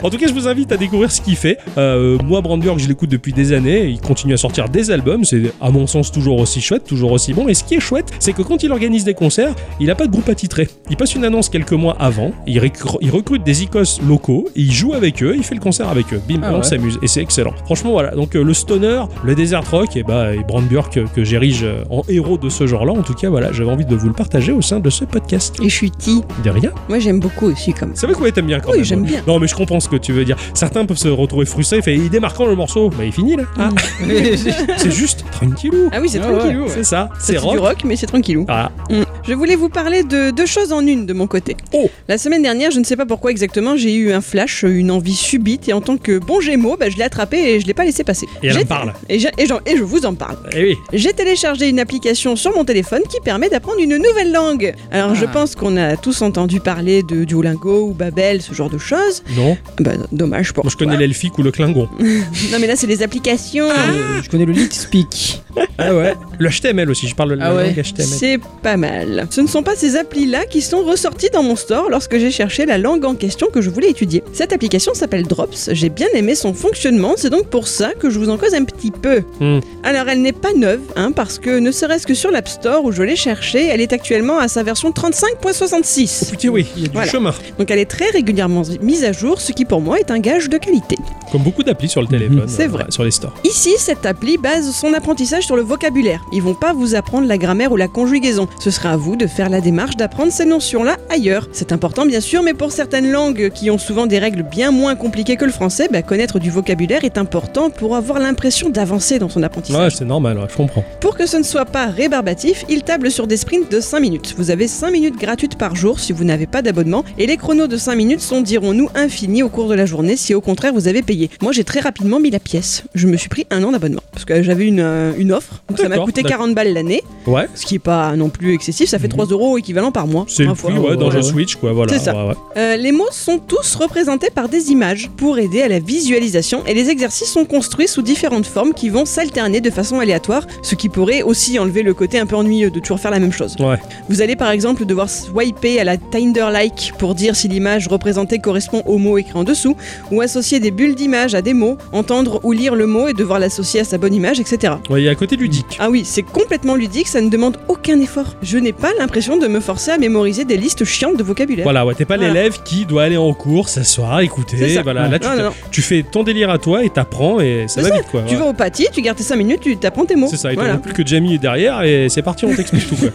En tout cas, je vous invite à découvrir ce qu'il fait. Euh, moi, Brandberg, je l'écoute depuis des années. Il continue à sortir des albums. C'est, à mon sens, toujours aussi chouette, toujours aussi bon. Et ce qui est chouette, c'est que quand il organise des concerts, il n'a pas de groupe attitré. Il passe une annonce quelques mois avant. Il, récr- il recrute des icos locaux. Il joue avec eux. Il fait le concert avec eux. Bim, Ah on ouais. s'amuse. Et c'est excellent. Franchement, voilà. Donc, euh, le stoner, le desert rock, et bah, et Brandberg que, que j'érige euh, en héros de ce genre-là. En tout cas, voilà. J'avais envie de vous le partager au sein de ce podcast. Et je suis ti. De rien. Moi j'aime beaucoup aussi comme C'est vrai que ouais, t'aimes bien quand Oui, même. hein. j'aime bien. Non, mais je comprends ce que tu veux dire. Certains peuvent se retrouver frustrés. Fait, il démarquant le morceau, bah il finit là. Ah, Mais- c'est juste tranquillou. Ah oui, c'est Ah tranquille. ouais. C'est ça, c'est C'est du rock. rock, mais c'est tranquillou. Ah, Mm. Je voulais vous parler de deux choses en une de mon côté. Oh. La semaine dernière, je ne sais pas pourquoi exactement, j'ai eu un flash, une envie subite, et en tant que bon Gémeaux, bah, je l'ai attrapé et je l'ai pas laissé passer. Et elle J'ai- en parle. Et je, et j'en- et je vous en parle. Eh oui. J'ai téléchargé une application sur mon téléphone qui permet d'apprendre une nouvelle langue. Alors je Ah. pense qu'on a tous entendu parler de Duolingo ou Babel, ce genre de choses. Non. Bah, dommage pour Moi, je connais l'elfique ou le klingon. Non mais là c'est les applications. hein. Euh, je connais le Lead Speak. Ah ouais. Le HTML aussi. Je parle de la Ah ouais. langue HTML. C'est pas mal. Ce ne sont pas ces applis-là qui sont ressortis dans mon store lorsque j'ai cherché la langue en question que je voulais étudier. Cette application s'appelle Drops, j'ai bien aimé son fonctionnement, c'est donc pour ça que je vous en cause un petit peu. Hmm. Alors elle n'est pas neuve, hein, parce que ne serait-ce que sur l'App Store où je l'ai cherchée, elle est actuellement à sa version 35.66. Oh, Putain, oui. Il y a du Voilà. chemin. Donc elle est très régulièrement mise à jour, ce qui pour moi est un gage de qualité. Comme beaucoup d'applis sur le téléphone. Mhm. C'est euh, vrai. Sur les stores. Ici, cette appli base son apprentissage sur le vocabulaire. Ils vont pas vous apprendre la grammaire ou la conjugaison. Ce sera à vous de faire la démarche d'apprendre ces notions-là ailleurs. C'est important bien sûr, mais pour certaines langues qui ont souvent des règles bien moins compliquées que le français, bah, connaître du vocabulaire est important pour avoir l'impression d'avancer dans son apprentissage. Ouais, c'est normal. ouais, je comprends. Pour que ce ne soit pas rébarbatif, il table sur des sprints de 5 minutes. Vous avez 5 minutes gratuites par jour si vous n'avez pas d'abonnement, et les chronos de 5 minutes sont, dirons-nous, infinis au cours de la journée si au contraire vous avez payé. Moi j'ai très rapidement mis la pièce. Je me suis pris un an d'abonnement, parce que j'avais une, euh, une offre. Donc, ça m'a D'accord, coûté d'accord. 40 balles l'année, Ouais. ce qui est pas non plus excessif, ça fait 3 euros équivalent par mois. C'est le Ma foi. prix, ouais, dans ouais, le ouais. Switch, quoi. Voilà. C'est ça. Ouais, ouais. Euh, les mots sont tous représentés par des images pour aider à la visualisation et les exercices sont construits sous différentes formes qui vont s'alterner de façon aléatoire, ce qui pourrait aussi enlever le côté un peu ennuyeux de toujours faire la même chose. Ouais. Vous allez par exemple devoir swiper à la Tinder-like pour dire si l'image représentée correspond au mot écrit en dessous, ou associer des bulles d'images à des mots, entendre ou lire le mot et devoir l'associer à sa bonne image, etc. Ouais, il est à côté du DIC. Ah oui, c'est complètement ludique, ça ne demande aucun effort. Je n'ai pas l'impression de me forcer à mémoriser des listes chiantes de vocabulaire. Voilà, ouais, t'es pas Voilà. l'élève qui doit aller en cours, s'asseoir, C'est écouter. ça. Voilà, Ouais. là, tu, Non, non, non. tu fais ton délire à toi et t'apprends et ça C'est va ça, vite, quoi. Tu ouais. vas au pâtis, tu gardes tes 5 minutes, tu t'apprends tes mots. C'est ça, et t'en Voilà. as plus que Jamie est derrière et c'est parti, on t'explique tout, quoi.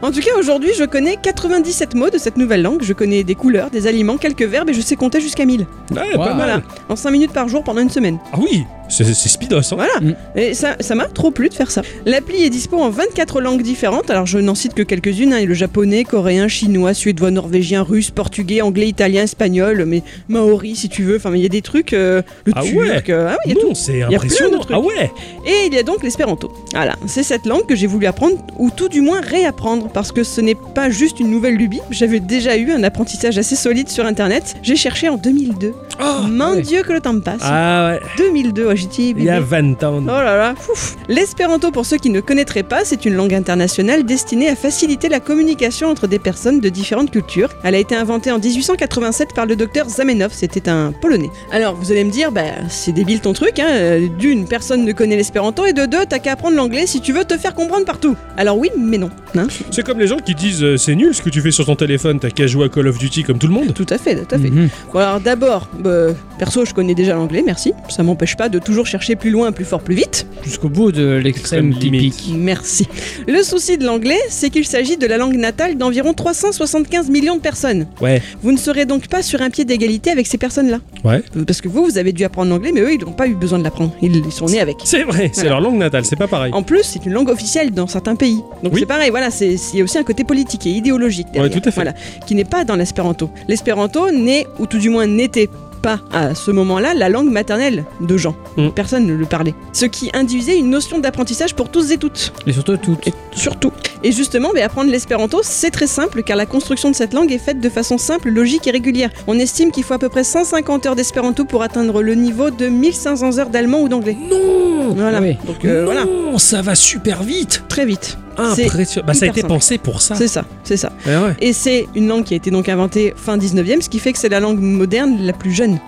En tout cas, aujourd'hui, je connais 97 mots de cette nouvelle langue. Je connais des couleurs, des aliments, quelques verbes et je sais compter jusqu'à 1000. Ouais, pas Wow. mal. Voilà. En 5 minutes par jour pendant une semaine. Ah oui, c'est c'est speedos, hein. Voilà. Mm. Et ça ça m'a trop plu de faire ça. L'appli est dispo en 24 langues différentes. Alors, je n'en cite que quelques-unes hein, et le japonais, coréen, chinois, suédois, norvégien, russe, portugais, anglais, italien, espagnol, mais maori si tu veux. Enfin, mais il y a des trucs. euh, le Ah turc. ouais. euh, ah oui, il y a tout. Non, c'est plein de impressionnant. trucs. Ah ouais. Et il y a donc l'espéranto. Voilà, c'est cette langue que j'ai voulu apprendre, ou tout du moins réapprendre, parce que ce n'est pas juste une nouvelle lubie. J'avais déjà eu un apprentissage assez solide sur Internet. J'ai cherché en 2002. Ah, Mon ouais. Dieu que le temps passe. Ah ouais, 2002, oh, j'y dis, il y a bébé. 20 ans. Oh là là, fouf. L'espéranto, pour ceux qui ne connaîtraient pas, c'est une langue internationale destinée à faciliter la communication entre des personnes de différentes cultures. Elle a été inventée en 1887 par le docteur Zamenhof, c'était un Polonais. Alors, vous allez me dire, bah, c'est débile ton truc, hein. euh, D'une, personne ne connaît l'espéranto, et de deux, t'as qu'à apprendre l'anglais si tu veux te faire comprendre partout. Alors oui, mais non. hein. C'est comme les gens qui disent euh, c'est nul ce que tu fais sur ton téléphone, t'as qu'à jouer à Call of Duty comme tout le monde. Tout à fait, tout à fait. Mhm. Bon alors d'abord, bah, perso je connais déjà l'anglais, merci. Ça m'empêche pas de toujours chercher plus loin, plus fort, plus vite. Jusqu'au bout de l'extrême Extrême limite. typique. Merci. Le souci de l'anglais, c'est qu'il s'agit de la langue natale d'environ 375 millions de personnes. Ouais. Vous ne serez donc pas sur un pied d'égalité avec ces personnes-là. Ouais. Parce que vous, vous avez dû apprendre l'anglais, mais eux, ils n'ont pas eu besoin de l'apprendre. Ils sont nés avec. C'est vrai, c'est Voilà. leur langue natale, c'est pas pareil. En plus, c'est une langue officielle dans certains pays. Donc Oui. c'est pareil, voilà, c'est il y a aussi un côté politique et idéologique derrière, Ouais, tout à fait. voilà, qui n'est pas dans l'espéranto. L'espéranto n'est, ou tout du moins n'était pas à ce moment-là, la langue maternelle de gens. Mm. Personne ne le parlait. Ce qui induisait une notion d'apprentissage pour tous et toutes. Et surtout toutes. Et surtout. Et justement, mais apprendre l'espéranto, c'est très simple car la construction de cette langue est faite de façon simple, logique et régulière. On estime qu'il faut à peu près 150 heures d'espéranto pour atteindre le niveau de 1500 heures d'allemand ou d'anglais. Non Voilà. Ah oui. Donc euh, Non, voilà, ça va super vite. très vite. C'est Impressionnant. Bah ça a hyper été simple. pensé pour ça. C'est ça, c'est ça. Ouais, ouais. Et c'est une langue qui a été donc inventée fin 19e, ce qui fait que c'est la langue moderne la plus jeune.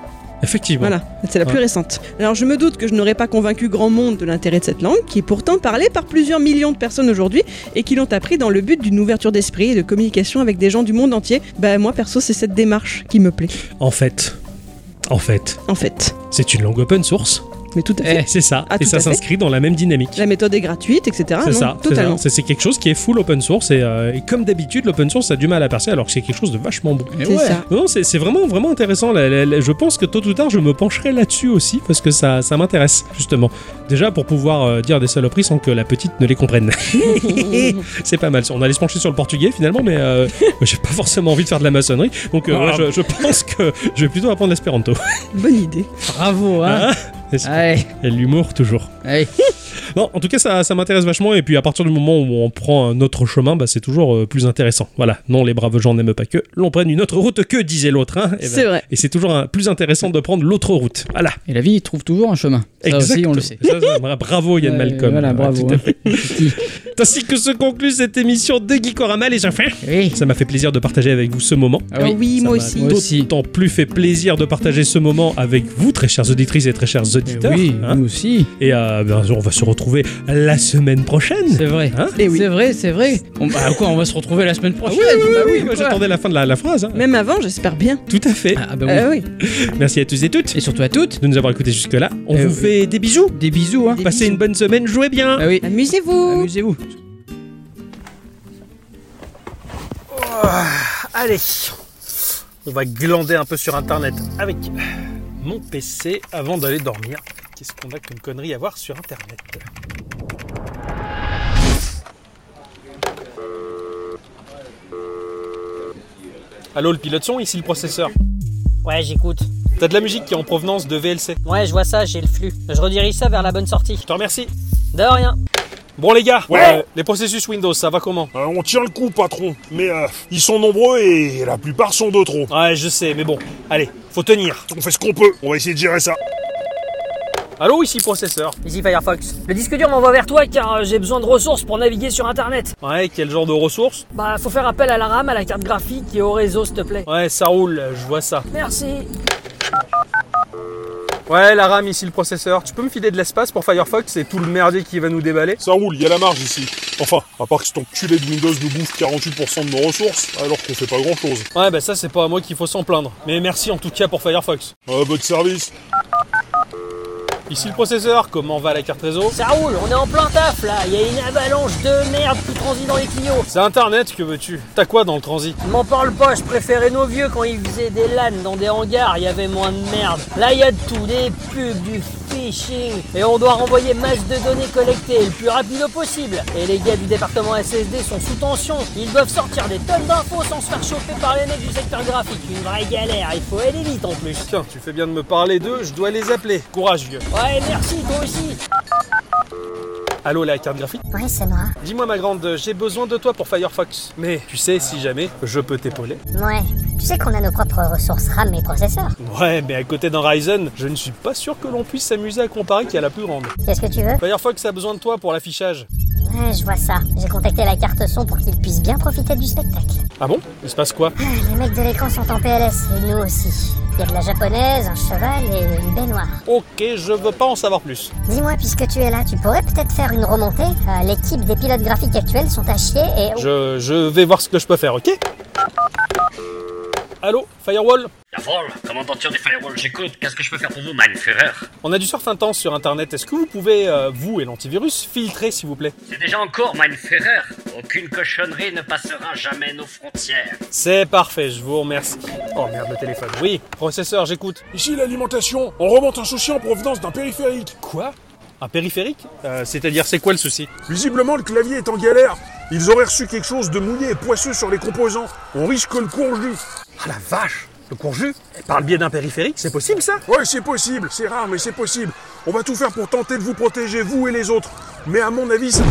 Effectivement. Voilà, c'est la plus Ouais. récente. Alors je me doute que je n'aurais pas convaincu grand monde de l'intérêt de cette langue, qui est pourtant parlée par plusieurs millions de personnes aujourd'hui et qui l'ont appris dans le but d'une ouverture d'esprit et de communication avec des gens du monde entier. Bah moi perso, c'est cette démarche qui me plaît, En fait, en fait, en fait. c'est une langue open source. mais tout à fait. Eh, C'est ça. Ah, et tout ça à fait. s'inscrit dans la même dynamique. La méthode est gratuite, etc. Eh. C'est non, ça, c'est totalement. ça. C'est- c'est quelque chose qui est full open source et, euh, et comme d'habitude l'open source a du mal à passer alors que c'est quelque chose de vachement bon. Mais C'est ouais. ça. Non, c'est c'est vraiment vraiment intéressant. La- la- la- je pense que tôt ou tard je me pencherai là-dessus aussi parce que ça, ça m'intéresse justement. Déjà pour pouvoir euh, dire des saloperies sans que la petite ne les comprenne. c'est pas mal. On allait se pencher sur le portugais finalement, mais euh, j'ai pas forcément envie de faire de la maçonnerie. Donc euh, ouais, Ah. je, je pense que je vais plutôt apprendre l'espéranto. Bonne idée. Bravo, hein. Ah, c'est- Allez, et L'humour toujours. allez. Non, en tout cas, ça, ça m'intéresse vachement. Et puis, à partir du moment où on prend un autre chemin, bah, c'est toujours euh, plus intéressant. Voilà. Non, les braves gens n'aiment pas que l'on prenne une autre route que, disait l'autre. hein. Eh ben, C'est vrai. Et c'est toujours euh, plus intéressant de prendre l'autre route. Voilà. Et la vie trouve toujours un chemin. Ça aussi, Exact. on le sait. Ça, ça, bra- bravo, Yann Ouais, Malcolm. Voilà, Ouais, bravo. tout à hein. fait. Ainsi que se conclut cette émission de Geekorama, les enfants. Oui. Ça m'a fait plaisir de partager avec vous ce moment. Ah oui. Ça moi m'a aussi. Moi aussi. D'autant plus fait plaisir de partager ce moment avec vous, très chères auditrices et très chers Eh auditeurs. oui, hein. nous aussi. Et euh, ben, on va se retrouver la semaine prochaine. C'est vrai. Hein Et oui. C'est vrai, c'est vrai. On, Eh bah, quoi, on va se retrouver la semaine prochaine. bah Ah oui, bah, moi j'attendais la fin de la, la phrase. hein. Même avant, j'espère bien. Tout à fait. Ah bah oui. Ah oui. Merci à tous et toutes Et surtout à toutes, de nous avoir écoutés jusque-là. On Eh Euh, vous fait des bisous. des bisous. Hein. Passez une bonne semaine, jouez bien. Ah oui. Amusez-vous. Amusez-vous. Allez, on va glander un peu sur internet avec mon PC avant d'aller dormir. Qu'est-ce qu'on a comme connerie à voir sur internet Allô le pilote son, ici le processeur. Ouais, j'écoute. T'as de la musique qui est en provenance de VLC. Ouais, je vois ça, j'ai le flux. Je redirige ça vers la bonne sortie. Je te remercie. De rien. Bon les gars, euh, Ouais. les processus Windows, ça va comment Euh, on tient le coup, patron. Mais euh, ils sont nombreux et la plupart sont de trop. Ouais, je sais, mais bon, allez, faut tenir. On fait ce qu'on peut. On va essayer de gérer ça. Allô ici processeur. Easy Firefox. Le disque dur m'envoie vers toi car euh, j'ai besoin de ressources pour naviguer sur internet. Ouais, quel genre de ressources Bah, faut faire appel à la RAM, à la carte graphique et au réseau, s'il te plaît. Ouais, ça roule, je vois ça. Merci. Ouais, la RAM ici, le processeur. Tu peux me filer de l'espace pour Firefox C'est tout le merdier qui va nous déballer. Ça roule, il y a la marge ici. Enfin, à part que cet enculé de Windows nous bouffe 48% de nos ressources, alors qu'on fait pas grand chose. Ouais, bah ça, c'est pas à moi qu'il faut s'en plaindre. Mais merci en tout cas pour Firefox. À Euh, votre service. Ici, le processeur. Comment va la carte réseau Ça roule, on est en plein taf là. Y a une avalanche de merde qui transit dans les tuyaux. C'est Internet, que veux-tu T'as quoi dans le transit M'en parle pas, je préférais nos vieux quand ils faisaient des LAN dans des hangars, il y avait moins de merde. Là, il y a de tout, des pubs, du phishing, et on doit renvoyer masse de données collectées le plus rapide possible. Et les gars du département SSD sont sous tension, ils doivent sortir des tonnes d'infos sans se faire choper par les mecs du secteur graphique. Une vraie galère, il faut aller vite en plus. Tiens, tu fais bien de me parler d'eux, je dois les appeler. Courage, vieux. Ouais, merci, toi aussi. Allô, la carte graphique Ouais, c'est moi. Dis-moi, ma grande, j'ai besoin de toi pour Firefox. Mais tu sais, si jamais, je peux t'épauler. Ouais. Tu sais qu'on a nos propres ressources RAM et processeurs. Ouais, mais à côté d'un Ryzen, je ne suis pas sûr que l'on puisse s'amuser à comparer qui a la plus grande. Qu'est-ce que tu veux Firefox a besoin de toi pour l'affichage. Ouais, je vois ça. J'ai contacté la carte son pour qu'ils puissent bien profiter du spectacle. Ah bon Il se passe quoi Ah, Les mecs de l'écran sont en PLS, et nous aussi. Il y a de la japonaise, un cheval et une baignoire. Ok, je veux pas en savoir plus. Dis-moi, puisque tu es là, tu pourrais peut-être faire une remontée Euh, L'équipe des pilotes graphiques actuels sont à chier et... Je, je vais voir ce que je peux faire, ok Allô, Firewall La folle Comment t'en tires des firewalls J'écoute, qu'est-ce que je peux faire pour vous, Manfureur On a du surf intense sur internet, est-ce que vous pouvez, euh, vous et l'antivirus, filtrer s'il vous plaît C'est déjà en cours, Manfureur Aucune cochonnerie ne passera jamais nos frontières. C'est parfait, je vous remercie. Oh merde, le téléphone. Oui, processeur, j'écoute. Ici, l'alimentation. On remonte un souci en provenance d'un périphérique. Quoi Un périphérique Euh, C'est-à-dire, c'est quoi le souci Visiblement, le clavier est en galère. Ils auraient reçu quelque chose de mouillé et poisseux sur les composants. On risque le courge. Ah la vache Le courju Par le biais d'un périphérique, c'est possible ça Ouais, c'est possible. C'est rare, mais c'est possible. On va tout faire pour tenter de vous protéger, vous et les autres. Mais à mon avis, ça...